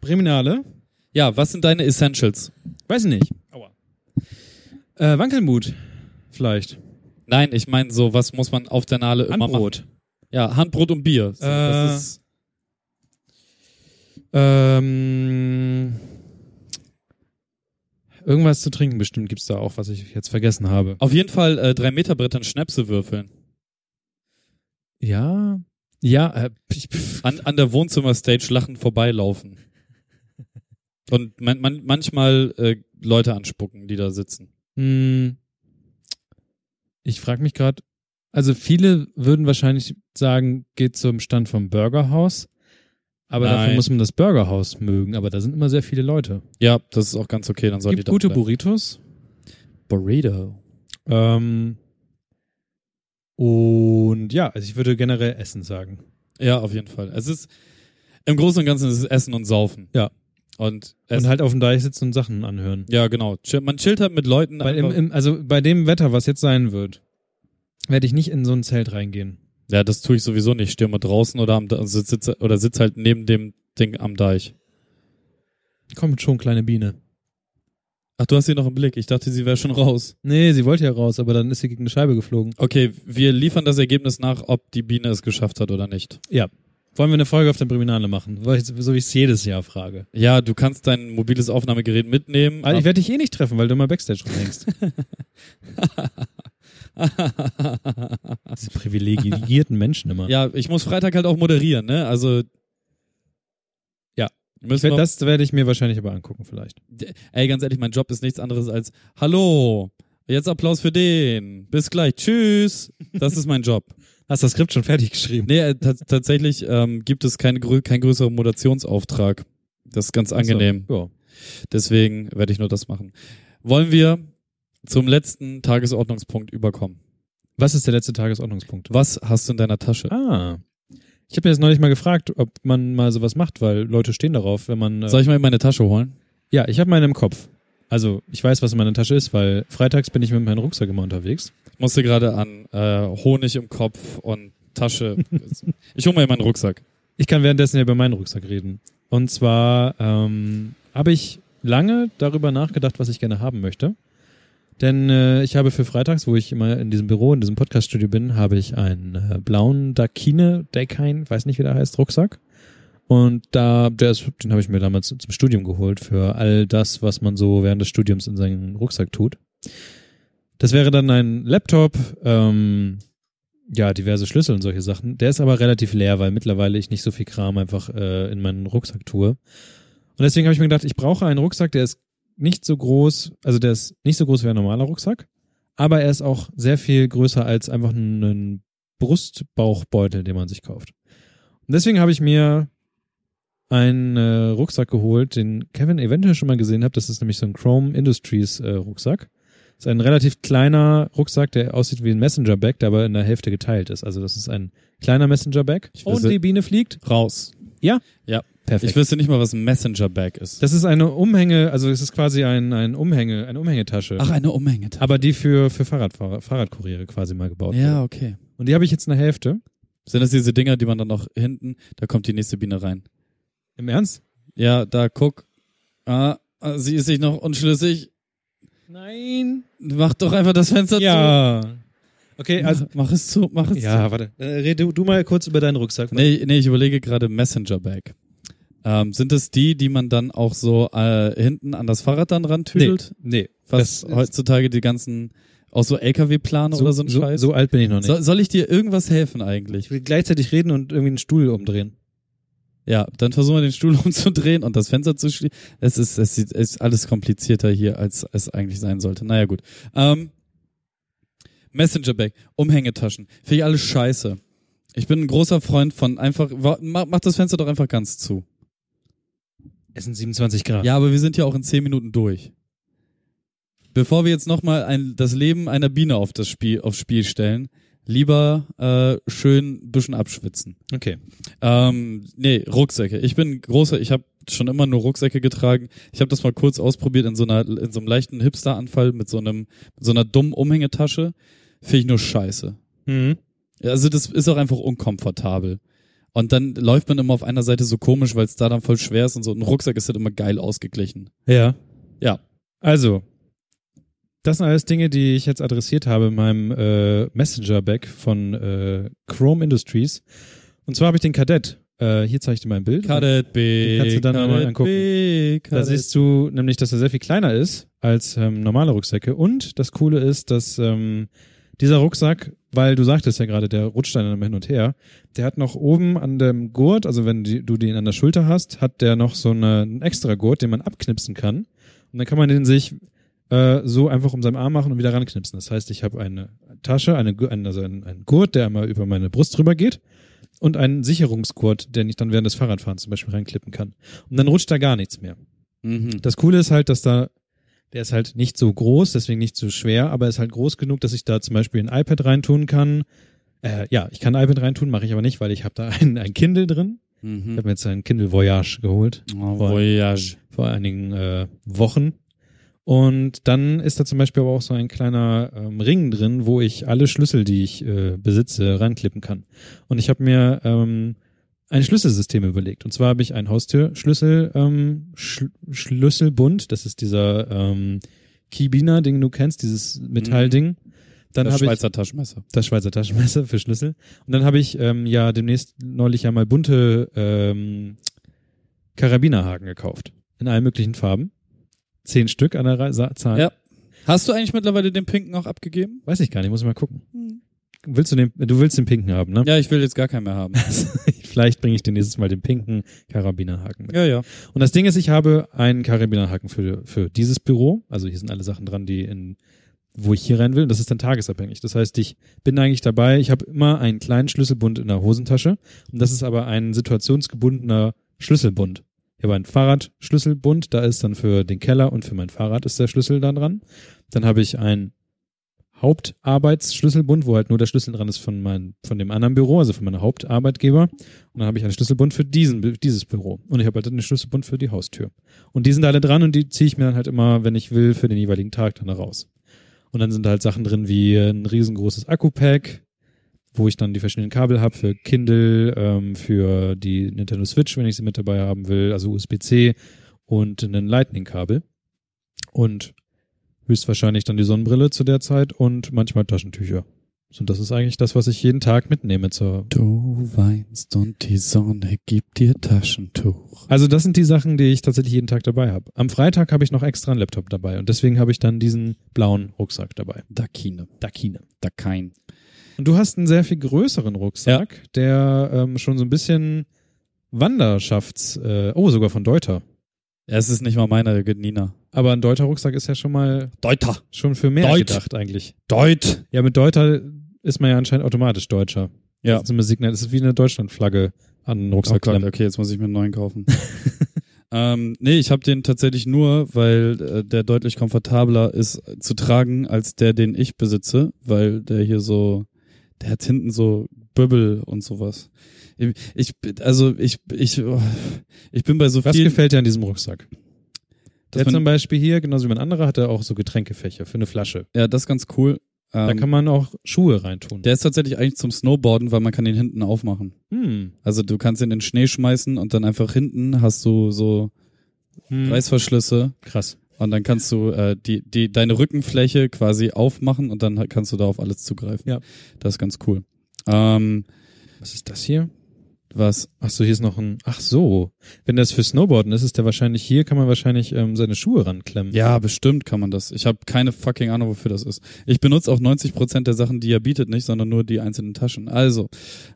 Speaker 1: Breminale,
Speaker 2: Ja, was sind deine Essentials?
Speaker 1: weiß nicht. Aua. Äh, Wankelmut, vielleicht.
Speaker 2: Nein, ich meine so, was muss man auf der Nale immer machen?
Speaker 1: Handbrot.
Speaker 2: Ja, Handbrot und Bier. So,
Speaker 1: Äh.
Speaker 2: das ist,
Speaker 1: Ähm, irgendwas zu trinken bestimmt gibt's da auch, was ich jetzt vergessen habe.
Speaker 2: auf jeden Fall äh, drei Meter Brettern Schnäpse würfeln.
Speaker 1: Ja, ja, äh, ich, pff,
Speaker 2: An, an der Wohnzimmerstage lachend vorbeilaufen. Und man, man, manchmal äh, Leute anspucken, die da sitzen.
Speaker 1: mh, Hm. ich frage mich gerade, also viele würden wahrscheinlich sagen, geht zum Stand vom Burgerhaus, aber dafür
Speaker 2: Nein.
Speaker 1: muss man das Burgerhaus mögen, aber da sind immer sehr viele Leute.
Speaker 2: Ja, das ist auch ganz okay. Dann sollen
Speaker 1: gibt
Speaker 2: die
Speaker 1: gute
Speaker 2: da bleiben.
Speaker 1: Burritos.
Speaker 2: Burrito.
Speaker 1: Ähm, und ja, also ich würde generell Essen sagen.
Speaker 2: Ja, auf jeden Fall. Es ist im Großen und Ganzen ist es Essen und Saufen.
Speaker 1: Ja.
Speaker 2: Und, Essen,
Speaker 1: Und halt auf dem Deich sitzen und Sachen anhören.
Speaker 2: ja, genau. Chill- Man chillt halt mit Leuten.
Speaker 1: Weil im,
Speaker 2: einfach-
Speaker 1: im, also bei dem Wetter, was jetzt sein wird, werde ich nicht in so ein Zelt reingehen.
Speaker 2: ja, das tue ich sowieso nicht. Ich Stehe mal draußen oder am Da- sitz, sitz, oder sitz halt neben dem Ding am Deich.
Speaker 1: Kommt schon, kleine Biene.
Speaker 2: Ach, du hast sie noch im Blick. Ich dachte, sie wäre schon raus.
Speaker 1: Nee, sie wollte ja raus, aber dann ist sie gegen eine Scheibe geflogen.
Speaker 2: Okay, wir liefern das Ergebnis nach, ob die Biene es geschafft hat oder nicht.
Speaker 1: Ja. Wollen wir eine Folge auf der Priminale machen? Weil ich- So wie ich es jedes Jahr frage.
Speaker 2: Ja, du kannst dein mobiles Aufnahmegerät mitnehmen.
Speaker 1: Also ich werde dich eh nicht treffen, weil du immer Backstage rumhängst. Diese privilegierten Menschen immer.
Speaker 2: ja, ich muss Freitag halt auch moderieren, ne? Also.
Speaker 1: Ja. Ich
Speaker 2: Müssen
Speaker 1: werd,
Speaker 2: wir
Speaker 1: das werde ich mir wahrscheinlich aber angucken, vielleicht.
Speaker 2: Ey, ganz ehrlich, mein Job ist nichts anderes als Hallo, jetzt Applaus für den. Bis gleich. Tschüss. Das ist mein Job.
Speaker 1: Hast das Skript schon fertig geschrieben?
Speaker 2: Nee, äh, tats- tatsächlich ähm, gibt es keine, grö keinen größeren Moderationsauftrag. Das ist ganz angenehm.
Speaker 1: So, also, ja.
Speaker 2: Deswegen werde ich nur das machen. Wollen wir zum letzten Tagesordnungspunkt überkommen?
Speaker 1: Was ist der letzte Tagesordnungspunkt?
Speaker 2: Was hast du in deiner Tasche?
Speaker 1: Ah. Ich habe mir das neulich mal gefragt, ob man mal sowas macht, weil Leute stehen darauf, wenn man. Äh,
Speaker 2: Soll ich mal in meine Tasche holen?
Speaker 1: ja, ich habe meine im Kopf. Also ich weiß, was in meiner Tasche ist, weil freitags bin ich mit meinem Rucksack immer unterwegs.
Speaker 2: Ich musste gerade an äh, Honig im Kopf und Tasche. ich hole mir meinen Rucksack.
Speaker 1: Ich kann währenddessen ja über meinen Rucksack reden. Und zwar ähm, habe ich lange darüber nachgedacht, was ich gerne haben möchte. Denn äh, ich habe für freitags, wo ich immer in diesem Büro, in diesem Podcaststudio bin, habe ich einen äh, blauen Dakine, Dakain, weiß nicht, wie der heißt, Rucksack. Und da, der ist, den habe ich mir damals zum Studium geholt für all das, was man so während des Studiums in seinen Rucksack tut. Das wäre dann ein Laptop, ähm, ja, diverse Schlüssel und solche Sachen. Der ist aber relativ leer, weil mittlerweile ich nicht so viel Kram einfach äh, in meinen Rucksack tue. Und deswegen habe ich mir gedacht, ich brauche einen Rucksack, der ist nicht so groß, also der ist nicht so groß wie ein normaler Rucksack, aber er ist auch sehr viel größer als einfach einen Brustbauchbeutel, den man sich kauft. Und deswegen habe ich mir einen äh, Rucksack geholt, den Kevin eventuell schon mal gesehen hat. Das ist nämlich so ein Chrome Industries äh, Rucksack. Ist ein relativ kleiner Rucksack, der aussieht wie ein Messenger-Bag, der aber in der Hälfte geteilt ist. Also das ist ein kleiner Messenger-Bag.
Speaker 2: Ich
Speaker 1: Und
Speaker 2: wisse-
Speaker 1: die Biene fliegt.
Speaker 2: Raus.
Speaker 1: Perfekt.
Speaker 2: Ich wüsste nicht mal, was ein Messenger-Bag ist.
Speaker 1: Das ist eine Umhänge, also es ist quasi ein, ein Umhänge, eine Umhängetasche.
Speaker 2: Ach, eine Umhängetasche.
Speaker 1: Aber die für, für Fahrradfahrer, Fahrradkuriere quasi mal gebaut.
Speaker 2: Ja,
Speaker 1: wurde.
Speaker 2: okay.
Speaker 1: Und die habe ich jetzt eine Hälfte.
Speaker 2: Sind das diese Dinger, die man dann noch hinten, da kommt die nächste Biene rein.
Speaker 1: Im Ernst?
Speaker 2: Ja, da guck. Ah, ah, sie ist sich noch unschlüssig.
Speaker 1: Nein.
Speaker 2: Mach doch einfach das Fenster
Speaker 1: Ja. Okay,
Speaker 2: zu.
Speaker 1: also.
Speaker 2: mach, mach es zu, mach es
Speaker 1: Ja,
Speaker 2: zu.
Speaker 1: warte. Äh, red du, du mal kurz über deinen Rucksack.
Speaker 2: Nee, nee, ich überlege gerade Messenger-Bag. Ähm, sind das die, die man dann auch so äh, hinten an das Fahrrad dann rantüdelt?
Speaker 1: nee.
Speaker 2: Was
Speaker 1: das-
Speaker 2: heutzutage die ganzen, auch so LKW-Plane
Speaker 1: So,
Speaker 2: oder so ein
Speaker 1: so,
Speaker 2: Scheiß?
Speaker 1: so alt bin ich noch nicht.
Speaker 2: so, soll ich dir irgendwas helfen eigentlich?
Speaker 1: Ich will gleichzeitig reden und irgendwie einen Stuhl umdrehen.
Speaker 2: Ja, dann versuchen wir den Stuhl umzudrehen und das Fenster zu schließen. Es ist, es sieht, es ist alles komplizierter hier, als es eigentlich sein sollte. Naja, gut. Ähm, Messenger-Bag, Umhängetaschen, finde ich alles scheiße. Ich bin ein großer Freund von einfach, wa- mach, mach das Fenster doch einfach ganz zu.
Speaker 1: Es sind 27 Grad.
Speaker 2: Ja, aber wir sind ja auch in 10 Minuten durch. Bevor wir jetzt nochmal ein, das Leben einer Biene auf das Spiel, aufs Spiel stellen, lieber äh, schön ein bisschen abschwitzen.
Speaker 1: Okay.
Speaker 2: Ähm, nee, Rucksäcke. Ich bin großer, ich habe schon immer nur Rucksäcke getragen. Ich habe das mal kurz ausprobiert in so einer in so einem leichten Hipster-Anfall mit so einem mit so einer dummen Umhängetasche. Finde ich nur scheiße.
Speaker 1: Mhm.
Speaker 2: Ja, Also das ist auch einfach unkomfortabel. Und dann läuft man immer auf einer Seite so komisch, weil es da dann voll schwer ist und so. Ein Rucksack ist halt immer geil ausgeglichen.
Speaker 1: Ja.
Speaker 2: Ja.
Speaker 1: Also, das sind alles Dinge, die ich jetzt adressiert habe in meinem äh, Messenger-Bag von äh, Chrome Industries. Und zwar habe ich den Kadett. Äh, hier zeige ich dir mal ein Bild.
Speaker 2: Kadet B.
Speaker 1: Den kannst du dann
Speaker 2: Kadett
Speaker 1: nochmal angucken.
Speaker 2: B,
Speaker 1: Da
Speaker 2: Kadett-
Speaker 1: siehst du nämlich, dass er sehr viel kleiner ist als ähm, normale Rucksäcke. Und das Coole ist, dass ähm, dieser Rucksack, weil du sagtest ja gerade, der rutscht dann immer hin und her, der hat noch oben an dem Gurt, also wenn die, du den an der Schulter hast, hat der noch so eine, einen extra Gurt, den man abknipsen kann. Und dann kann man den sich äh, so einfach um seinen Arm machen und wieder ranknipsen. Das heißt, ich habe eine Tasche, eine, Gu- einen- also einen, einen Gurt, der einmal über meine Brust drüber geht und einen Sicherungsgurt, den ich dann während des Fahrradfahrens zum Beispiel reinklippen kann. Und dann rutscht da gar nichts mehr.
Speaker 2: Mhm.
Speaker 1: Das Coole ist halt, dass da, der ist halt nicht so groß, deswegen nicht so schwer, aber er ist halt groß genug, dass ich da zum Beispiel ein iPad reintun kann. Äh, ja, ich kann ein iPad reintun, mache ich aber nicht, weil ich habe da ein, ein Kindle drin. Ich
Speaker 2: Mhm.
Speaker 1: habe mir jetzt ein Kindle Voyage geholt
Speaker 2: Oh, Voyage.
Speaker 1: vor einigen äh, Wochen. Und dann ist da zum Beispiel aber auch so ein kleiner ähm, Ring drin, wo ich alle Schlüssel, die ich äh, besitze, ranklippen kann. Und ich habe mir ähm, ein Schlüsselsystem überlegt. Und zwar habe ich einen Haustürschlüssel, ähm, Schl Schlüsselbund, das ist dieser ähm, Kibina, den du kennst, dieses Metallding. Dann
Speaker 2: Das
Speaker 1: habe ich
Speaker 2: Schweizer Taschenmesser.
Speaker 1: das Schweizer Taschenmesser für Schlüssel. Und dann habe ich ähm, ja demnächst neulich ja mal bunte ähm, Karabinerhaken gekauft. In allen möglichen Farben. Zehn Stück an der Rei- Sa- Zahl.
Speaker 2: Ja. Hast du eigentlich mittlerweile den pinken auch abgegeben?
Speaker 1: Weiß ich gar nicht, muss ich mal gucken. Willst du den, du willst den pinken haben, ne?
Speaker 2: Ja, ich will jetzt gar keinen mehr haben.
Speaker 1: Vielleicht bringe ich dir nächstes Mal den pinken Karabinerhaken mit.
Speaker 2: ja, ja.
Speaker 1: Und das Ding ist, ich habe einen Karabinerhaken für, für dieses Büro. Also hier sind alle Sachen dran, die in, wo ich hier rein will. Und das ist dann tagesabhängig. Das heißt, ich bin eigentlich dabei. Ich habe immer einen kleinen Schlüsselbund in der Hosentasche. Und das ist aber ein situationsgebundener Schlüsselbund. Ich habe einen Fahrradschlüsselbund. Da ist dann für den Keller und für mein Fahrrad ist der Schlüssel dann dran. Dann habe ich einen Hauptarbeitsschlüsselbund, wo halt nur der Schlüssel dran ist von meinem, von dem anderen Büro, also von meinem Hauptarbeitgeber. Und dann habe ich einen Schlüsselbund für diesen, dieses Büro. Und ich habe halt einen Schlüsselbund für die Haustür. Und die sind alle dran und die ziehe ich mir dann halt immer, wenn ich will, für den jeweiligen Tag dann raus. Und dann sind da halt Sachen drin wie ein riesengroßes Akku-Pack, wo ich dann die verschiedenen Kabel habe für Kindle, ähm, für die Nintendo Switch, wenn ich sie mit dabei haben will, also USB-C und einen Lightning-Kabel. Und höchstwahrscheinlich dann die Sonnenbrille zu der Zeit und manchmal Taschentücher. Und das ist eigentlich das, was ich jeden Tag mitnehme zur
Speaker 2: Du weinst und die Sonne gibt dir Taschentuch.
Speaker 1: Also das sind die Sachen, die ich tatsächlich jeden Tag dabei habe. Am Freitag habe ich noch extra einen Laptop dabei und deswegen habe ich dann diesen blauen Rucksack dabei.
Speaker 2: Dakine.
Speaker 1: Dakine.
Speaker 2: Dakein.
Speaker 1: Und du hast einen sehr viel größeren Rucksack, der ähm, schon so ein bisschen Wanderschafts... Äh, oh, sogar von Deuter.
Speaker 2: Es ist nicht mal meiner, der geht Nina.
Speaker 1: Aber ein Deuter Rucksack ist ja schon mal
Speaker 2: Deuter.
Speaker 1: schon für mehr
Speaker 2: Deut.
Speaker 1: gedacht eigentlich.
Speaker 2: Deut.
Speaker 1: Ja, mit Deuter ist man ja anscheinend automatisch Deutscher.
Speaker 2: Ja.
Speaker 1: Das ist, immer Signal, das ist wie eine Deutschlandflagge an den
Speaker 2: Oh
Speaker 1: Rucksack.
Speaker 2: Gott,
Speaker 1: dran.
Speaker 2: okay, jetzt muss ich mir einen neuen kaufen. ähm, nee, ich habe den tatsächlich nur, weil äh, der deutlich komfortabler ist äh, zu tragen als der, den ich besitze, weil der hier so, der hat hinten so Böbbel und sowas. Ich, ich also ich, ich, oh, ich bin bei so
Speaker 1: Was
Speaker 2: vielen.
Speaker 1: gefällt dir an diesem Rucksack?
Speaker 2: Dass
Speaker 1: Der
Speaker 2: man-
Speaker 1: zum Beispiel hier, genauso wie mein anderer, hat er auch so Getränkefächer für eine Flasche.
Speaker 2: Ja, das ist ganz cool. Ähm,
Speaker 1: Da kann man auch Schuhe reintun.
Speaker 2: der ist tatsächlich eigentlich zum Snowboarden, weil man kann den hinten aufmachen.
Speaker 1: Hm.
Speaker 2: Also du kannst ihn in den Schnee schmeißen und dann einfach hinten hast du so
Speaker 1: Hm.
Speaker 2: Reißverschlüsse.
Speaker 1: Krass.
Speaker 2: Und dann kannst du äh, die, die, deine Rückenfläche quasi aufmachen und dann halt kannst du da auf alles zugreifen.
Speaker 1: Ja.
Speaker 2: Das ist ganz cool. Ähm,
Speaker 1: Was ist das hier?
Speaker 2: was?
Speaker 1: Ach so, hier ist noch ein. Ach so. Wenn das für Snowboarden ist, ist der wahrscheinlich hier, kann man wahrscheinlich ähm, seine Schuhe ranklemmen.
Speaker 2: Ja, bestimmt kann man das. Ich habe keine fucking Ahnung, wofür das ist. Ich benutze auch 90% der Sachen, die er bietet, nicht, sondern nur die einzelnen Taschen. Also,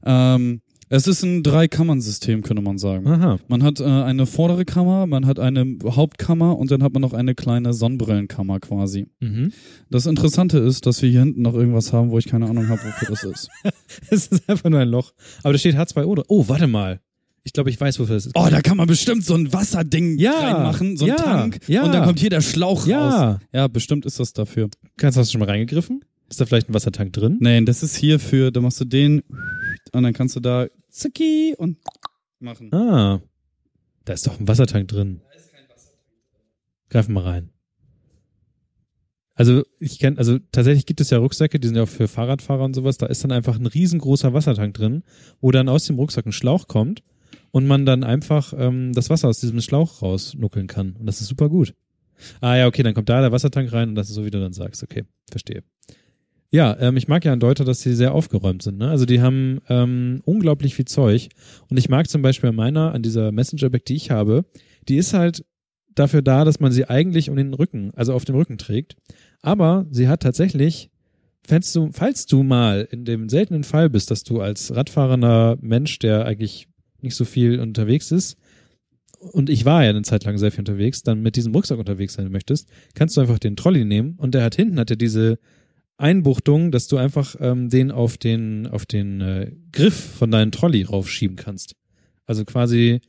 Speaker 2: ähm, Es ist ein Dreikammernsystem, könnte man sagen.
Speaker 1: Aha.
Speaker 2: Man hat äh, eine vordere Kammer, man hat eine Hauptkammer und dann hat man noch eine kleine Sonnenbrillenkammer quasi.
Speaker 1: Mhm.
Speaker 2: Das Interessante ist, dass wir hier hinten noch irgendwas haben, wo ich keine Ahnung habe, wofür das ist.
Speaker 1: Es ist einfach nur ein Loch. Aber da steht H2O. drin. Oh, warte mal. Ich glaube, ich weiß, wofür das ist.
Speaker 2: Oh, da kann man bestimmt so ein Wasserding
Speaker 1: Ja,
Speaker 2: reinmachen, so ein
Speaker 1: ja,
Speaker 2: Tank.
Speaker 1: ja.
Speaker 2: Und dann kommt hier der Schlauch raus.
Speaker 1: ja.
Speaker 2: Ja, bestimmt ist das dafür.
Speaker 1: Kannst hast du schon mal reingegriffen? Ist da vielleicht ein Wassertank drin?
Speaker 2: Nein, das ist hier für, da machst du den und dann kannst du da zicki und machen.
Speaker 1: Ah. Da ist doch ein Wassertank drin. Greif mal rein. Also, ich kenn, also tatsächlich gibt es ja Rucksäcke, die sind ja auch für Fahrradfahrer und sowas. Da ist dann einfach ein riesengroßer Wassertank drin, wo dann aus dem Rucksack ein Schlauch kommt und man dann einfach ähm, das Wasser aus diesem Schlauch rausnuckeln kann. Und das ist super gut. Ah ja, okay, dann kommt da der Wassertank rein und das ist so, wie du dann sagst. Okay, verstehe. Ja, ähm, ich mag ja an Deuter, dass sie sehr aufgeräumt sind. Ne? Also die haben ähm, unglaublich viel Zeug. Und ich mag zum Beispiel an meiner, an dieser Messenger-Bag, die ich habe, die ist halt dafür da, dass man sie eigentlich um den Rücken, also auf dem Rücken trägt. Aber sie hat tatsächlich, falls du, falls du mal in dem seltenen Fall bist, dass du als radfahrender Mensch, der eigentlich nicht so viel unterwegs ist, und ich war ja eine Zeit lang sehr viel unterwegs, dann mit diesem Rucksack unterwegs sein möchtest, kannst du einfach den Trolley nehmen und der hat hinten hat ja diese Einbuchtung, dass du einfach ähm, den auf den auf den äh, Griff von deinem Trolley raufschieben kannst. Also quasi,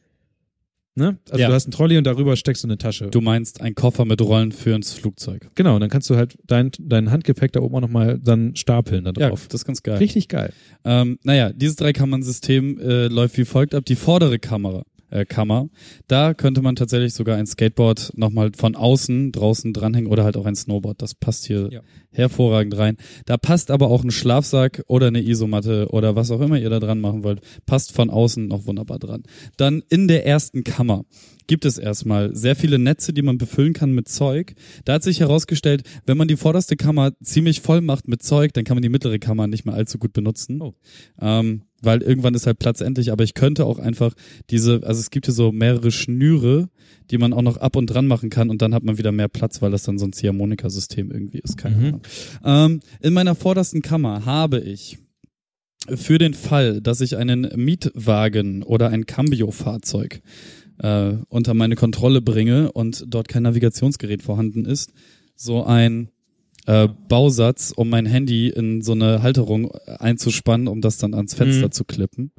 Speaker 1: ne? Also
Speaker 2: Ja.
Speaker 1: du hast einen Trolley und darüber steckst du eine Tasche.
Speaker 2: Du meinst ein Koffer mit Rollen für ins Flugzeug.
Speaker 1: Genau, und dann kannst du halt dein, dein Handgepäck da oben auch nochmal dann stapeln da
Speaker 2: Ja,
Speaker 1: drauf.
Speaker 2: das ist ganz geil.
Speaker 1: Richtig geil.
Speaker 2: Ähm, naja, dieses Dreikammernsystem äh, läuft wie folgt ab. Die vordere Kamera, äh, Kammer, da könnte man tatsächlich sogar ein Skateboard nochmal von außen draußen dranhängen oder halt auch ein Snowboard. Das passt hier
Speaker 1: Ja.
Speaker 2: hervorragend rein. Da passt aber auch ein Schlafsack oder eine Isomatte oder was auch immer ihr da dran machen wollt, passt von außen noch wunderbar dran. Dann in der ersten Kammer gibt es erstmal sehr viele Netze, die man befüllen kann mit Zeug. Da hat sich herausgestellt, wenn man die vorderste Kammer ziemlich voll macht mit Zeug, dann kann man die mittlere Kammer nicht mehr allzu gut benutzen.
Speaker 1: Oh.
Speaker 2: Ähm, weil irgendwann ist halt Platz endlich, aber ich könnte auch einfach diese, also es gibt hier so mehrere Schnüre, die man auch noch ab und dran machen kann und dann hat man wieder mehr Platz, weil das dann so ein Ziehharmonika-System irgendwie ist, keine
Speaker 1: Mhm.
Speaker 2: Ahnung. Ähm, in meiner vordersten Kammer habe ich für den Fall, dass ich einen Mietwagen oder ein Cambio-Fahrzeug äh, unter meine Kontrolle bringe und dort kein Navigationsgerät vorhanden ist, so ein äh, Bausatz, um mein Handy in so eine Halterung einzuspannen, um das dann ans Fenster
Speaker 1: Mhm.
Speaker 2: zu klippen.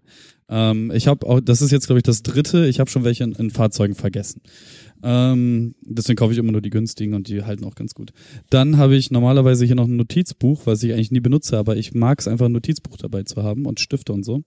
Speaker 2: Ähm, ich habe auch, das ist jetzt glaube ich das dritte, ich habe schon welche in, in Fahrzeugen vergessen. Ähm, deswegen kaufe ich immer nur die günstigen und die halten auch ganz gut. Dann habe ich normalerweise hier noch ein Notizbuch, was ich eigentlich nie benutze, aber ich mag es einfach ein Notizbuch dabei zu haben und Stifte und so.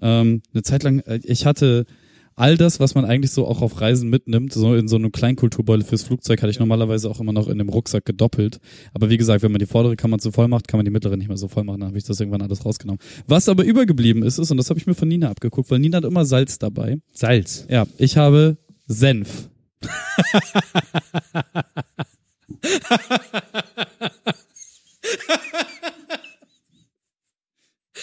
Speaker 2: Ähm, eine Zeit lang, äh, ich hatte all das, was man eigentlich so auch auf Reisen mitnimmt, so in so einem Kleinkulturbeutel fürs Flugzeug, hatte ich normalerweise auch immer noch in dem Rucksack gedoppelt. Aber wie gesagt, wenn man die vordere Kammer zu voll macht, kann man die mittlere nicht mehr so voll machen. Dann habe ich das irgendwann alles rausgenommen. Was aber übergeblieben ist, ist, und das habe ich mir von Nina abgeguckt, weil Nina hat immer Salz dabei.
Speaker 1: Salz.
Speaker 2: Ja, ich habe Senf.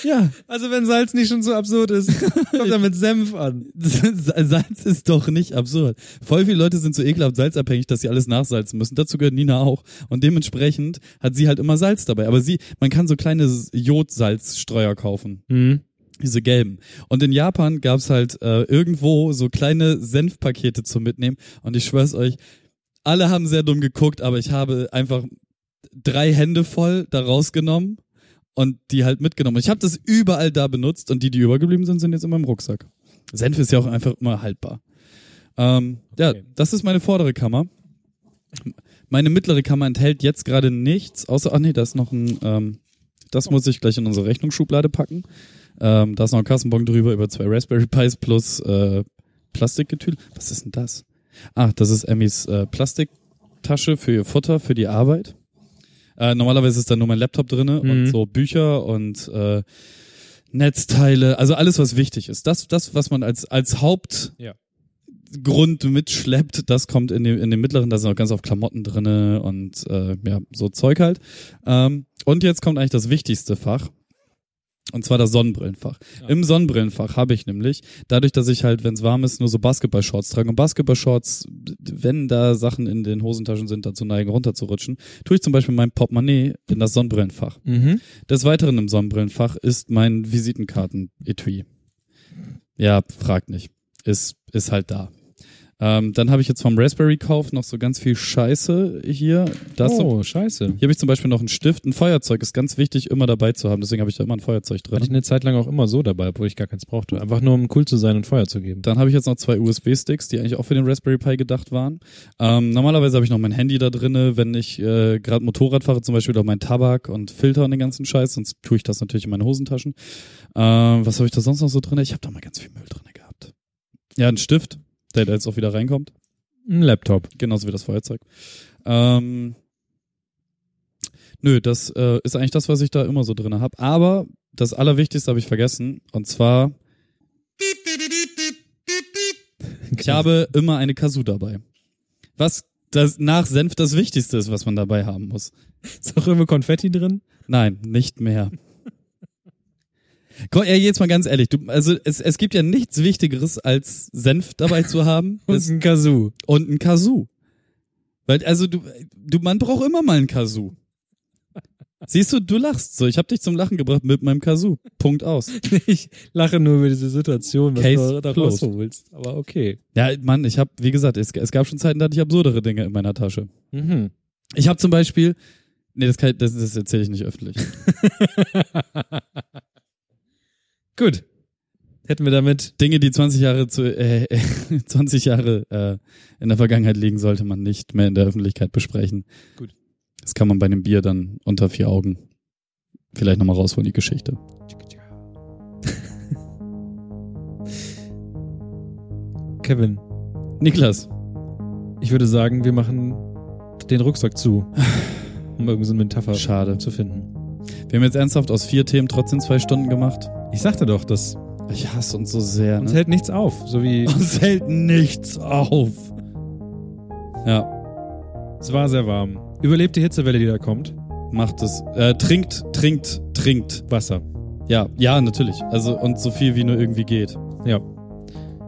Speaker 2: ja,
Speaker 1: Also wenn Salz nicht schon so absurd ist, kommt er mit Senf an.
Speaker 2: Salz ist doch nicht absurd. Voll viele Leute sind so ekelhaft salzabhängig, dass sie alles nachsalzen müssen. Dazu gehört Nina auch. Und dementsprechend hat sie halt immer Salz dabei. Aber sie, man kann so kleine S- Jodsalzstreuer kaufen.
Speaker 1: Mhm.
Speaker 2: Diese gelben. Und in Japan gab's halt äh, irgendwo so kleine Senfpakete zum Mitnehmen. Und ich schwör's euch, alle haben sehr dumm geguckt, aber ich habe einfach drei Hände voll da rausgenommen und die halt mitgenommen. Ich habe das überall da benutzt und die, die übergeblieben sind, sind jetzt in meinem Rucksack. Senf ist ja auch einfach immer haltbar. Ähm, Ja,
Speaker 1: Okay.
Speaker 2: das ist meine vordere Kammer. Meine mittlere Kammer enthält jetzt gerade nichts, außer, ach nee, da ist noch ein, ähm, das muss ich gleich in unsere Rechnungsschublade packen. Ähm, da ist noch ein Kassenbon drüber über zwei Raspberry Pis plus äh, Plastikgetüll. Was ist denn das? Ah, das ist Emmys äh, Plastiktasche für ihr Futter, für die Arbeit. Äh, normalerweise ist da nur mein Laptop drinne und
Speaker 1: Mhm.
Speaker 2: so Bücher und äh, Netzteile, also alles, was wichtig ist. Das, das was man als, als Hauptgrund
Speaker 1: Ja.
Speaker 2: mitschleppt, das kommt in dem, in dem mittleren, da sind auch ganz oft Klamotten drinne und äh, ja, so Zeug halt. Ähm, und jetzt kommt eigentlich das wichtigste Fach. Und zwar das Sonnenbrillenfach.
Speaker 1: Ja.
Speaker 2: Im Sonnenbrillenfach habe ich nämlich, dadurch, dass ich halt, wenn es warm ist, nur so Basketballshorts trage. Und Basketballshorts, wenn da Sachen in den Hosentaschen sind, dazu neigen, runterzurutschen, tue ich zum Beispiel mein Portemonnaie in das Sonnenbrillenfach.
Speaker 1: Mhm.
Speaker 2: Des Weiteren im Sonnenbrillenfach ist mein Visitenkarten-Etui. Ja, fragt nicht. Ist, ist halt da. Ähm, dann habe ich jetzt vom Raspberry-Kauf noch so ganz viel Scheiße hier. Das und-
Speaker 1: oh, scheiße.
Speaker 2: hier habe ich zum Beispiel noch einen Stift, ein Feuerzeug. Ist ganz wichtig, immer dabei zu haben. Deswegen habe ich da immer ein Feuerzeug
Speaker 1: Hatte ich
Speaker 2: drin.
Speaker 1: eine Zeit lang auch immer so dabei, obwohl ich gar keins brauchte. Einfach nur, um cool zu sein und Feuer zu geben.
Speaker 2: Dann habe ich jetzt noch zwei USB-Sticks, die eigentlich auch für den Raspberry Pi gedacht waren. Ähm, normalerweise habe ich noch mein Handy da drinne, wenn ich äh, gerade Motorrad fahre, zum Beispiel auch mein Tabak und Filter und den ganzen Scheiß. Sonst tue ich das natürlich in meine Hosentaschen. Ähm, was habe ich da sonst noch so drinne? Ich habe da mal ganz viel Müll drinne gehabt. Ja, ein Stift, der da jetzt auch wieder reinkommt.
Speaker 1: Ein Laptop.
Speaker 2: Genauso wie das Feuerzeug. Ähm, nö, das äh, ist eigentlich das, was ich da immer so drin habe. Aber das Allerwichtigste habe ich vergessen. Und zwar, ich habe immer eine Kazoo dabei. Was das nach Senf das Wichtigste ist, was man dabei haben muss.
Speaker 1: Ist auch immer Konfetti drin?
Speaker 2: Nein, nicht mehr. Komm, ey, jetzt mal ganz ehrlich, du, also es, es gibt ja nichts Wichtigeres, als Senf dabei zu haben. Das-
Speaker 1: ein Kazoo.
Speaker 2: und ein Kazoo. Weil, also du, du, man braucht immer mal ein Kazoo. Siehst du, du lachst so. Ich habe dich zum Lachen gebracht mit meinem Kazoo. Punkt aus.
Speaker 1: Ich lache nur über diese Situation, was
Speaker 2: Case
Speaker 1: du da
Speaker 2: closed.
Speaker 1: rausholst. Aber okay.
Speaker 2: Ja, Mann, ich habe, wie gesagt, es, es gab schon Zeiten, da hatte ich absurdere Dinge in meiner Tasche.
Speaker 1: Mhm.
Speaker 2: Ich habe zum Beispiel, nee, das, kann, ich- das, das erzähle ich nicht öffentlich.
Speaker 1: Gut. Hätten wir damit
Speaker 2: Dinge, die 20 Jahre zu, äh, 20 Jahre äh, in der Vergangenheit liegen, sollte man nicht mehr in der Öffentlichkeit besprechen.
Speaker 1: Gut.
Speaker 2: Das kann man bei einem Bier dann unter vier Augen vielleicht nochmal rausholen, die Geschichte.
Speaker 1: Kevin.
Speaker 2: Niklas,
Speaker 1: Ich würde sagen, wir machen den Rucksack zu. Um irgendeine so eine Metapher
Speaker 2: Schade.
Speaker 1: zu finden.
Speaker 2: Wir haben jetzt ernsthaft aus vier Themen trotzdem zwei Stunden gemacht.
Speaker 1: Ich sagte doch, das
Speaker 2: Ich hasse uns so sehr.
Speaker 1: uns
Speaker 2: Ne?
Speaker 1: hält nichts auf. So wie
Speaker 2: Uns hält nichts auf. Ja,
Speaker 1: es war sehr warm. Überlebt die Hitzewelle, die da kommt.
Speaker 2: macht es. Äh, trinkt, trinkt, trinkt.
Speaker 1: Wasser.
Speaker 2: Ja, ja, natürlich. Also und so viel wie nur irgendwie geht.
Speaker 1: Ja.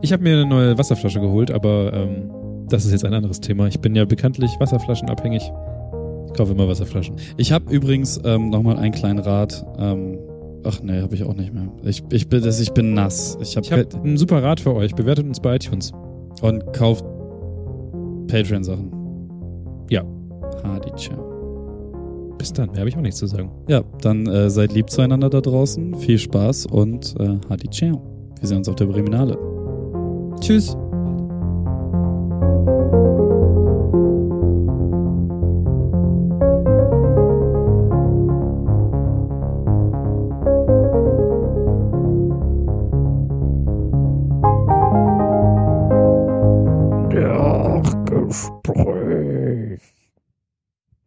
Speaker 1: Ich habe mir eine neue Wasserflasche geholt, aber ähm, das ist jetzt ein anderes Thema. Ich bin ja bekanntlich wasserflaschenabhängig. Ich kaufe immer Wasserflaschen.
Speaker 2: Ich habe übrigens ähm, nochmal einen kleinen Rat. Ähm, ach nee, habe ich auch nicht mehr. Ich, ich, bin, das, ich bin nass. Ich habe
Speaker 1: Ich habe einen super Rat für euch. Bewertet uns bei iTunes.
Speaker 2: und kauft Patreon-Sachen.
Speaker 1: Ja.
Speaker 2: Hardy, ciao.
Speaker 1: Bis dann. Mehr habe ich auch nichts zu sagen.
Speaker 2: Ja, dann äh, seid lieb zueinander da draußen. Viel Spaß und äh, Hadi Ciao. Wir sehen uns auf der Breminale.
Speaker 1: Tschüss.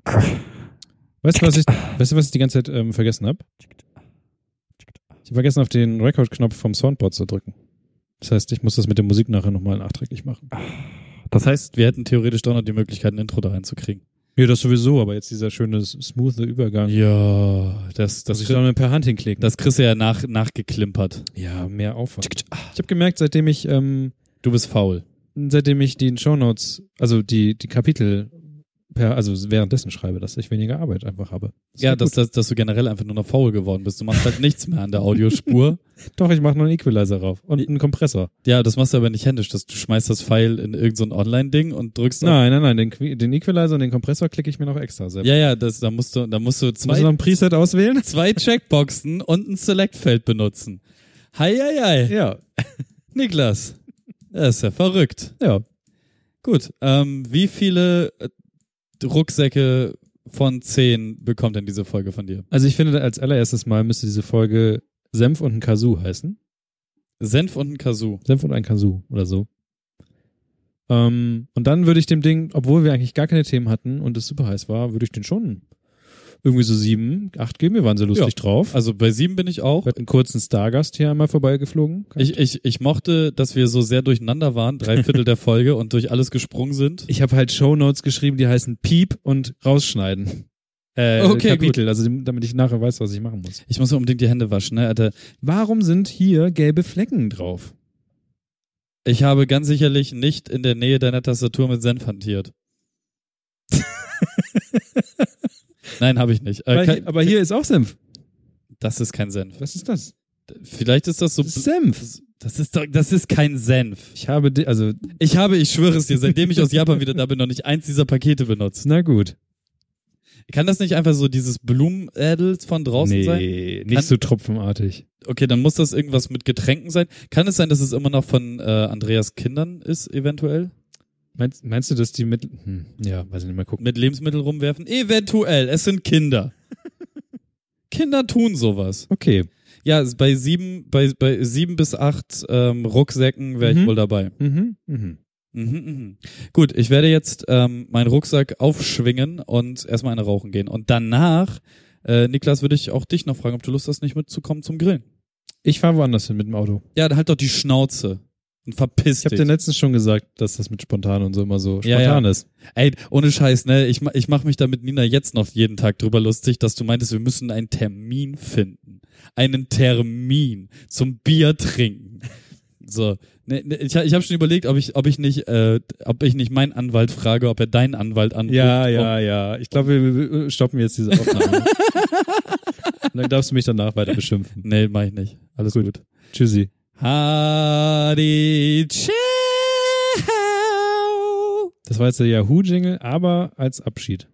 Speaker 1: Weißt du, was ich, weißt du, was ich die ganze Zeit ähm, vergessen habe? Ich habe vergessen, auf den Record-Knopf vom Soundboard zu drücken. Das heißt, ich muss das mit der Musik nachher nochmal nachträglich machen.
Speaker 2: Das heißt, wir hätten theoretisch doch noch die Möglichkeit, ein Intro da reinzukriegen.
Speaker 1: Ja, das sowieso, aber jetzt dieser schöne, smoothe Übergang.
Speaker 2: Ja, das,
Speaker 1: dass
Speaker 2: das,
Speaker 1: ich da mit per Hand hinklicken.
Speaker 2: das kriegst du ja nach, nachgeklimpert.
Speaker 1: ja, mehr Aufwand.
Speaker 2: ah.
Speaker 1: Ich habe gemerkt, seitdem ich, ähm,
Speaker 2: Du bist faul.
Speaker 1: seitdem ich die Shownotes, also die, die Kapitel per, also währenddessen schreibe, dass ich weniger Arbeit einfach habe. Ist
Speaker 2: Ja,
Speaker 1: gut.
Speaker 2: dass, dass, dass du generell einfach nur noch faul geworden bist. Du machst halt nichts mehr an der Audiospur.
Speaker 1: Doch, ich mache noch einen Equalizer rauf und einen Kompressor.
Speaker 2: Ja, das machst du aber nicht händisch. Das, du schmeißt das Pfeil in irgendein so ein Online-Ding und drückst auf-
Speaker 1: Nein, nein, nein, den, Que- den Equalizer und den Kompressor klicke ich mir noch extra selbst.
Speaker 2: Ja, ja, das, da musst du, da musst du
Speaker 1: Muss ich
Speaker 2: zwei,
Speaker 1: noch ein Preset auswählen?
Speaker 2: zwei Checkboxen und ein Select-Feld benutzen. Hei, hei, hei.
Speaker 1: Ja,
Speaker 2: Niklas, das ist ja verrückt.
Speaker 1: ja.
Speaker 2: Gut, ähm, wie viele äh, Rucksäcke von 10 bekommt denn diese Folge von dir?
Speaker 1: Also ich finde, als allererstes Mal müsste diese Folge Senf und ein Kazoo heißen.
Speaker 2: Senf und ein Kazoo.
Speaker 1: Senf und ein Kazoo oder so. Ähm, und dann würde ich dem Ding, obwohl wir eigentlich gar keine Themen hatten und es super heiß war, würde ich den schon irgendwie so sieben, acht geben. Wir waren so lustig
Speaker 2: Ja.
Speaker 1: drauf.
Speaker 2: Also bei 7 bin ich auch.
Speaker 1: wir hatten einen kurzen Stargast hier einmal vorbeigeflogen.
Speaker 2: Ich, ich, ich mochte, dass wir so sehr durcheinander waren, drei Viertel der Folge und durch alles gesprungen sind.
Speaker 1: ich habe halt Shownotes geschrieben, die heißen Piep und rausschneiden. Äh,
Speaker 2: Okay,
Speaker 1: Kapitel, also damit ich nachher weiß, was ich machen muss.
Speaker 2: Ich muss mir unbedingt die Hände waschen, ne? Alter,
Speaker 1: Warum sind hier gelbe Flecken drauf?
Speaker 2: ich habe ganz sicherlich nicht in der Nähe deiner Tastatur mit Senf hantiert. Nein, habe ich nicht. Äh,
Speaker 1: Weil,
Speaker 2: kein,
Speaker 1: aber hier ist auch Senf.
Speaker 2: das ist kein Senf.
Speaker 1: Was ist das?
Speaker 2: Vielleicht ist das so
Speaker 1: Das ist Senf.
Speaker 2: Das ist doch, das ist kein Senf.
Speaker 1: Ich habe, di- also,
Speaker 2: Ich habe, ich schwöre es dir, seitdem ich aus Japan wieder da bin, noch nicht eins dieser Pakete benutzt.
Speaker 1: na gut.
Speaker 2: Kann das nicht einfach so dieses Blumenädels von draußen
Speaker 1: nee,
Speaker 2: sein?
Speaker 1: nicht
Speaker 2: Kann-
Speaker 1: so tropfenartig.
Speaker 2: Okay, dann muss das irgendwas mit Getränken sein. Kann es sein, dass es immer noch von äh, Andreas Kindern ist, eventuell?
Speaker 1: Meinst, meinst du, dass die mit, hm, ja, weiß ich nicht, mal gucken.
Speaker 2: Mit Lebensmittel rumwerfen? Eventuell. Es sind Kinder. Kinder tun sowas.
Speaker 1: Okay.
Speaker 2: Ja, es- bei sieben, bei, bei sieben bis acht ähm, Rucksäcken wäre ich
Speaker 1: Mhm.
Speaker 2: wohl dabei.
Speaker 1: Mhm, mhm.
Speaker 2: Mhm, mhm. Gut, ich werde jetzt ähm, meinen Rucksack aufschwingen und erstmal eine rauchen gehen. Und danach, äh, Niklas, würde ich auch dich noch fragen, ob du Lust hast, nicht mitzukommen zum Grillen.
Speaker 1: Ich fahre woanders hin mit dem Auto.
Speaker 2: Ja, dann halt doch die Schnauze und verpiss
Speaker 1: Ich habe
Speaker 2: dich.
Speaker 1: dir letztens schon gesagt, dass das mit spontan und so immer so
Speaker 2: Ja,
Speaker 1: spontan ist.
Speaker 2: Ey, ohne Scheiß, ne? Ich, ma- ich mache mich da mit Nina jetzt noch jeden Tag drüber lustig, dass du meintest, wir müssen einen Termin finden. Einen Termin zum Bier trinken. So. Ne, ne, ich ha- ich habe schon überlegt, ob ich, ob ich nicht, äh, ob ich nicht meinen Anwalt frage, ob er deinen Anwalt anruft.
Speaker 1: Ja,
Speaker 2: um-
Speaker 1: ja, ja. Ich glaube, wir- wir stoppen jetzt diese Aufnahme. Und dann darfst du mich danach weiter beschimpfen.
Speaker 2: Nee, mach ich nicht. Alles gut. gut.
Speaker 1: Tschüssi.
Speaker 2: Hadi ciao.
Speaker 1: Das war jetzt der Yahoo-Jingle, aber als Abschied.